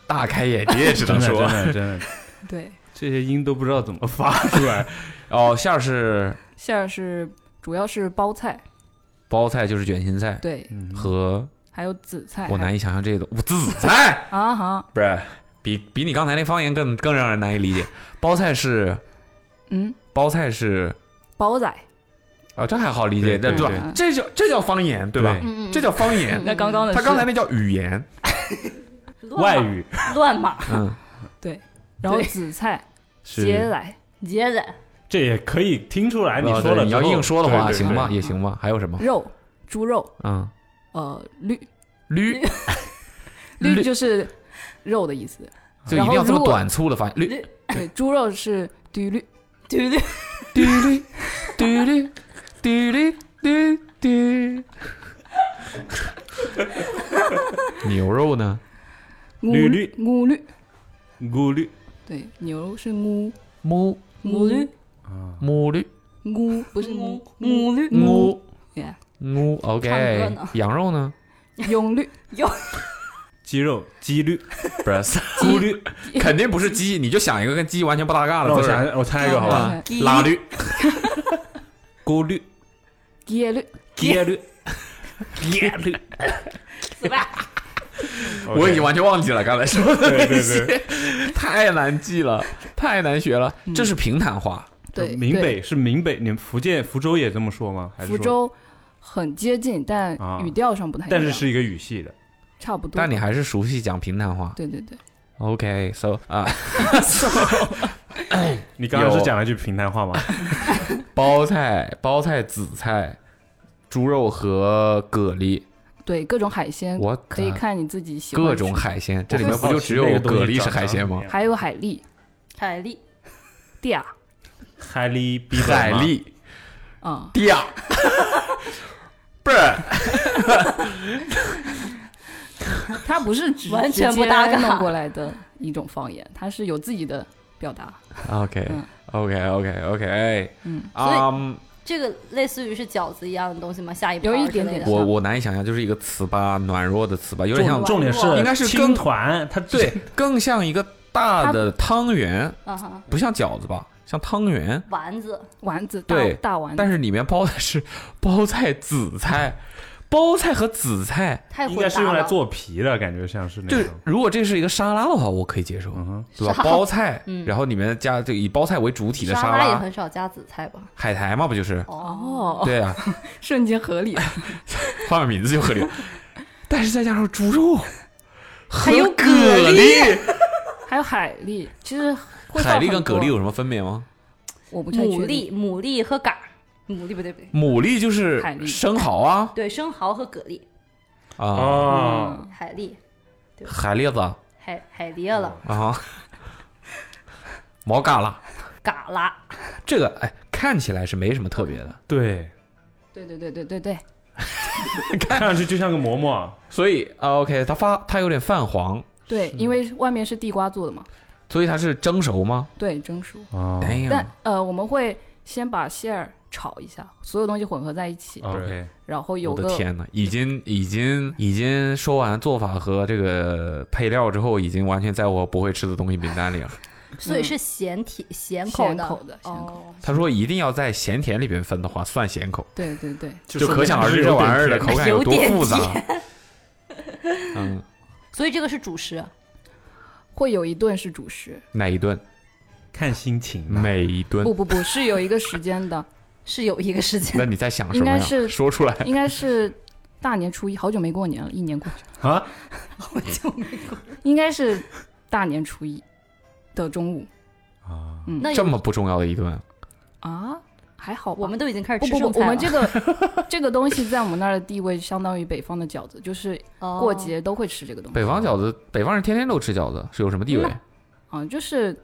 [SPEAKER 2] 大开眼界，只
[SPEAKER 3] 真
[SPEAKER 2] 能
[SPEAKER 3] 的真
[SPEAKER 2] 说
[SPEAKER 3] 的真的，
[SPEAKER 6] 对，
[SPEAKER 3] 这些音都不知道怎么发出来。
[SPEAKER 2] 哦，馅儿是
[SPEAKER 6] 馅儿是主要是包菜，
[SPEAKER 2] 包菜，就是卷心菜
[SPEAKER 6] 对，
[SPEAKER 2] 和
[SPEAKER 6] 还有紫菜。
[SPEAKER 2] 我
[SPEAKER 6] 还
[SPEAKER 2] 难以想象这个我紫菜。
[SPEAKER 6] 啊哈，
[SPEAKER 2] 不是，比比你刚才那方言更更让人难以理解。包菜是
[SPEAKER 6] 嗯，
[SPEAKER 2] 包菜是
[SPEAKER 6] 包仔。
[SPEAKER 2] 啊，这还好理解，
[SPEAKER 3] 对
[SPEAKER 2] 对
[SPEAKER 3] 对
[SPEAKER 2] 吧
[SPEAKER 6] 对？
[SPEAKER 2] 这叫这叫方言，对吧
[SPEAKER 3] 对？
[SPEAKER 1] 嗯
[SPEAKER 2] 这叫方言。
[SPEAKER 6] 那刚刚的
[SPEAKER 2] 他
[SPEAKER 6] 是
[SPEAKER 2] 刚才那叫语言，
[SPEAKER 3] 外语
[SPEAKER 1] 乱码
[SPEAKER 2] 嗯，
[SPEAKER 6] 对，然后
[SPEAKER 1] 对
[SPEAKER 6] 紫菜、
[SPEAKER 3] 是
[SPEAKER 6] 节，仔，
[SPEAKER 1] 结的
[SPEAKER 3] 这也可以听出来。你
[SPEAKER 2] 哦
[SPEAKER 3] 说
[SPEAKER 2] 对
[SPEAKER 3] 了
[SPEAKER 2] 你
[SPEAKER 3] 之
[SPEAKER 2] 要
[SPEAKER 3] 后，
[SPEAKER 2] 硬说的话，
[SPEAKER 3] 对对
[SPEAKER 2] 行吧，
[SPEAKER 3] 对
[SPEAKER 2] 也行吧。还有什么？
[SPEAKER 6] 肉、猪肉，
[SPEAKER 2] 嗯，
[SPEAKER 6] 呃，绿
[SPEAKER 2] 驴
[SPEAKER 6] 绿
[SPEAKER 2] 绿
[SPEAKER 6] 就是肉的意思。
[SPEAKER 2] 就一定要这么短促的发音。驴
[SPEAKER 6] 对，猪肉是滴绿，
[SPEAKER 1] 对对，
[SPEAKER 2] 嘟驴嘟驴嘟驴嘟嘟。牛肉呢？
[SPEAKER 6] 乌
[SPEAKER 3] 绿
[SPEAKER 6] 乌绿，
[SPEAKER 3] 咕绿
[SPEAKER 6] 对，牛是乌
[SPEAKER 2] 母
[SPEAKER 6] 乌绿
[SPEAKER 3] 啊，
[SPEAKER 2] 母绿
[SPEAKER 6] 乌，不是乌
[SPEAKER 1] 乌
[SPEAKER 6] 乌绿
[SPEAKER 2] 母
[SPEAKER 6] ，yeah，
[SPEAKER 2] 母
[SPEAKER 1] 唱歌
[SPEAKER 2] ，OK
[SPEAKER 1] 呢。
[SPEAKER 2] 羊肉呢？
[SPEAKER 6] 永绿，
[SPEAKER 3] 鸡肉鸡绿
[SPEAKER 2] 不是，
[SPEAKER 3] 咕绿，
[SPEAKER 2] 肯定不是鸡，你就想一个跟鸡完全啊不搭嘎
[SPEAKER 3] 让
[SPEAKER 2] 的
[SPEAKER 3] 我
[SPEAKER 2] 字
[SPEAKER 3] 想
[SPEAKER 2] 儿。
[SPEAKER 3] 一下，我猜一个好吧，
[SPEAKER 2] 啊，
[SPEAKER 1] 嗯
[SPEAKER 2] 拉绿、
[SPEAKER 3] 咕绿
[SPEAKER 6] 椰绿，
[SPEAKER 2] 啊
[SPEAKER 3] 街绿，
[SPEAKER 2] 耶绿，我
[SPEAKER 3] 我
[SPEAKER 2] 已
[SPEAKER 3] 已经
[SPEAKER 2] 经
[SPEAKER 3] 完
[SPEAKER 2] 完全忘记了刚才说的
[SPEAKER 3] 对
[SPEAKER 2] 那
[SPEAKER 3] 对
[SPEAKER 2] 些，太难记了，太难学了。
[SPEAKER 6] 嗯
[SPEAKER 2] 这是平潭话，
[SPEAKER 6] 对，
[SPEAKER 3] 呃闽
[SPEAKER 6] 对
[SPEAKER 3] 北是闽北，你们福建福州也这么说吗？还是
[SPEAKER 6] 福
[SPEAKER 3] 说，
[SPEAKER 6] 州很接近，但
[SPEAKER 3] 啊
[SPEAKER 6] 语调上不太一样，
[SPEAKER 3] 但是是一个语系的，
[SPEAKER 6] 差不多。
[SPEAKER 2] 但你还是熟悉讲平潭话。
[SPEAKER 6] 对对对，
[SPEAKER 2] OK，so 啊，
[SPEAKER 3] 你刚刚
[SPEAKER 2] 有
[SPEAKER 3] 是讲了一句平潭话 吗？
[SPEAKER 2] 包菜、包菜、紫菜、猪肉和蛤蜊，
[SPEAKER 6] 对各种海鲜
[SPEAKER 2] 我
[SPEAKER 6] 可以
[SPEAKER 2] 靠
[SPEAKER 6] 看你自己喜欢
[SPEAKER 2] 各
[SPEAKER 6] 吃
[SPEAKER 2] 种，海鲜，这里面不就只有蛤蜊是海鲜吗？
[SPEAKER 6] 还有海蛎、
[SPEAKER 1] 海蛎、
[SPEAKER 6] 嗲啊
[SPEAKER 3] 海蛎，
[SPEAKER 2] 海蛎、，
[SPEAKER 6] 嗯
[SPEAKER 2] 嗲， 不是
[SPEAKER 6] 它不是直
[SPEAKER 1] 完全
[SPEAKER 6] 直
[SPEAKER 1] 不
[SPEAKER 6] 接
[SPEAKER 1] 搭嘎
[SPEAKER 6] 弄过来的一种方言，它是有自己的表达。
[SPEAKER 2] OK
[SPEAKER 6] 嗯
[SPEAKER 2] OK OK OK，
[SPEAKER 6] 嗯，
[SPEAKER 2] 啊、
[SPEAKER 1] 这个类似于是饺子一样的东西吗？下一盘
[SPEAKER 6] 有一
[SPEAKER 1] 儿之
[SPEAKER 6] 点
[SPEAKER 1] 类
[SPEAKER 6] 点
[SPEAKER 1] 的
[SPEAKER 2] 我我难以想象，就是一个糍粑，软弱的糍粑，有点像
[SPEAKER 1] 重
[SPEAKER 3] 重点是
[SPEAKER 2] 应该是
[SPEAKER 3] 青
[SPEAKER 2] 跟
[SPEAKER 3] 团，它
[SPEAKER 2] 对，更像一个大的汤圆，
[SPEAKER 1] 啊哈，
[SPEAKER 2] 不像饺子吧，像汤圆，
[SPEAKER 1] 丸子
[SPEAKER 6] 丸子大
[SPEAKER 2] 对
[SPEAKER 6] 大丸
[SPEAKER 2] 但
[SPEAKER 6] 子，
[SPEAKER 2] 是里面包的是包菜、紫菜，包菜和紫菜。
[SPEAKER 1] 太 混
[SPEAKER 3] 应
[SPEAKER 1] 搭了，
[SPEAKER 3] 该是用来做皮的，感觉像是
[SPEAKER 2] 就
[SPEAKER 3] 那
[SPEAKER 2] 是
[SPEAKER 3] 种，
[SPEAKER 2] 如果这是一个沙拉的话，我可以接受，
[SPEAKER 3] 嗯哼，
[SPEAKER 2] 对吧？
[SPEAKER 1] 沙拉
[SPEAKER 2] 包菜，
[SPEAKER 1] 嗯
[SPEAKER 2] 然后里面加这个以包菜为主体的
[SPEAKER 1] 沙
[SPEAKER 2] 沙
[SPEAKER 1] 也
[SPEAKER 2] 拉，
[SPEAKER 1] 很少加紫菜吧？
[SPEAKER 2] 海苔嘛，不就是？
[SPEAKER 1] 哦，
[SPEAKER 6] 哦，
[SPEAKER 2] 对啊，
[SPEAKER 6] 瞬间 合理，
[SPEAKER 2] 换个名字就合理。但是再加上猪肉，还
[SPEAKER 6] 有
[SPEAKER 2] 蛤
[SPEAKER 6] 蛤
[SPEAKER 2] 蜊，
[SPEAKER 6] 还有海蛎，其实会
[SPEAKER 2] 海
[SPEAKER 6] 放
[SPEAKER 2] 蛎跟
[SPEAKER 6] 很
[SPEAKER 2] 蛤
[SPEAKER 6] 多
[SPEAKER 2] 蜊有什么分别吗？
[SPEAKER 6] 我不太
[SPEAKER 1] 牡
[SPEAKER 6] 确
[SPEAKER 1] 蛎、
[SPEAKER 6] 定
[SPEAKER 1] 牡蛎和嘎，牡蛎不对不对，
[SPEAKER 2] 牡蛎就是
[SPEAKER 6] 海蛎
[SPEAKER 2] 生蚝啊
[SPEAKER 1] 对生蚝和蛤蜊、
[SPEAKER 2] 啊，
[SPEAKER 6] 嗯
[SPEAKER 3] 哦，
[SPEAKER 1] 海蛎、
[SPEAKER 2] 海蛎子
[SPEAKER 1] 海海蛎了、
[SPEAKER 2] 啊， 毛嘎啦，
[SPEAKER 1] 嘎啦，
[SPEAKER 2] 这个哎看起来是没什么特别的，
[SPEAKER 3] 对，
[SPEAKER 6] 对对对对对对，
[SPEAKER 3] 看上去就像个馍馍，
[SPEAKER 2] 所以啊 OK，它发它有点泛黄，
[SPEAKER 6] 对，因为外面是地瓜做的嘛，
[SPEAKER 2] 所以它是蒸熟吗？
[SPEAKER 6] 对，蒸熟。
[SPEAKER 3] 哦
[SPEAKER 2] 哎呀
[SPEAKER 6] 但，呃，我们会先把馅儿炒一下，所有东西混合在一起，
[SPEAKER 3] ，OK，
[SPEAKER 6] 然后有
[SPEAKER 2] 我的
[SPEAKER 6] 个
[SPEAKER 2] 天呐，已经已经已经说完做法和这个配料之后，已经完全在我不会吃的东西名 单里了。
[SPEAKER 1] 所以是咸体咸口
[SPEAKER 6] 咸
[SPEAKER 1] 的。
[SPEAKER 6] 口的，咸口。
[SPEAKER 1] 哦，
[SPEAKER 2] 他说一定要在咸甜里边分的话，算咸口，
[SPEAKER 6] 对对对，
[SPEAKER 2] 就可想而知这玩意儿的口感
[SPEAKER 1] 有
[SPEAKER 2] 多
[SPEAKER 1] 点
[SPEAKER 2] 复杂。嗯，
[SPEAKER 1] 所以这个是主食，
[SPEAKER 6] 会有一顿是 主食，
[SPEAKER 2] 哪一顿？
[SPEAKER 3] 看心情吧，
[SPEAKER 2] 每一顿
[SPEAKER 6] 不？不不，是有一个时 间的，
[SPEAKER 1] 是有一个时间
[SPEAKER 2] 那你在想什
[SPEAKER 6] 应
[SPEAKER 2] 么
[SPEAKER 6] 该
[SPEAKER 2] 呀？
[SPEAKER 6] 是
[SPEAKER 2] 说出来。
[SPEAKER 6] 应该是大年初一，好久没过年了，一年过去了，
[SPEAKER 3] 啊，
[SPEAKER 1] 我就
[SPEAKER 2] 嗯
[SPEAKER 1] 没过。
[SPEAKER 6] 应该是大年初一的中午
[SPEAKER 3] 啊，
[SPEAKER 1] 那有
[SPEAKER 2] 这么不重要的一顿，
[SPEAKER 6] 啊，还好吧
[SPEAKER 1] 我们都已经开始
[SPEAKER 6] 不
[SPEAKER 1] 吃
[SPEAKER 6] 不
[SPEAKER 1] 剩菜
[SPEAKER 6] 不，
[SPEAKER 1] 了。
[SPEAKER 6] 我们这个这个东西在我们那儿的地位相当于北方的饺子，就是
[SPEAKER 1] 哦
[SPEAKER 6] 过节都会吃这个东西，
[SPEAKER 2] 北方饺子，北方人天天都吃饺子，是有什么地位？
[SPEAKER 6] 啊，就是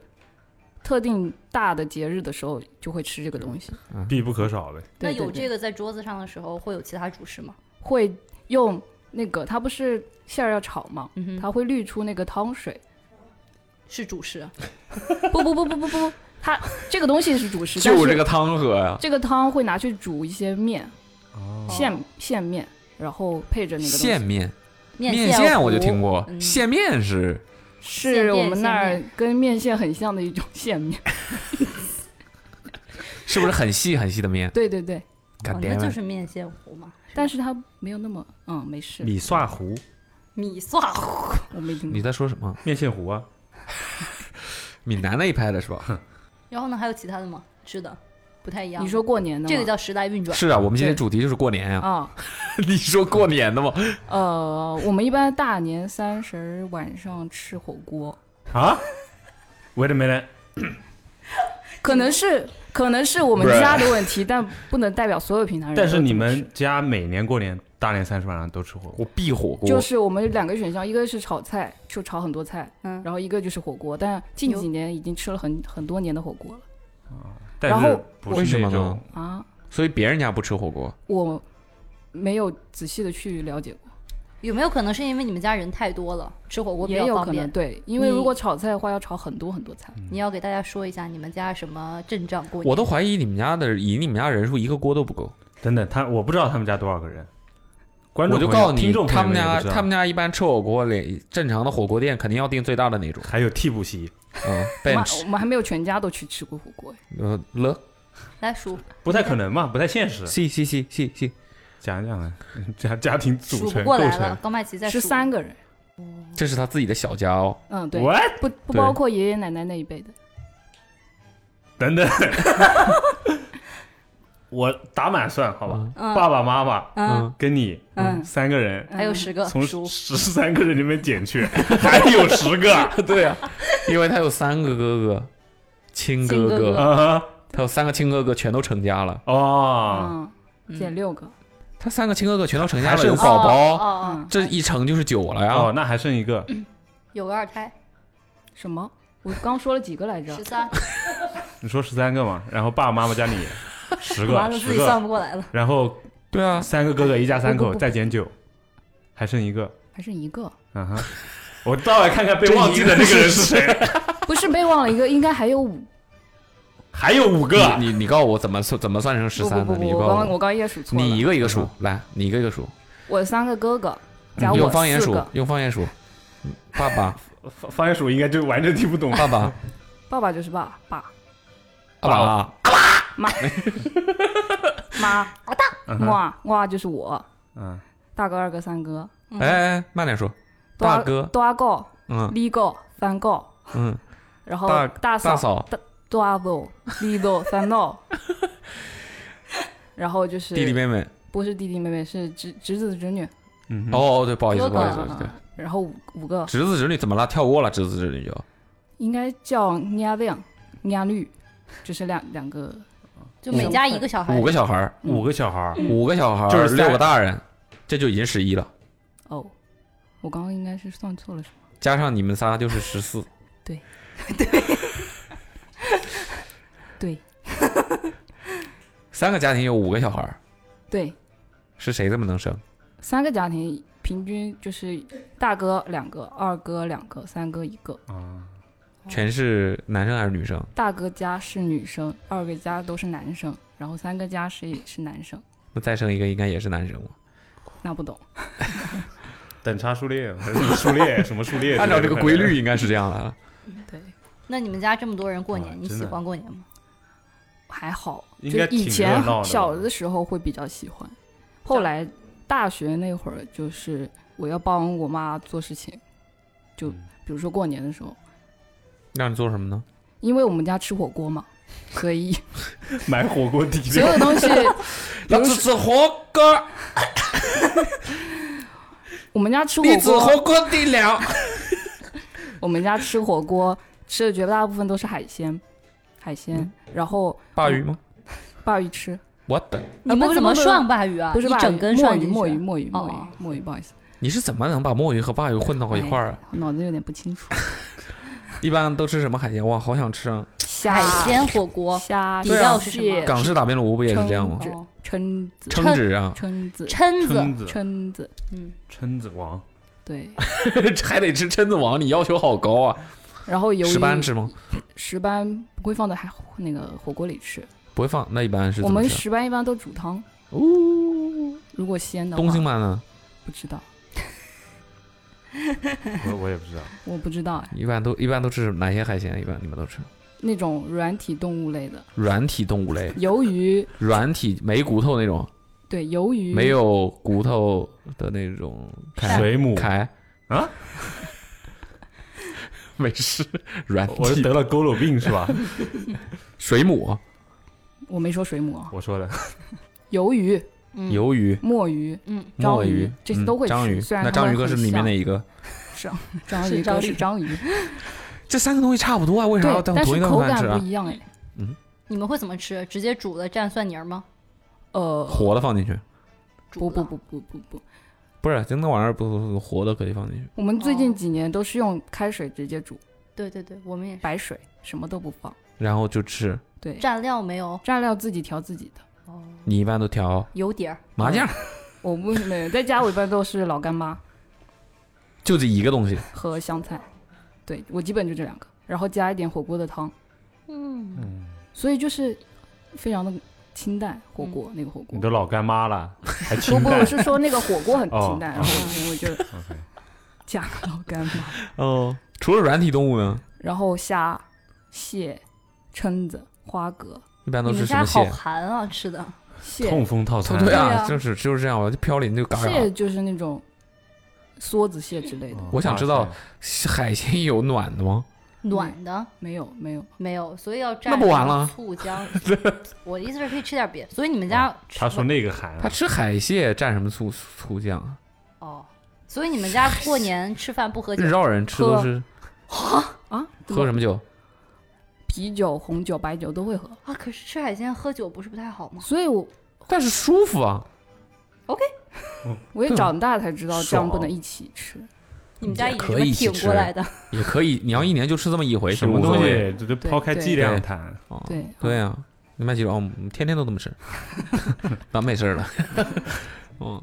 [SPEAKER 6] 特定大的节日的时候就会吃这个东西。
[SPEAKER 3] 必不可少的，
[SPEAKER 1] 那有
[SPEAKER 6] 这
[SPEAKER 1] 这个在桌子上的时候，会有其他主食吗？
[SPEAKER 6] 会用那个，它不是馅儿要炒嘛，
[SPEAKER 1] 嗯哼，
[SPEAKER 6] 它会滤出那个汤水。
[SPEAKER 1] 是主食，
[SPEAKER 6] 不不不不不不，它这个东西是主食，但
[SPEAKER 2] 就是这个汤喝呀、
[SPEAKER 6] 这个汤会拿去煮一些面，
[SPEAKER 3] 哦，
[SPEAKER 6] 线线面，然后配着那个东西
[SPEAKER 2] 线面
[SPEAKER 1] 面
[SPEAKER 2] 线
[SPEAKER 1] 糊
[SPEAKER 2] 我就听过，
[SPEAKER 1] 嗯
[SPEAKER 2] 线面是
[SPEAKER 6] 是
[SPEAKER 1] 线
[SPEAKER 6] 我
[SPEAKER 1] 面
[SPEAKER 6] 们
[SPEAKER 1] 线
[SPEAKER 6] 那儿
[SPEAKER 1] 面
[SPEAKER 6] 跟面线很像的一种 线面。
[SPEAKER 2] 是不是很细很细的面？
[SPEAKER 6] 对对对，
[SPEAKER 2] 干
[SPEAKER 1] 哦，
[SPEAKER 2] 爹
[SPEAKER 1] 那
[SPEAKER 2] 们
[SPEAKER 1] 就是面线糊嘛。
[SPEAKER 6] 但是它没有那么，嗯，没事，
[SPEAKER 3] 米刷糊，
[SPEAKER 1] 米刷糊，
[SPEAKER 6] 我没听
[SPEAKER 2] 你
[SPEAKER 6] 过。
[SPEAKER 2] 在说什么？
[SPEAKER 3] 面线糊啊，
[SPEAKER 2] 闽南那一派的是吧？
[SPEAKER 1] 然后呢，还有其他的吗？吃的不太一样。
[SPEAKER 6] 你说过年的
[SPEAKER 1] 这个
[SPEAKER 6] 吗
[SPEAKER 1] 叫时代运转，
[SPEAKER 2] 是啊，我们今天
[SPEAKER 6] 对
[SPEAKER 2] 主题就是过年呀、
[SPEAKER 6] 啊，
[SPEAKER 2] 你说过年的吗？
[SPEAKER 6] 呃，我们一般大年三十儿晚上吃火锅，
[SPEAKER 3] 啊，wait a minute，
[SPEAKER 6] 可能是
[SPEAKER 1] 嗯
[SPEAKER 6] 可能是我们
[SPEAKER 2] 不是
[SPEAKER 6] 家的问题，但不能代表所有平潭人都
[SPEAKER 3] 但
[SPEAKER 6] 这么吃。
[SPEAKER 3] 是你们家每年过年大年三十晚上都吃火锅，
[SPEAKER 2] 我必火锅，
[SPEAKER 6] 就是我们有两个选项，一个是炒菜，就炒很多菜，
[SPEAKER 4] 嗯
[SPEAKER 6] 然后一个就是火锅，但近几年已经吃了很很多年的火锅了
[SPEAKER 3] 但
[SPEAKER 6] 然
[SPEAKER 3] 是
[SPEAKER 6] 后
[SPEAKER 3] 不是那
[SPEAKER 2] 为什么呢
[SPEAKER 3] 种
[SPEAKER 6] 啊，
[SPEAKER 2] 所以别人家不吃火锅。
[SPEAKER 6] 我没有仔细的去了解过，
[SPEAKER 1] 有没有可能是因为你们家人太多了，吃火锅比
[SPEAKER 6] 也
[SPEAKER 1] 较
[SPEAKER 6] 有
[SPEAKER 1] 方
[SPEAKER 6] 可能
[SPEAKER 1] 便？
[SPEAKER 6] 对，因为
[SPEAKER 1] 你
[SPEAKER 6] 如果炒菜的话，要炒很多很多
[SPEAKER 3] 嗯
[SPEAKER 6] 菜。
[SPEAKER 1] 你要给大家说一下你们家什么阵仗过年？
[SPEAKER 2] 我都怀疑你们家的以你们家人数一个锅都不够。
[SPEAKER 3] 等等，他我不知道他们家多少个人，观众
[SPEAKER 2] 我就
[SPEAKER 3] 朋友
[SPEAKER 2] 告诉你
[SPEAKER 3] 听众，朋
[SPEAKER 2] 他
[SPEAKER 3] 友
[SPEAKER 2] 们
[SPEAKER 3] 也
[SPEAKER 2] 家
[SPEAKER 3] 不知道
[SPEAKER 2] 他们家一般吃火锅里，正常的火锅店肯定要订最大的那种。
[SPEAKER 3] 还有替补席，
[SPEAKER 2] 嗯
[SPEAKER 6] 我们我
[SPEAKER 2] ，bench
[SPEAKER 6] 们还没有全家都去吃过火锅，
[SPEAKER 2] 呃了，
[SPEAKER 1] 来数
[SPEAKER 3] 不太可能嘛，不太现实。
[SPEAKER 2] 是是是是是，
[SPEAKER 3] 讲讲啊，家家庭组
[SPEAKER 1] 数
[SPEAKER 3] 成
[SPEAKER 1] 不
[SPEAKER 3] 构
[SPEAKER 1] 过来
[SPEAKER 3] 成
[SPEAKER 1] 了，高麦琪在
[SPEAKER 6] 十
[SPEAKER 1] 数
[SPEAKER 6] 三个人。
[SPEAKER 2] 这是他自己的小家哦。
[SPEAKER 6] 嗯，对，
[SPEAKER 3] ，what？
[SPEAKER 6] 不不
[SPEAKER 2] 对
[SPEAKER 6] 包括爷爷奶奶那一辈的。
[SPEAKER 3] 等 等，我打满算好吧，
[SPEAKER 1] 嗯
[SPEAKER 3] 爸爸妈妈
[SPEAKER 1] 嗯
[SPEAKER 3] 跟你
[SPEAKER 1] 嗯
[SPEAKER 3] 三个人，
[SPEAKER 1] 还有十个
[SPEAKER 3] 从
[SPEAKER 1] 数，
[SPEAKER 3] 十三个人里面减去，还有十个
[SPEAKER 2] 对啊，因为他有三个哥哥，亲
[SPEAKER 1] 亲
[SPEAKER 2] 哥
[SPEAKER 1] 哥哥
[SPEAKER 3] 啊
[SPEAKER 2] 他有三个亲哥哥全都成家了，
[SPEAKER 3] 哦，
[SPEAKER 6] 嗯，减六个。
[SPEAKER 2] 他三个亲哥哥全都成家
[SPEAKER 3] 还
[SPEAKER 2] 了，
[SPEAKER 3] 是
[SPEAKER 2] 有
[SPEAKER 3] 有
[SPEAKER 2] 宝
[SPEAKER 1] 哦
[SPEAKER 2] 宝，
[SPEAKER 1] 哦哦，
[SPEAKER 2] 这一乘就是九了
[SPEAKER 3] 哦
[SPEAKER 2] 呀。，
[SPEAKER 3] 那还剩一个，
[SPEAKER 1] 有个二胎，
[SPEAKER 6] 什么？我刚说了几个来着
[SPEAKER 1] 十？三，
[SPEAKER 3] 你说十三个嘛，然后爸爸妈妈加 你十个，
[SPEAKER 1] 完了自
[SPEAKER 3] 十
[SPEAKER 1] 己算
[SPEAKER 3] 个，
[SPEAKER 1] 不过来了。
[SPEAKER 3] 然后
[SPEAKER 2] 对啊，
[SPEAKER 3] 三个哥哥一家三
[SPEAKER 6] 不不
[SPEAKER 3] 口
[SPEAKER 6] 不
[SPEAKER 3] 再减九，还剩一个，
[SPEAKER 6] 还剩一个？
[SPEAKER 3] 啊哈，我倒来看看被忘记的那个人是谁，
[SPEAKER 6] 不是被忘了一个，应该还有五。
[SPEAKER 3] 还有五个，
[SPEAKER 2] 你你你告诉我怎么算怎么算成十
[SPEAKER 6] 不不
[SPEAKER 2] 三
[SPEAKER 6] 不
[SPEAKER 2] 的？
[SPEAKER 6] 不，
[SPEAKER 2] 你告
[SPEAKER 6] 我刚
[SPEAKER 2] 诉
[SPEAKER 6] 我刚也数错了。
[SPEAKER 2] 你一个一个数，来，你一个一个数，
[SPEAKER 6] 我三个哥哥加
[SPEAKER 2] 用
[SPEAKER 6] 我
[SPEAKER 2] 方言
[SPEAKER 6] 四
[SPEAKER 2] 数
[SPEAKER 6] 个，，
[SPEAKER 2] 用方言数。嗯爸爸，
[SPEAKER 3] 方方言鼠应该就完全听不懂，
[SPEAKER 2] 爸 爸，
[SPEAKER 6] 爸爸就是爸爸
[SPEAKER 2] 爸爸，
[SPEAKER 6] 妈，
[SPEAKER 3] 嗯哼
[SPEAKER 6] 哇哇就是我
[SPEAKER 3] 嗯，
[SPEAKER 6] 大哥二哥三哥，
[SPEAKER 2] 哎哎，哎慢点说，
[SPEAKER 6] 大
[SPEAKER 2] 大哥
[SPEAKER 6] 大哥
[SPEAKER 2] 嗯
[SPEAKER 6] 二哥三哥，
[SPEAKER 2] 嗯，
[SPEAKER 6] 然后
[SPEAKER 2] 大
[SPEAKER 6] 嫂
[SPEAKER 2] 嫂，
[SPEAKER 6] 大嫂二嫂 三嫂，然后就是
[SPEAKER 2] 弟弟妹妹。
[SPEAKER 6] 不是弟弟妹妹是侄侄子侄女，
[SPEAKER 3] 嗯哼，
[SPEAKER 2] 哦哦，对，不好意思，
[SPEAKER 1] 哥
[SPEAKER 2] 不
[SPEAKER 1] 哥
[SPEAKER 2] 好意思，对，
[SPEAKER 6] 然后五五个
[SPEAKER 2] 侄子侄女怎么了？跳过了侄子侄女就。
[SPEAKER 6] 应该叫娘亮娘绿，就是两两个
[SPEAKER 1] 就每家一个小孩，
[SPEAKER 2] 五个小孩儿，
[SPEAKER 3] 五个小孩儿，
[SPEAKER 2] 五个小孩儿，
[SPEAKER 3] 就是三
[SPEAKER 2] 六个大人，这就已经十一了，
[SPEAKER 6] 哦，我刚刚应该是算错了什么？
[SPEAKER 2] 加上你们仨就是十四。
[SPEAKER 6] 对
[SPEAKER 2] 三个家庭有五个小孩儿，
[SPEAKER 6] 对，
[SPEAKER 2] 是谁这么能生？
[SPEAKER 6] 三个家庭平均就是大哥两个，二哥两个，三哥一个。
[SPEAKER 3] 啊，
[SPEAKER 2] 全是男生还是女生？
[SPEAKER 6] 大哥家是女生，二哥家都是男生，然后三哥家是也是男生。
[SPEAKER 2] 那再生一个应该也是男生吧？
[SPEAKER 6] 那不懂，
[SPEAKER 3] 等差数列，还是什么数列，什么数列，
[SPEAKER 2] 按照这个规律，应该是这样的。
[SPEAKER 6] 对，
[SPEAKER 1] 那你们家这么多人过
[SPEAKER 3] 哇
[SPEAKER 1] 年，你
[SPEAKER 3] 真的
[SPEAKER 1] 喜欢过年吗？
[SPEAKER 6] 还好，
[SPEAKER 3] 应
[SPEAKER 6] 就
[SPEAKER 3] 该
[SPEAKER 6] 是以
[SPEAKER 3] 挺
[SPEAKER 6] 前
[SPEAKER 3] 热闹的
[SPEAKER 6] 小
[SPEAKER 3] 吧
[SPEAKER 6] 的时候会比较喜欢，后来大学那会儿就是我要帮我妈做事情，就
[SPEAKER 3] 嗯
[SPEAKER 6] 比如说过年的时候，
[SPEAKER 2] 让你做什么呢？
[SPEAKER 6] 因为我们家吃火锅嘛，所以
[SPEAKER 3] 买火锅底
[SPEAKER 6] 所
[SPEAKER 3] 料
[SPEAKER 6] 有东西，比如说
[SPEAKER 2] 吃火锅，
[SPEAKER 6] 我们家吃火锅，
[SPEAKER 2] 锅底料。
[SPEAKER 6] 我们家吃火锅 吃的绝大部分都是海鲜，海鲜，然后
[SPEAKER 2] 鲅 鱼吗？
[SPEAKER 6] 鲅鱼吃。
[SPEAKER 2] 我的，
[SPEAKER 1] 你们怎么
[SPEAKER 6] 啊不是
[SPEAKER 1] 涮鲅鱼啊？
[SPEAKER 6] 不是
[SPEAKER 1] 一
[SPEAKER 6] 吧？
[SPEAKER 1] 整根
[SPEAKER 6] 墨
[SPEAKER 1] 涮
[SPEAKER 6] 鱼，
[SPEAKER 1] 进去
[SPEAKER 6] 墨鱼，墨鱼，墨
[SPEAKER 1] 哦
[SPEAKER 6] 鱼，墨鱼，不好意思，
[SPEAKER 2] 你是怎么能把墨鱼和鲅鱼混到一块儿啊？
[SPEAKER 6] 脑子有点不清楚。
[SPEAKER 2] 一般都吃什么海鲜？哇，好想吃啊！
[SPEAKER 6] 虾
[SPEAKER 1] 海鲜火锅、
[SPEAKER 6] 虾、
[SPEAKER 1] 底料是什么
[SPEAKER 6] 蟹、
[SPEAKER 2] 港式打边炉不也是这样吗？
[SPEAKER 6] 蛏蛏子、
[SPEAKER 2] 蛏子啊，
[SPEAKER 6] 蛏子、
[SPEAKER 1] 蛏子，
[SPEAKER 3] 蛏子，
[SPEAKER 6] 蛏子，
[SPEAKER 1] 嗯，
[SPEAKER 3] 蛏子 王，
[SPEAKER 6] 对。
[SPEAKER 2] 还得吃蛏子王，你要求好高啊！
[SPEAKER 6] 然后由于
[SPEAKER 2] 石斑吃吗？
[SPEAKER 6] 石斑不会放在海那个火锅里吃，
[SPEAKER 2] 不会放，那一般是
[SPEAKER 6] 我
[SPEAKER 2] 怎么
[SPEAKER 6] 们
[SPEAKER 2] 吃？啊
[SPEAKER 6] 石斑一般都煮汤。
[SPEAKER 2] 哦，
[SPEAKER 6] 如果鲜的话，
[SPEAKER 2] 东星斑呢？
[SPEAKER 6] 不知道，
[SPEAKER 3] 我我也不知道，
[SPEAKER 6] 我不知道哎，
[SPEAKER 2] 一般都一般都吃哪些海鲜？一般你们都吃
[SPEAKER 6] 那种软体动物类的，
[SPEAKER 2] 软体动物类，
[SPEAKER 6] 鱿鱼，
[SPEAKER 2] 软体没骨头那种，
[SPEAKER 6] 对，鱿鱼
[SPEAKER 2] 没有骨头的那种凯
[SPEAKER 3] 水母，
[SPEAKER 2] 凯
[SPEAKER 3] 啊，
[SPEAKER 2] 没事，软
[SPEAKER 3] 我是
[SPEAKER 2] 体
[SPEAKER 3] 得了佝偻病是吧？
[SPEAKER 2] 水母、
[SPEAKER 6] 我没说水母啊，
[SPEAKER 3] 我说的，
[SPEAKER 6] 鱿鱼、
[SPEAKER 1] 嗯
[SPEAKER 2] 鱿鱼、
[SPEAKER 6] 墨鱼、
[SPEAKER 1] 嗯，
[SPEAKER 6] 章
[SPEAKER 2] 墨鱼
[SPEAKER 6] 鱼，这些
[SPEAKER 2] 嗯
[SPEAKER 6] 都会吃
[SPEAKER 2] 章鱼，
[SPEAKER 6] 虽然
[SPEAKER 2] 那
[SPEAKER 6] 它
[SPEAKER 2] 章
[SPEAKER 6] 们
[SPEAKER 2] 鱼哥
[SPEAKER 6] 很
[SPEAKER 2] 是里面
[SPEAKER 6] 像
[SPEAKER 2] 的一个，
[SPEAKER 6] 章
[SPEAKER 1] 是
[SPEAKER 6] 鱼
[SPEAKER 1] 章
[SPEAKER 6] 哥
[SPEAKER 1] 鱼
[SPEAKER 6] 嗯是章鱼，
[SPEAKER 2] 这三个东西差不多啊，为啥要
[SPEAKER 6] 对，
[SPEAKER 2] 当
[SPEAKER 6] 但
[SPEAKER 2] 同一
[SPEAKER 6] 是
[SPEAKER 2] 顿
[SPEAKER 6] 口
[SPEAKER 2] 饭吃
[SPEAKER 6] 感
[SPEAKER 2] 啊
[SPEAKER 6] 不？一样哎。
[SPEAKER 1] 你们会怎么吃？直接煮了蘸蒜泥儿吗？
[SPEAKER 6] 呃，
[SPEAKER 2] 活的放进去，
[SPEAKER 1] 煮
[SPEAKER 6] 不不
[SPEAKER 1] 了，
[SPEAKER 6] 不不不不，
[SPEAKER 2] 不是，就那玩意儿不不不活的可以放进去。
[SPEAKER 6] 我们最近
[SPEAKER 1] 哦
[SPEAKER 6] 几年都是用开水直接煮，
[SPEAKER 1] 对对对，我们也是
[SPEAKER 6] 白水什么都不放。
[SPEAKER 2] 然后就吃。
[SPEAKER 6] 对，
[SPEAKER 1] 蘸料没有，
[SPEAKER 6] 蘸料自己调自己的。
[SPEAKER 1] 哦，
[SPEAKER 2] 你一般都调
[SPEAKER 1] 有底儿，
[SPEAKER 2] 麻酱，
[SPEAKER 6] 我不没有，在家我一般都是老干妈，
[SPEAKER 2] 就这一个东西，
[SPEAKER 6] 和香菜，对我基本就这两个，然后加一点火锅的汤，
[SPEAKER 1] 嗯，
[SPEAKER 3] 嗯，
[SPEAKER 6] 所以就是非常的清淡火锅、那个火锅
[SPEAKER 3] 你。都老干妈了，还
[SPEAKER 6] 不
[SPEAKER 3] 清
[SPEAKER 6] 不，
[SPEAKER 3] 淡
[SPEAKER 6] 我。是说那个火锅很
[SPEAKER 3] 哦
[SPEAKER 6] 清淡，然后我就加个老干妈，
[SPEAKER 2] 哦，除了软体动物呢，
[SPEAKER 6] 然后虾、蟹、蛏子、花蛤、
[SPEAKER 2] 一般都
[SPEAKER 1] 你
[SPEAKER 2] 是
[SPEAKER 1] 们
[SPEAKER 2] 什
[SPEAKER 1] 家
[SPEAKER 2] 么
[SPEAKER 1] 好
[SPEAKER 2] 蟹？
[SPEAKER 1] 寒啊，吃的
[SPEAKER 6] 蟹
[SPEAKER 3] 痛风套餐，
[SPEAKER 2] 对
[SPEAKER 6] 对
[SPEAKER 2] 啊，
[SPEAKER 6] 啊
[SPEAKER 2] 就是就是这样，我就飘零就嘎嘎。
[SPEAKER 6] 蟹就是那种梭子蟹之类的，
[SPEAKER 3] 哦
[SPEAKER 2] 我想知道海鲜有暖的吗？
[SPEAKER 1] 暖的
[SPEAKER 6] 没有没有，
[SPEAKER 1] 没有，所以要蘸
[SPEAKER 2] 那不完了
[SPEAKER 1] 醋姜。我的意思是可以吃点别的，所以你们家吃
[SPEAKER 3] 他说那个寒啊，
[SPEAKER 2] 他吃海蟹蘸什么醋醋酱啊？
[SPEAKER 1] 哦，所以你们家过年吃饭不喝酒
[SPEAKER 2] 日，照人吃都
[SPEAKER 6] 呃喝
[SPEAKER 2] 是
[SPEAKER 6] 啊
[SPEAKER 2] 喝什么酒？
[SPEAKER 6] 啤酒、红酒、白酒都会喝，
[SPEAKER 1] 啊，可是吃海鲜喝酒不是不太好吗？
[SPEAKER 6] 所以我
[SPEAKER 2] 但是舒服啊！
[SPEAKER 6] 我也
[SPEAKER 2] 对啊
[SPEAKER 6] 长大才知道这样
[SPEAKER 3] 爽
[SPEAKER 6] 不能一起吃，
[SPEAKER 1] 你们家
[SPEAKER 2] 也
[SPEAKER 1] 以
[SPEAKER 2] 可
[SPEAKER 1] 什么
[SPEAKER 2] 以一起
[SPEAKER 1] 挺过
[SPEAKER 2] 吃
[SPEAKER 1] 来的？
[SPEAKER 2] 也可以，你要一年就吃这么一回，
[SPEAKER 3] 什
[SPEAKER 2] 什
[SPEAKER 3] 么
[SPEAKER 2] 么
[SPEAKER 3] 东
[SPEAKER 2] 东西？
[SPEAKER 3] 西，这就
[SPEAKER 6] 对
[SPEAKER 3] 抛开
[SPEAKER 6] 对
[SPEAKER 3] 剂量谈，
[SPEAKER 2] 哦
[SPEAKER 6] 对嗯
[SPEAKER 2] 对啊，你买几种？哦，我们天天都这么 吃，完没事儿了。嗯，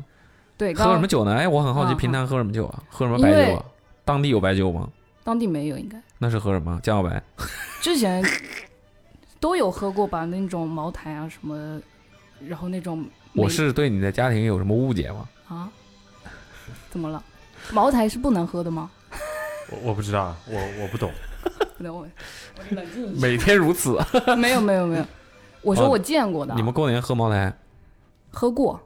[SPEAKER 6] 对，
[SPEAKER 2] 喝什
[SPEAKER 6] 刚
[SPEAKER 2] 么
[SPEAKER 6] 刚
[SPEAKER 2] 酒呢？哎，我很好奇，
[SPEAKER 6] 嗯
[SPEAKER 2] 平常喝什么酒啊？喝什么
[SPEAKER 6] 因
[SPEAKER 2] 白
[SPEAKER 6] 为
[SPEAKER 2] 酒啊？当地有白酒吗？
[SPEAKER 6] 当地没有应该，
[SPEAKER 2] 那是喝什么？酱油白？
[SPEAKER 6] 之前都有喝过吧，那种茅台啊什么，然后那种
[SPEAKER 2] 我
[SPEAKER 6] 梅
[SPEAKER 2] 是对你的家庭有什么误解 吗？
[SPEAKER 6] 啊，怎么了？茅台是不能喝的吗？
[SPEAKER 3] 我我不知道，我我不懂，
[SPEAKER 6] 不能问，我冷静一
[SPEAKER 2] 每天如此。啊
[SPEAKER 6] 下。没有没有没有，我说
[SPEAKER 2] 哦
[SPEAKER 6] 我见过的啊，
[SPEAKER 2] 你们过年喝茅台？
[SPEAKER 6] 喝过，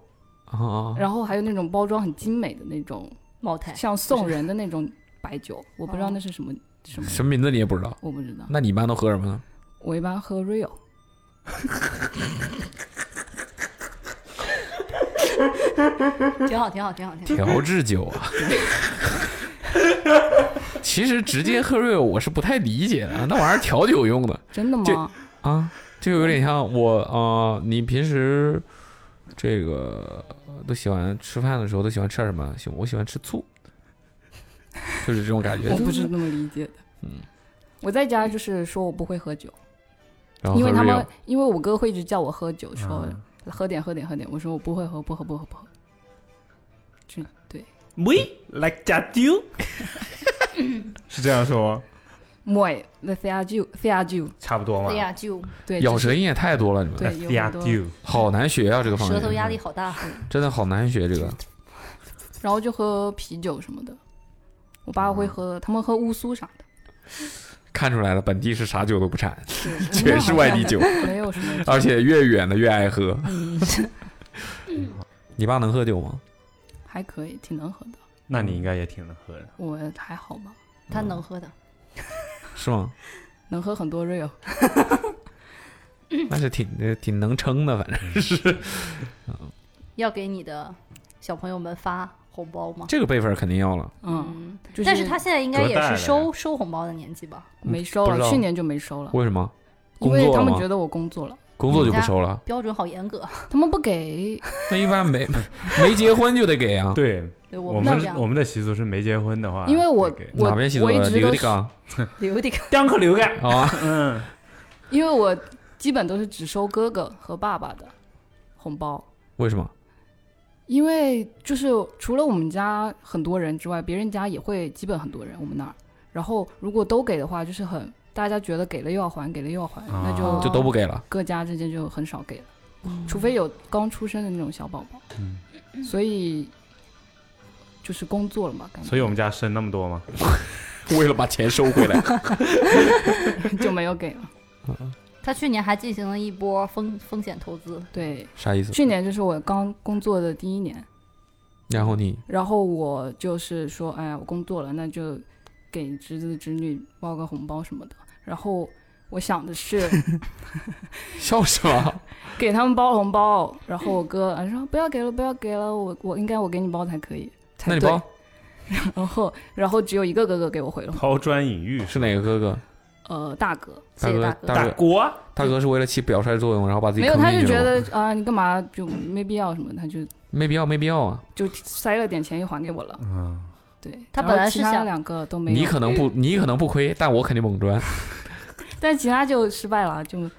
[SPEAKER 2] 啊啊！
[SPEAKER 6] 然后还有那种包装很精美的那种，
[SPEAKER 1] 茅台
[SPEAKER 6] 像送人的那种白 酒，我不知道
[SPEAKER 1] 哦
[SPEAKER 6] 那是什么什么，
[SPEAKER 2] 什么名字你也不知道？
[SPEAKER 6] 我不知道。
[SPEAKER 2] 那你一般都喝什么 呢？
[SPEAKER 6] 我一般喝 Rio，
[SPEAKER 1] 挺好，挺好，挺好，挺好。
[SPEAKER 2] 调制酒 啊。其实直接喝瑞我是不太理解的，那玩意儿调酒用的
[SPEAKER 6] 真的
[SPEAKER 2] 这
[SPEAKER 6] 吗？
[SPEAKER 2] 啊，就有点像我啊、呃你平时这个呃都喜欢吃饭的时候都喜欢吃点什么？喜我喜欢吃醋，就是这种感觉。
[SPEAKER 6] 我不是那么理解的。
[SPEAKER 2] 嗯，
[SPEAKER 6] 我在家就是说我不会喝酒，
[SPEAKER 2] 然后
[SPEAKER 6] 因为
[SPEAKER 2] 哦喝哦
[SPEAKER 6] 他们
[SPEAKER 2] Rio
[SPEAKER 6] 因为我哥会一直叫我喝酒，说
[SPEAKER 3] 嗯
[SPEAKER 6] 喝点喝点喝点，我说我不会喝，不喝不喝不喝。这对，
[SPEAKER 3] 喂，like that you，是这样说吗？
[SPEAKER 6] 莫那飞亚酒飞亚酒，
[SPEAKER 3] 差不多嘛
[SPEAKER 1] 对呀，就
[SPEAKER 6] 对，
[SPEAKER 2] 咬
[SPEAKER 6] 就是
[SPEAKER 2] 舌音也太多了，你们
[SPEAKER 6] 对有很
[SPEAKER 3] Like that
[SPEAKER 6] 多，
[SPEAKER 3] you
[SPEAKER 2] 好难学啊，这个方
[SPEAKER 1] 舌头压
[SPEAKER 2] 言
[SPEAKER 1] 力好大。
[SPEAKER 2] 真的好难学这个。
[SPEAKER 6] 然后就喝啤酒什么的。我爸会喝，他们喝乌苏啥的，
[SPEAKER 2] 看出来了，本地是啥酒都不产，
[SPEAKER 6] 对
[SPEAKER 2] 全是外地，酒，
[SPEAKER 6] 我们好像没嗯有什么。
[SPEAKER 2] 而且越远的越爱喝。 你爸能喝酒吗？
[SPEAKER 6] 还可以，挺能喝的。
[SPEAKER 3] 那你应该也挺能喝的。
[SPEAKER 6] 我还好吧，
[SPEAKER 1] 他能喝的，
[SPEAKER 2] 是吗？
[SPEAKER 6] 能喝很多哦 Rio。嗯
[SPEAKER 2] 那是挺呃挺能撑的，反正
[SPEAKER 1] 要给你的小朋友们发红包吗？
[SPEAKER 2] 这个辈分肯定要了。
[SPEAKER 6] 嗯，
[SPEAKER 1] 嗯，
[SPEAKER 6] 就是
[SPEAKER 1] 但是他现在应该
[SPEAKER 3] 隔
[SPEAKER 1] 也
[SPEAKER 3] 代了
[SPEAKER 1] 是
[SPEAKER 3] 呀
[SPEAKER 1] 收收红包的年纪吧？
[SPEAKER 6] 没收
[SPEAKER 2] 嗯不知
[SPEAKER 6] 了，
[SPEAKER 2] 道
[SPEAKER 6] 去年就没收了，
[SPEAKER 2] 为什么？
[SPEAKER 6] 嗯因
[SPEAKER 2] 工
[SPEAKER 6] 为
[SPEAKER 2] 作
[SPEAKER 6] 他
[SPEAKER 2] 了
[SPEAKER 6] 们
[SPEAKER 2] 吗
[SPEAKER 6] 觉？得我工作了，
[SPEAKER 2] 工作就不收了？
[SPEAKER 1] 标准好严格，
[SPEAKER 6] 他们不给，
[SPEAKER 2] 嗯那一般没 没结婚就得给啊。
[SPEAKER 3] 对
[SPEAKER 1] 对
[SPEAKER 3] 我
[SPEAKER 1] 们
[SPEAKER 3] 们
[SPEAKER 1] 这样
[SPEAKER 3] 我。们的习俗是没结婚的话，
[SPEAKER 6] 因为我
[SPEAKER 3] 给
[SPEAKER 6] 我
[SPEAKER 2] 哪边习俗
[SPEAKER 6] 我
[SPEAKER 2] 啊？
[SPEAKER 6] 一直
[SPEAKER 2] 刘
[SPEAKER 6] 都
[SPEAKER 2] 的
[SPEAKER 6] 是，
[SPEAKER 2] 刚
[SPEAKER 1] 留的
[SPEAKER 3] 两口流感，
[SPEAKER 2] 啊，
[SPEAKER 3] 嗯，
[SPEAKER 6] 因为我基本都是只收哥哥和爸爸的红包，
[SPEAKER 2] 为什么？
[SPEAKER 6] 因为就是除了我们家很多人之外，别人家也会基本很多人，我们那儿，然后如果都给的话，就是很大家觉得给了又要还，给了又要还，
[SPEAKER 3] 啊
[SPEAKER 6] 那就
[SPEAKER 2] 就都不给了？
[SPEAKER 6] 各家之间就很少给了，除非有刚出生的那种小宝宝，
[SPEAKER 3] 嗯
[SPEAKER 6] 所以就是工作了嘛，感觉
[SPEAKER 3] 所以我们家生那么多吗？
[SPEAKER 2] 为了把钱收回来，
[SPEAKER 6] 就没有 给了。
[SPEAKER 1] 他去年还进行了一波风风险投资，
[SPEAKER 6] 对，
[SPEAKER 2] 啥意思？
[SPEAKER 6] 去年就是我刚工作的第一年，
[SPEAKER 2] 然后你
[SPEAKER 6] 然后我就是说，哎呀，我工作了，那就给侄子侄女包个红包什么的。然后我想的是
[SPEAKER 2] 笑什么？
[SPEAKER 6] 给他们包红包，然后我哥啊说不要给了，不要给了，我我应该我给你包才可以，才
[SPEAKER 2] 那你
[SPEAKER 6] 对
[SPEAKER 2] 包。
[SPEAKER 6] 然后 然后只有一个哥哥给我回了，
[SPEAKER 3] 抛砖引玉
[SPEAKER 2] 是哪个哥哥？
[SPEAKER 6] 呃，大哥
[SPEAKER 2] 大
[SPEAKER 1] 谢谢
[SPEAKER 2] 哥
[SPEAKER 1] 大，哥
[SPEAKER 2] 大哥，
[SPEAKER 3] 锅，
[SPEAKER 2] 大哥是为了起表率作用，然后把自己
[SPEAKER 6] 没有，
[SPEAKER 2] 坑
[SPEAKER 6] 他
[SPEAKER 2] 进
[SPEAKER 6] 就
[SPEAKER 2] 去
[SPEAKER 6] 觉
[SPEAKER 2] 了吗
[SPEAKER 6] 得啊、你干嘛就没必要什么，他就
[SPEAKER 2] 没必要，没必要啊。
[SPEAKER 6] 就塞了点钱又还给我了。
[SPEAKER 3] 嗯，
[SPEAKER 6] 对，
[SPEAKER 1] 他
[SPEAKER 6] 然
[SPEAKER 1] 本
[SPEAKER 6] 后
[SPEAKER 1] 来
[SPEAKER 6] 其
[SPEAKER 1] 是
[SPEAKER 6] 他
[SPEAKER 1] 想
[SPEAKER 6] 两个都没
[SPEAKER 2] 你
[SPEAKER 6] 有，
[SPEAKER 2] 可能不，你可能不亏，但我肯定猛赚。
[SPEAKER 6] 但其他就失败了，
[SPEAKER 2] 嗯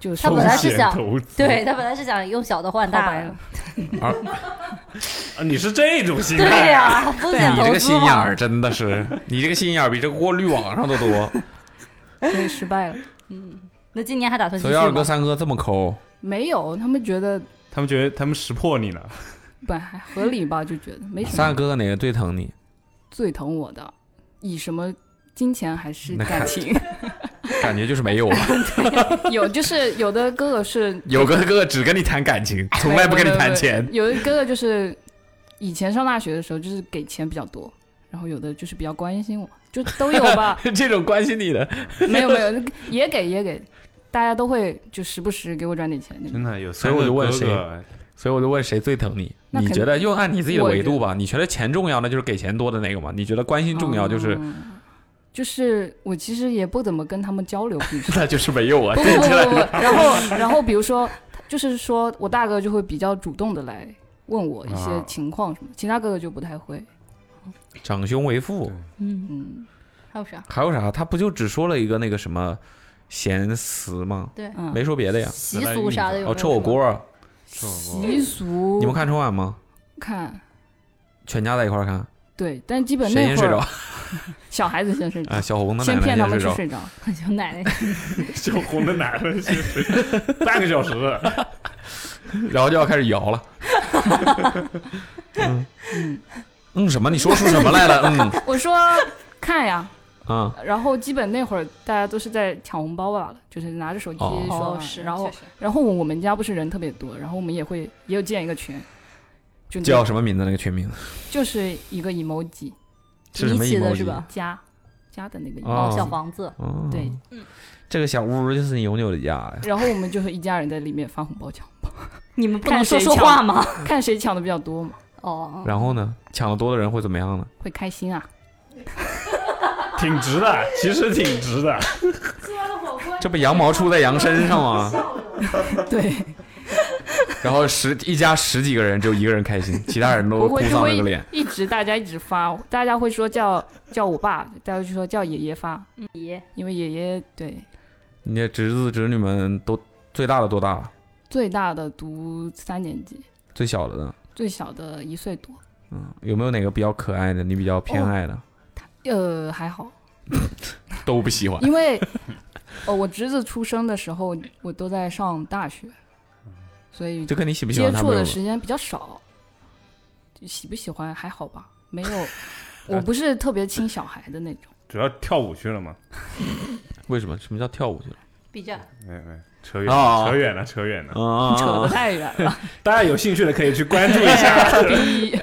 [SPEAKER 6] 就就
[SPEAKER 1] 他本来是
[SPEAKER 3] 风险
[SPEAKER 1] 想
[SPEAKER 3] 投资
[SPEAKER 1] 对他本来是想用小的换
[SPEAKER 6] 大
[SPEAKER 1] 大
[SPEAKER 6] 白
[SPEAKER 1] 的
[SPEAKER 6] 了，
[SPEAKER 3] 啊你是这种心
[SPEAKER 1] 对
[SPEAKER 3] 态，
[SPEAKER 1] 呀、风
[SPEAKER 6] 啊
[SPEAKER 1] 险
[SPEAKER 2] 你这
[SPEAKER 1] 投
[SPEAKER 2] 个
[SPEAKER 1] 资
[SPEAKER 2] 心眼
[SPEAKER 1] 嘛
[SPEAKER 2] 儿，真的是，你这个心眼儿比这个过滤网上都多。
[SPEAKER 6] 所以失败了。
[SPEAKER 1] 那今年还打算继
[SPEAKER 2] 所
[SPEAKER 1] 续
[SPEAKER 2] 以二哥、
[SPEAKER 1] 吗？
[SPEAKER 2] 三哥这么抠，
[SPEAKER 6] 没有，他们觉得
[SPEAKER 3] 他们觉得他们识破你了，
[SPEAKER 6] 本还合理吧，就觉得没什
[SPEAKER 2] 三
[SPEAKER 6] 么
[SPEAKER 2] 个哥哥哪个最疼你？
[SPEAKER 6] 最疼我的，以什么金钱还是
[SPEAKER 2] 那
[SPEAKER 6] 感
[SPEAKER 2] 看
[SPEAKER 6] 情？
[SPEAKER 2] 感觉就是没有啊，
[SPEAKER 6] 有就是有的哥哥是
[SPEAKER 2] 有个哥哥只跟你谈感情，从来不跟你谈钱。。
[SPEAKER 6] 哎有的哥哥就是以前上大学的时候就是给钱比较多，然后有的就是比较关心我，就都有吧
[SPEAKER 2] 这种关心你的，
[SPEAKER 6] 没有没有，也给也给，大家都会就时不时给我转点钱。
[SPEAKER 3] 真的有
[SPEAKER 2] 所
[SPEAKER 3] 三
[SPEAKER 2] 以我
[SPEAKER 3] 个
[SPEAKER 2] 就问
[SPEAKER 3] 哥
[SPEAKER 2] 谁
[SPEAKER 3] 哥，
[SPEAKER 2] 所以我就问谁最疼你？
[SPEAKER 6] 那
[SPEAKER 2] 你
[SPEAKER 6] 肯
[SPEAKER 2] 觉得又按你自己的
[SPEAKER 6] 我
[SPEAKER 2] 维
[SPEAKER 6] 觉得
[SPEAKER 2] 度吧？你觉得钱重要，那就是给钱多的那个嘛？你觉得关心重要，就是、
[SPEAKER 6] 嗯就是我其实也不怎么跟他们交 流，平时
[SPEAKER 2] 那就是没有啊
[SPEAKER 6] 不不不不不，然后然后比如说，就是说我大哥就会比较主动的来问我一些
[SPEAKER 3] 啊
[SPEAKER 6] 情况什么，其他哥哥就不太会。
[SPEAKER 2] 长兄为父，
[SPEAKER 1] 嗯，
[SPEAKER 6] 嗯
[SPEAKER 1] 还有啥？
[SPEAKER 2] 还有啥？他不就只说了一个那个什么咸词吗？
[SPEAKER 1] 对，
[SPEAKER 6] 嗯，
[SPEAKER 2] 没说别的呀。
[SPEAKER 1] 习俗啥的有没有
[SPEAKER 2] 哦，臭火锅，
[SPEAKER 3] 臭火锅
[SPEAKER 6] 习俗
[SPEAKER 2] 你们看春晚吗？
[SPEAKER 6] 看
[SPEAKER 2] 全家在一块儿看，
[SPEAKER 6] 对，但基本
[SPEAKER 2] 谁
[SPEAKER 6] 那
[SPEAKER 2] 先
[SPEAKER 6] 会
[SPEAKER 2] 睡着
[SPEAKER 6] 儿 小孩子先睡
[SPEAKER 2] 啊？
[SPEAKER 6] 着，
[SPEAKER 2] 小红的
[SPEAKER 6] 先
[SPEAKER 2] 奶
[SPEAKER 6] 骗他
[SPEAKER 2] 奶
[SPEAKER 6] 们
[SPEAKER 2] 睡
[SPEAKER 6] 去
[SPEAKER 2] 着，
[SPEAKER 6] 睡着。
[SPEAKER 1] 有奶奶
[SPEAKER 3] 小红的奶奶是半个小时，
[SPEAKER 2] 然后就要开始摇了。
[SPEAKER 6] 嗯，
[SPEAKER 2] 嗯，什么？你说出什么来了？嗯
[SPEAKER 6] 我说看呀，
[SPEAKER 2] 啊，
[SPEAKER 6] 然后基本那会儿大家都是在抢红包吧，就是拿着手机
[SPEAKER 2] 哦
[SPEAKER 6] 说
[SPEAKER 1] 哦
[SPEAKER 6] 话，
[SPEAKER 1] 是，
[SPEAKER 6] 然后
[SPEAKER 1] 确实
[SPEAKER 6] 然后我们家不是人特别多，然后我们也会也有建一个群，就那
[SPEAKER 2] 叫什么名字？那个群名
[SPEAKER 6] 就是一个 emoji
[SPEAKER 2] 是什么
[SPEAKER 1] 离奇
[SPEAKER 2] emoji？
[SPEAKER 1] 的是吧？
[SPEAKER 6] 加加的那个 emoji，、
[SPEAKER 2] 哦
[SPEAKER 1] 哦，小房子，
[SPEAKER 2] 哦，
[SPEAKER 6] 对，，
[SPEAKER 2] 这个小屋就是你永久的家呀。
[SPEAKER 6] 然后我们就是一家人在里面发红包抢，
[SPEAKER 1] 你们不能
[SPEAKER 6] 看
[SPEAKER 1] 说
[SPEAKER 6] 谁
[SPEAKER 1] 说
[SPEAKER 6] 抢
[SPEAKER 1] 话 吗？
[SPEAKER 6] 看谁抢的比较多嘛，
[SPEAKER 1] 哦，
[SPEAKER 2] 然后呢，抢的多的人会怎么样呢？
[SPEAKER 6] 会开心啊。
[SPEAKER 3] 挺值的，其实挺值的。
[SPEAKER 5] 吃完了火锅，
[SPEAKER 2] 这不羊毛出在羊身上吗？
[SPEAKER 5] 笑容
[SPEAKER 6] 对，
[SPEAKER 2] 然后十一家十几个人，只有一个人开心，其他人都
[SPEAKER 6] 不
[SPEAKER 2] 哭
[SPEAKER 6] 会就
[SPEAKER 2] 丧
[SPEAKER 6] 会
[SPEAKER 2] 了个脸。
[SPEAKER 6] 一直大家一直发，大家会说叫叫我爸，大家就说叫爷爷发，
[SPEAKER 1] 嗯爷
[SPEAKER 6] 因为爷爷对
[SPEAKER 2] 你的侄子侄女们都最大的多大了？
[SPEAKER 6] 最大的读三年级，
[SPEAKER 2] 最小的呢？
[SPEAKER 6] 最小的一岁多，
[SPEAKER 2] 嗯，有没有哪个比较可爱的？你比较
[SPEAKER 6] 哦
[SPEAKER 2] 偏爱的？
[SPEAKER 6] 呃还好，
[SPEAKER 2] 都不喜欢。
[SPEAKER 6] 因为哦我侄子出生的时候我都在上大学，所以
[SPEAKER 2] 嗯这跟你喜不喜
[SPEAKER 6] 接
[SPEAKER 2] 欢他
[SPEAKER 6] 触
[SPEAKER 2] 没有
[SPEAKER 6] 的
[SPEAKER 2] 了。
[SPEAKER 6] 时间比较少，就喜不喜欢还好吧，没有，我不是特别亲小孩的那种。
[SPEAKER 3] 主要跳舞去了嘛？
[SPEAKER 2] 为什么？什么叫跳舞去了？
[SPEAKER 1] B 站，
[SPEAKER 3] 没有没有，扯远
[SPEAKER 2] 哦
[SPEAKER 3] 了，扯远了，扯远了。
[SPEAKER 2] 啊
[SPEAKER 6] 扯得太远了，
[SPEAKER 3] 大家有兴趣的可以去关注一 下。
[SPEAKER 6] 逼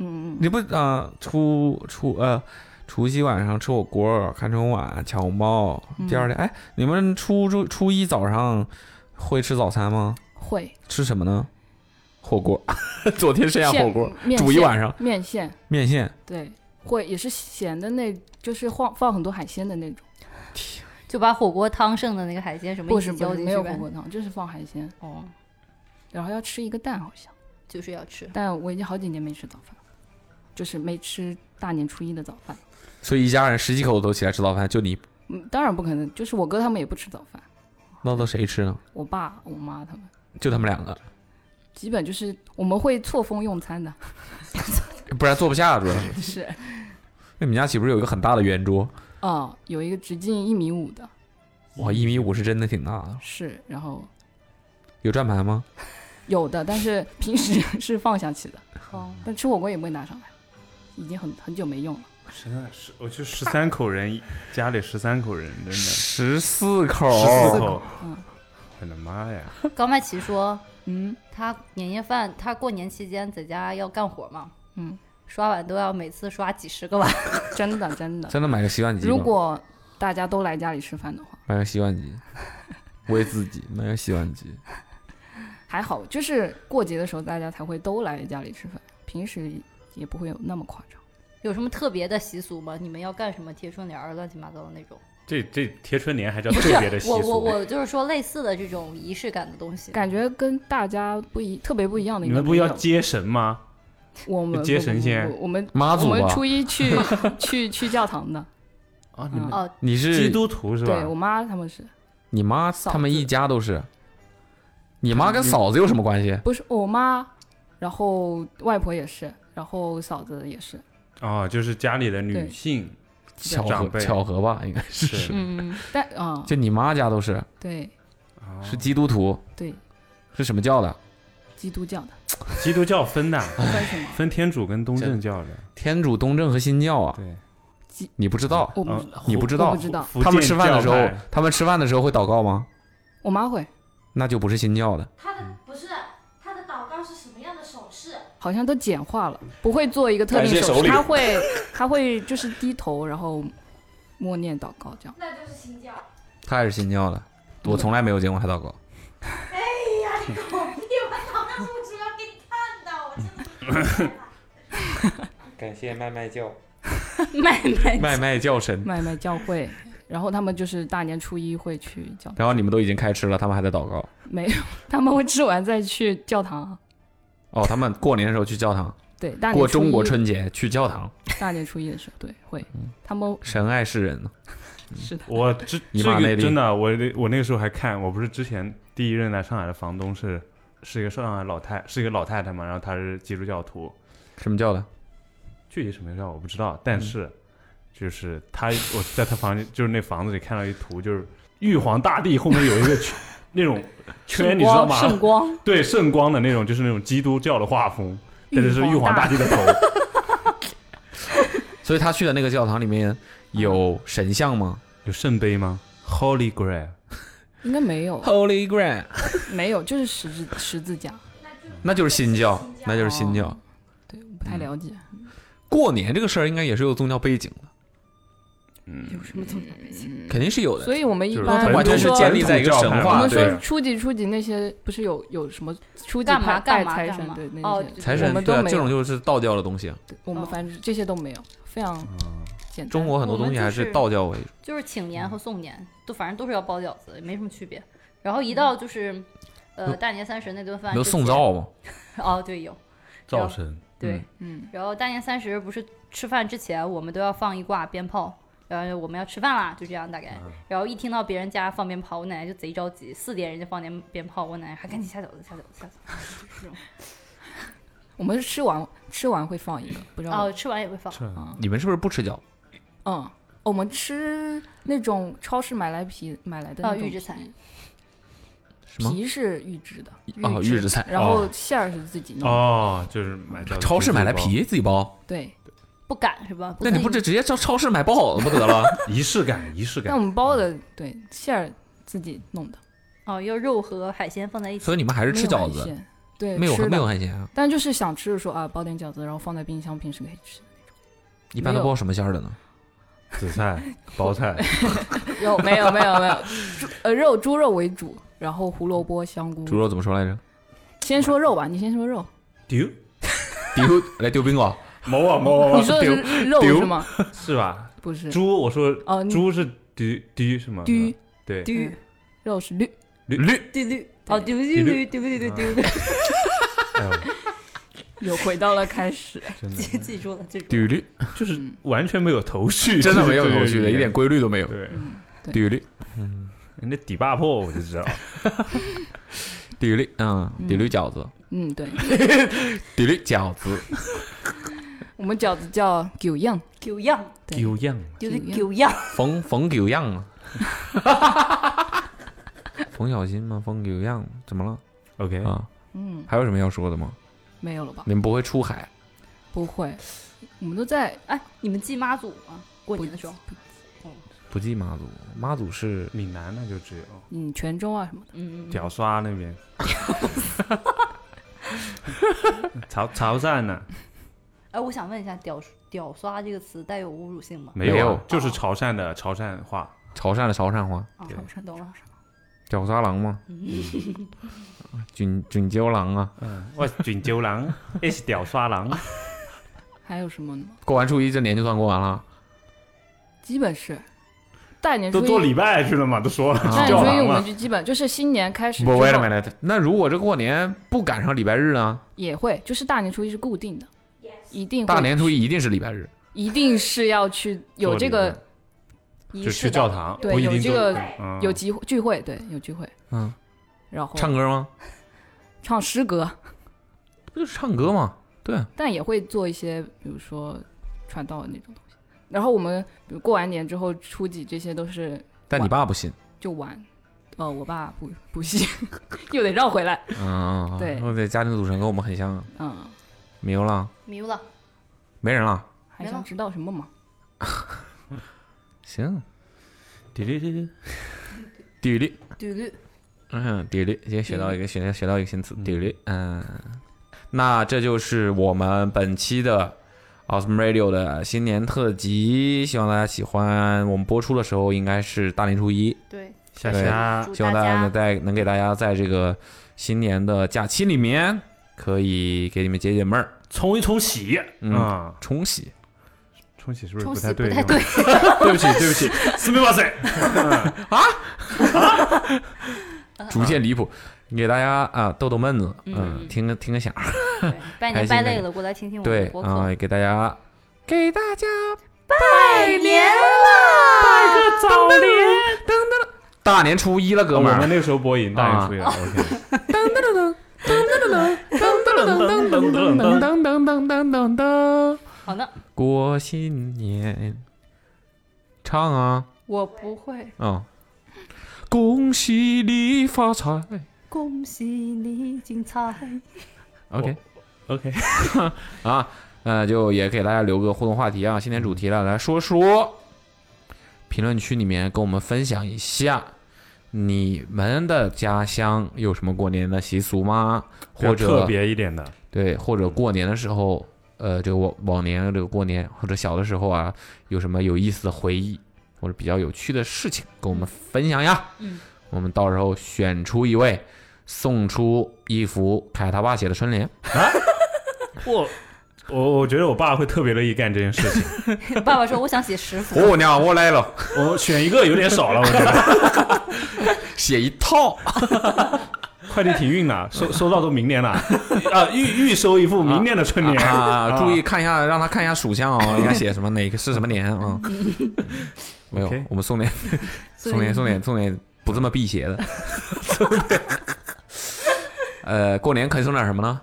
[SPEAKER 6] 嗯，
[SPEAKER 2] 你不啊、初初呃除夕晚上吃火锅、看春晚、抢红包，
[SPEAKER 6] 嗯
[SPEAKER 2] 第二天哎，你们初初初一早上会吃早餐吗？
[SPEAKER 6] 会
[SPEAKER 2] 吃什么呢？火锅， 昨天剩下火锅，
[SPEAKER 6] 面
[SPEAKER 2] 煮一
[SPEAKER 6] 线
[SPEAKER 2] 晚上
[SPEAKER 6] 面线，
[SPEAKER 2] 面线。
[SPEAKER 6] 对，会也是咸的那，就是放放很多海鲜的那种，
[SPEAKER 1] 就把火锅汤剩的那个海鲜什么
[SPEAKER 6] 不
[SPEAKER 1] 一
[SPEAKER 6] 是
[SPEAKER 1] 起
[SPEAKER 6] 不
[SPEAKER 1] 浇
[SPEAKER 6] 是
[SPEAKER 1] 进
[SPEAKER 6] 没
[SPEAKER 1] 去
[SPEAKER 6] 有
[SPEAKER 1] 呗
[SPEAKER 6] 火。锅汤，就是放海鲜，
[SPEAKER 1] 哦，
[SPEAKER 6] 然后要吃一个蛋好像，
[SPEAKER 1] 就是要吃。
[SPEAKER 6] 但我已经好几年没吃早饭了，就是没吃大年初一的早饭。
[SPEAKER 2] 所以一家人十几口都起来吃早饭，就你
[SPEAKER 6] 嗯，当然不可能，就是我哥他们也不吃早饭，
[SPEAKER 2] 那都谁吃呢？
[SPEAKER 6] 我爸我妈他们
[SPEAKER 2] 就他们两个，
[SPEAKER 6] 基本就是我们会错峰用餐的，
[SPEAKER 2] 不然坐不下，主要是。
[SPEAKER 6] 是
[SPEAKER 2] 那你们家岂不是有一个很大的圆桌？
[SPEAKER 6] 哦，有一个直径一米五的，
[SPEAKER 2] 哇，一米五是真的挺大的。
[SPEAKER 6] 是，然后
[SPEAKER 2] 有转盘吗？
[SPEAKER 6] 有的，但是平时 是放下去的，
[SPEAKER 1] 哦，
[SPEAKER 6] 但吃火锅也不会拿上来，已经很很久没用了。
[SPEAKER 3] 真的是，我就十三口人，家里十三口人，真的十
[SPEAKER 2] 十四口，
[SPEAKER 3] 四口
[SPEAKER 6] 嗯。
[SPEAKER 3] 我的妈呀！
[SPEAKER 1] 高麦琪说
[SPEAKER 6] 嗯
[SPEAKER 1] 他年夜饭，他过年期间在家要干活嘛，
[SPEAKER 6] 嗯，
[SPEAKER 1] 刷碗都要每次刷几十个碗。
[SPEAKER 6] 真的真的，
[SPEAKER 2] 真的买个洗碗机吧。
[SPEAKER 6] 如果大家都来家里吃饭的话，
[SPEAKER 2] 买个洗碗机，为自己买个洗碗机。
[SPEAKER 6] 还好，就是过节的时候大家才会都来家里吃饭，平时也不会有那么夸张。
[SPEAKER 1] 有什么特别的习俗吗？你们要干什么贴春联儿、乱七八糟的那种？
[SPEAKER 3] 这这贴春联还叫
[SPEAKER 1] 不是
[SPEAKER 3] 特别的习
[SPEAKER 1] 我我
[SPEAKER 3] 俗？
[SPEAKER 1] 我就是说类似的这种仪式感的东西。
[SPEAKER 6] 感觉跟大家不一，特别不一样的
[SPEAKER 3] 你
[SPEAKER 6] 应该
[SPEAKER 3] 们
[SPEAKER 6] 没
[SPEAKER 3] 不
[SPEAKER 6] 有。
[SPEAKER 3] 要接神吗？
[SPEAKER 6] 我们
[SPEAKER 3] 接
[SPEAKER 6] 不不
[SPEAKER 3] 神
[SPEAKER 6] 不
[SPEAKER 3] 仙
[SPEAKER 6] 不我们
[SPEAKER 2] 妈
[SPEAKER 6] 我
[SPEAKER 2] 祖啊
[SPEAKER 6] 们
[SPEAKER 2] 吧，
[SPEAKER 6] 初一 去去去教堂的，
[SPEAKER 3] 啊，
[SPEAKER 6] 嗯
[SPEAKER 1] 哦，
[SPEAKER 2] 你
[SPEAKER 3] 基
[SPEAKER 2] 是
[SPEAKER 3] 督徒是
[SPEAKER 6] 对
[SPEAKER 3] 吧
[SPEAKER 6] 我？妈他们是
[SPEAKER 2] 你妈，
[SPEAKER 6] 嫂子
[SPEAKER 2] 他们一家都是。你妈跟嫂子有什么关系？
[SPEAKER 6] 不是我妈？然后外婆也是，然后嫂子也是，
[SPEAKER 3] 啊，就是家里的女
[SPEAKER 6] 对
[SPEAKER 3] 性
[SPEAKER 2] 巧
[SPEAKER 3] 长
[SPEAKER 2] 合
[SPEAKER 3] 辈
[SPEAKER 2] 巧合吧，应该
[SPEAKER 3] 是
[SPEAKER 2] 是。
[SPEAKER 6] 嗯，但啊、
[SPEAKER 2] 就你妈家都是
[SPEAKER 6] 对
[SPEAKER 3] 啊，
[SPEAKER 2] 是基督徒，
[SPEAKER 6] 对，
[SPEAKER 2] 是什么教的？
[SPEAKER 6] 基 督教的，
[SPEAKER 3] 基督教分的，啊
[SPEAKER 6] 分什么？
[SPEAKER 3] 分天主跟东正教的，
[SPEAKER 2] 天主、东正和新教啊？
[SPEAKER 3] 对，
[SPEAKER 2] 你不知道？
[SPEAKER 6] 我不
[SPEAKER 3] 嗯
[SPEAKER 6] 知、
[SPEAKER 2] 你不知道
[SPEAKER 6] 我不知道，
[SPEAKER 3] 福
[SPEAKER 2] 他们吃饭的时
[SPEAKER 3] 建教派
[SPEAKER 2] 候，他们吃饭的时候会祷告吗？
[SPEAKER 6] 我妈会，
[SPEAKER 2] 那就不是新教的。
[SPEAKER 5] 他的不是他的祷告是什么样的手势？
[SPEAKER 6] 好像都简化了，不会做一个特
[SPEAKER 8] 感
[SPEAKER 6] 定
[SPEAKER 8] 谢
[SPEAKER 6] 手
[SPEAKER 8] 首
[SPEAKER 6] 势，
[SPEAKER 8] 领
[SPEAKER 6] 她会她会就是低头，然后默念祷告这样。
[SPEAKER 5] 那就是哎新教。
[SPEAKER 2] 他也是新教的，我从来没有见过他祷告。
[SPEAKER 5] 哎呀，你狗屁！我祷告不知道给你看到，我真的不明白了。
[SPEAKER 2] 感谢麦麦教，
[SPEAKER 1] 卖卖
[SPEAKER 2] 麦麦教神。
[SPEAKER 6] 买卖教会，然后他们就是大年初一会去教堂，
[SPEAKER 2] 然后你们都已经开吃了，他们还在祷告。
[SPEAKER 6] 没有，他们会吃完再去教堂。啊
[SPEAKER 2] 哦，他们过年的时候去教堂，
[SPEAKER 6] 对，大年
[SPEAKER 2] 过
[SPEAKER 6] 初一
[SPEAKER 2] 中国春嗯节去教堂，
[SPEAKER 6] 大年初一的时候，对，会，他们
[SPEAKER 2] 神爱世人呢。嗯
[SPEAKER 6] 是的，
[SPEAKER 3] 我这
[SPEAKER 2] 你
[SPEAKER 3] 这
[SPEAKER 2] 妈那
[SPEAKER 3] 个
[SPEAKER 2] 里
[SPEAKER 3] 真的，我我那个时候还看，我不是之前第一任来上海的房东是是一个上海老太，是一个老太太嘛，然后她是基督教徒，
[SPEAKER 2] 什么教的？
[SPEAKER 3] 具体什么教我不知道，
[SPEAKER 2] 嗯
[SPEAKER 3] 但是就是她，我在她房间就是那房子里看到一图，就是玉皇大帝后面有一个圈 那种圈，你知道吗？
[SPEAKER 1] 圣光，
[SPEAKER 3] 对圣光的那种，就是那种基督教的画风，但是是玉
[SPEAKER 6] 玉
[SPEAKER 3] 皇
[SPEAKER 6] 皇
[SPEAKER 3] 大
[SPEAKER 6] 大
[SPEAKER 3] 帝的头，
[SPEAKER 2] 所以他去的那个教堂里面有神像吗
[SPEAKER 3] 有圣杯吗？Holy Grail，
[SPEAKER 6] 应该没有，
[SPEAKER 2] ？Holy Grail，
[SPEAKER 6] 没有，就是十字十字架，哦
[SPEAKER 2] 那就是新教，那就是新教。嗯
[SPEAKER 6] 对，我不太了解，
[SPEAKER 2] 过年这个事儿应该也是有宗教背景的，嗯
[SPEAKER 3] 嗯
[SPEAKER 6] 有什么宗教背景？
[SPEAKER 2] 肯定是有的。
[SPEAKER 6] 嗯所以我们一
[SPEAKER 3] 就是
[SPEAKER 6] 般
[SPEAKER 2] 完
[SPEAKER 6] 我
[SPEAKER 2] 全
[SPEAKER 6] 们
[SPEAKER 2] 是
[SPEAKER 6] 说。
[SPEAKER 2] 建立在一个神
[SPEAKER 6] 我
[SPEAKER 2] 话，
[SPEAKER 6] 们
[SPEAKER 2] 对
[SPEAKER 6] 说，初几初几那些不是有有什么初几
[SPEAKER 1] 干嘛
[SPEAKER 6] 拜拜
[SPEAKER 1] 干嘛
[SPEAKER 6] 财
[SPEAKER 1] 干
[SPEAKER 6] 神
[SPEAKER 1] 嘛
[SPEAKER 6] 对那
[SPEAKER 1] 哦
[SPEAKER 6] 些，
[SPEAKER 2] 财
[SPEAKER 6] 我
[SPEAKER 2] 神
[SPEAKER 6] 们
[SPEAKER 2] 对
[SPEAKER 6] 都
[SPEAKER 2] 啊，
[SPEAKER 6] 没
[SPEAKER 2] 这种
[SPEAKER 6] 有，
[SPEAKER 2] 就是道教的东西。啊
[SPEAKER 6] 我们反正这些都没有，非常简
[SPEAKER 2] 嗯
[SPEAKER 6] 单。
[SPEAKER 2] 中国很多东西还是道教为主。
[SPEAKER 1] 就是请
[SPEAKER 6] 嗯
[SPEAKER 1] 年和送年，都反正都是要包饺子，也没什么区别。然后一到就是，呃，大年三十那顿饭
[SPEAKER 2] 没有
[SPEAKER 1] 之
[SPEAKER 2] 送
[SPEAKER 1] 前，
[SPEAKER 2] 灶吗？
[SPEAKER 1] 哦，对，有
[SPEAKER 3] 灶神，
[SPEAKER 1] 对。
[SPEAKER 2] 嗯
[SPEAKER 6] 嗯，
[SPEAKER 1] 然后大年三十不是吃饭之前，我们都要放一挂鞭炮，然后我们要吃饭啦，就这样大概。
[SPEAKER 2] 嗯
[SPEAKER 1] 然后一听到别人家放鞭炮，我奶奶就贼着急，四点人家放点鞭炮，我奶奶还赶紧下饺子，下饺子，下饺子。
[SPEAKER 6] 我们吃完吃完会放一个，不知道
[SPEAKER 1] 哦，吃完也会放。
[SPEAKER 2] 你们是不是不吃饺子？
[SPEAKER 6] 嗯，我们吃那种超市买来皮买来的
[SPEAKER 1] 哦
[SPEAKER 6] 那种
[SPEAKER 1] 预制菜
[SPEAKER 2] 什么？
[SPEAKER 6] 皮是预制的，
[SPEAKER 2] 哦，预制菜。
[SPEAKER 6] 然后馅儿是自己弄的，
[SPEAKER 3] 哦，就是买到
[SPEAKER 2] 超市买来，皮自己包，
[SPEAKER 6] 对。
[SPEAKER 1] 不敢是吧？
[SPEAKER 2] 那你
[SPEAKER 1] 敢
[SPEAKER 2] 不直直接上超市买包好了不得了？
[SPEAKER 3] 仪式感，仪式
[SPEAKER 6] 但
[SPEAKER 3] 感
[SPEAKER 6] 我。们包
[SPEAKER 2] 嗯
[SPEAKER 6] 的对馅儿自己弄的，
[SPEAKER 1] 哦，要肉和海鲜放在一起。
[SPEAKER 2] 所以你们还是吃饺
[SPEAKER 6] 没有海
[SPEAKER 2] 子，
[SPEAKER 6] 鲜，对，
[SPEAKER 2] 没有
[SPEAKER 6] 吃的
[SPEAKER 2] 没有。海鲜啊？
[SPEAKER 6] 但就是想吃的时候啊，包点饺子，然后放在冰箱，平时可以吃。
[SPEAKER 2] 一般都包什么馅儿的呢？
[SPEAKER 6] 嗯
[SPEAKER 3] 紫菜、包菜，
[SPEAKER 6] 有没有没有没有， 猪呃肉猪肉为主，然后胡萝卜、香菇。
[SPEAKER 2] 猪肉怎么说来着？
[SPEAKER 6] 先说肉吧，你先说肉。
[SPEAKER 3] 丢
[SPEAKER 2] 丢来丢冰糕，
[SPEAKER 3] 某啊某啊某啊
[SPEAKER 6] 你说的
[SPEAKER 3] 丢
[SPEAKER 6] 是肉
[SPEAKER 3] 丢
[SPEAKER 6] 是吗？
[SPEAKER 3] 是吧？
[SPEAKER 6] 不是，
[SPEAKER 3] 猪，我说
[SPEAKER 6] 哦，你
[SPEAKER 3] 猪是丢丢什么？
[SPEAKER 6] 丢
[SPEAKER 3] 对
[SPEAKER 1] 丢
[SPEAKER 6] 嗯肉是绿，
[SPEAKER 3] 绿绿，
[SPEAKER 1] 对对，哦，丢丢
[SPEAKER 3] 对
[SPEAKER 1] 丢丢丢丢丢，
[SPEAKER 3] 哎呦
[SPEAKER 6] 又回到了开始。
[SPEAKER 3] 真的
[SPEAKER 1] 记记住了，记住了。
[SPEAKER 2] 丢绿，
[SPEAKER 3] 就是完全没有头 绪，
[SPEAKER 2] 真的没 有
[SPEAKER 3] 这个
[SPEAKER 2] 头绪的，一
[SPEAKER 3] 语言
[SPEAKER 2] 点规律都没有。
[SPEAKER 3] 对。
[SPEAKER 2] 丢绿，
[SPEAKER 3] 人家底坝破我就知道，
[SPEAKER 2] 丢绿，嗯，丢绿饺子，
[SPEAKER 6] 嗯，对，
[SPEAKER 2] 丢绿饺子，
[SPEAKER 6] 我们饺子叫九样，
[SPEAKER 1] 九样，
[SPEAKER 6] 对
[SPEAKER 3] 有样
[SPEAKER 1] 丢的
[SPEAKER 6] 九
[SPEAKER 1] 九样，
[SPEAKER 2] 冯冯九样啊。 冯小新吗？冯九样怎么了
[SPEAKER 3] OK，
[SPEAKER 2] 啊？
[SPEAKER 6] 嗯，
[SPEAKER 2] 还有什么要说的吗？
[SPEAKER 6] 没有了吧？
[SPEAKER 2] 你们不会出海？
[SPEAKER 6] 不会，我们都在
[SPEAKER 1] 哎，你们祭妈祖吗？过年的时候，
[SPEAKER 2] 不记妈祖，妈祖是
[SPEAKER 3] 闽南那就只有
[SPEAKER 6] 嗯泉州啊什么的。
[SPEAKER 1] 嗯，嗯
[SPEAKER 3] 屌刷那边， 潮潮汕呢
[SPEAKER 1] 哎，我想问一下，屌屌刷这个词带有侮辱性吗？
[SPEAKER 3] 没
[SPEAKER 2] 没
[SPEAKER 3] 有
[SPEAKER 2] 有
[SPEAKER 3] 啊，就是潮汕的潮汕话，
[SPEAKER 2] 潮汕的潮汕话，
[SPEAKER 1] 啊，
[SPEAKER 3] 对
[SPEAKER 1] 好山懂了。
[SPEAKER 2] 屌沙郎吗？
[SPEAKER 1] 嗯
[SPEAKER 2] 卷卷胶郎啊！
[SPEAKER 3] 嗯，我卷酒郎，也是屌刷郎，
[SPEAKER 6] 还有什么呢？
[SPEAKER 2] 过完初一，这年就算过完了。
[SPEAKER 6] 基本是大年初
[SPEAKER 3] 都
[SPEAKER 6] 一，
[SPEAKER 3] 做礼拜去了嘛，都说了
[SPEAKER 6] 大
[SPEAKER 3] 是叫
[SPEAKER 6] 年初一
[SPEAKER 3] 郎
[SPEAKER 6] 我
[SPEAKER 3] 了，
[SPEAKER 6] 们就基本就是新年开始
[SPEAKER 2] 不
[SPEAKER 6] 之
[SPEAKER 2] ，wait a
[SPEAKER 6] 后
[SPEAKER 2] minute，那如果这过年不赶上礼拜日呢？
[SPEAKER 6] 也会，就是大年初一是固定的，一定会
[SPEAKER 2] 大年初
[SPEAKER 6] 去
[SPEAKER 2] 一一定是礼拜日，
[SPEAKER 6] 一定是要去有这个
[SPEAKER 2] 嗯
[SPEAKER 6] 仪
[SPEAKER 1] 嗯
[SPEAKER 3] 就
[SPEAKER 6] 式
[SPEAKER 3] 去
[SPEAKER 6] 的，
[SPEAKER 3] 教堂，
[SPEAKER 6] 对
[SPEAKER 3] 不一定
[SPEAKER 6] 有这
[SPEAKER 3] 都
[SPEAKER 6] 个
[SPEAKER 3] 嗯
[SPEAKER 6] 有集聚会，对，有聚会，
[SPEAKER 2] 嗯，
[SPEAKER 6] 然后
[SPEAKER 2] 唱歌吗？
[SPEAKER 6] 唱诗歌，
[SPEAKER 2] 不就是唱歌吗？对啊，
[SPEAKER 6] 但也会做一些，比如说传道那种东西。然后我们比如过完年之后，初几这些都是
[SPEAKER 2] 但你爸不信。
[SPEAKER 6] 就玩。呃，我爸不不信， 又得绕回来。
[SPEAKER 2] 嗯，
[SPEAKER 6] 对
[SPEAKER 2] 我的家庭组成跟我们很像啊。
[SPEAKER 6] 嗯，
[SPEAKER 2] 没有了，
[SPEAKER 1] 迷糊了。
[SPEAKER 2] 没人了。
[SPEAKER 6] 还
[SPEAKER 1] 没
[SPEAKER 6] 想
[SPEAKER 1] 了
[SPEAKER 6] 知道什么吗？
[SPEAKER 2] 行，滴滴滴滴，滴滴，
[SPEAKER 1] 对对，
[SPEAKER 2] 嗯，滴滴，今天学到一个学学到一个新词，滴滴，嗯，那这就是我们本期的 Awesome Radio 的新年特辑，希望大家喜欢。我们播出的时候应该是大年初一，
[SPEAKER 1] 对，
[SPEAKER 3] 下
[SPEAKER 2] 对
[SPEAKER 3] 下
[SPEAKER 1] 祝
[SPEAKER 2] 啊希望
[SPEAKER 1] 哦大
[SPEAKER 2] 大家
[SPEAKER 1] 家
[SPEAKER 2] 呢在能给大家在这个新年的假期里面，可以给你们解解闷儿，
[SPEAKER 3] 冲一冲喜，
[SPEAKER 2] 嗯
[SPEAKER 3] 啊，
[SPEAKER 2] 冲喜。
[SPEAKER 3] 冲喜是不是
[SPEAKER 1] 冲
[SPEAKER 3] 不
[SPEAKER 1] 洗
[SPEAKER 3] 太
[SPEAKER 1] 不
[SPEAKER 3] 对？
[SPEAKER 1] 太对，
[SPEAKER 3] 对不起，对不起，すみません。
[SPEAKER 2] 逐渐离谱。你给大家啊逗逗闷子，嗯，
[SPEAKER 1] 嗯
[SPEAKER 2] 听个听个响儿，
[SPEAKER 1] 对拜
[SPEAKER 2] 开
[SPEAKER 1] 年
[SPEAKER 2] 心
[SPEAKER 1] 拜
[SPEAKER 2] 的
[SPEAKER 1] 累了，过来听听我们
[SPEAKER 2] 对
[SPEAKER 1] 的播
[SPEAKER 2] 啊，
[SPEAKER 1] 客。
[SPEAKER 2] 也给大家给大家
[SPEAKER 1] 拜年了，
[SPEAKER 3] 个早年，
[SPEAKER 2] 大年初一了，哥
[SPEAKER 3] 我
[SPEAKER 2] 们
[SPEAKER 3] 们
[SPEAKER 2] 儿，
[SPEAKER 3] 那个时候播音，大年初一了，OK。
[SPEAKER 7] 噔噔噔噔噔噔噔噔噔噔。
[SPEAKER 1] 好的，
[SPEAKER 2] 过新年，唱啊，
[SPEAKER 1] 我不会。
[SPEAKER 2] 嗯，恭喜你发财
[SPEAKER 1] 恭喜你精彩，
[SPEAKER 2] ，OK
[SPEAKER 3] OK，
[SPEAKER 2] 啊，那就也给大家留个互动话题啊，新年主题了，来说说，评论区里面跟我们分享一下。你们的家乡有什么过年的习俗吗？或者
[SPEAKER 3] 特别一点的，
[SPEAKER 2] 对，或者过年的时候，呃，这个往往年的这个过年，或者小的时候啊，有什么有意思的回忆，或者比较有趣的事情，跟我们分享呀。
[SPEAKER 1] 嗯，
[SPEAKER 2] 我们到时候选出一位，送出一幅凯他爸写的春 联。
[SPEAKER 3] 我我我觉得我爸会特别乐意干这件事情。
[SPEAKER 1] 爸爸说我想写十幅，
[SPEAKER 2] 姑娘，我来了，
[SPEAKER 3] 我选一个有点少了，我觉得
[SPEAKER 2] 写一套。
[SPEAKER 3] 快递停运 了，收收到都明年了， 啊，预预收一副明年的春联
[SPEAKER 2] 啊，注意看一下，让他看一下属相哦，应该写什么，哪个是什么年啊？没有
[SPEAKER 3] OK，
[SPEAKER 2] 我们送点送点送点送点不这么辟邪的。呃，过年可以送点什么呢？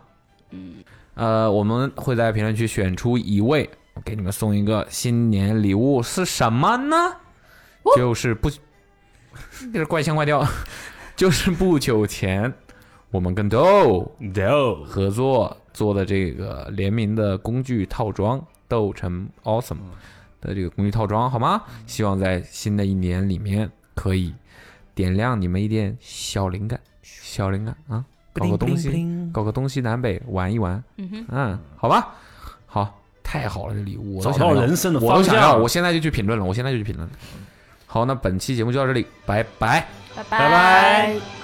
[SPEAKER 2] 嗯，呃，我们会在评论区选出一位，给你们送一个新年礼物是什么呢？就是不，就是怪腔怪调，就是不久前我们跟 Do
[SPEAKER 3] ，no，
[SPEAKER 2] 合作做的这个联名的工具套装“斗城 Awesome”
[SPEAKER 3] 嗯
[SPEAKER 2] 的这个工具套装，好吗？希望在新的一年里面可以点亮你们一点小灵感，小灵感啊，搞个东西，搞个东西南北玩一玩，
[SPEAKER 1] 嗯哼，
[SPEAKER 2] 嗯，好吧，好，太好了，这礼物我都
[SPEAKER 3] 找
[SPEAKER 2] 想
[SPEAKER 3] 到
[SPEAKER 2] 要，
[SPEAKER 3] 人生的
[SPEAKER 2] 我
[SPEAKER 3] 方
[SPEAKER 2] 都想要，
[SPEAKER 3] 向
[SPEAKER 2] 我。现在就去评论了，我现在就去评论了。好，那本期节目就到这里，拜拜。
[SPEAKER 1] 拜
[SPEAKER 3] 拜拜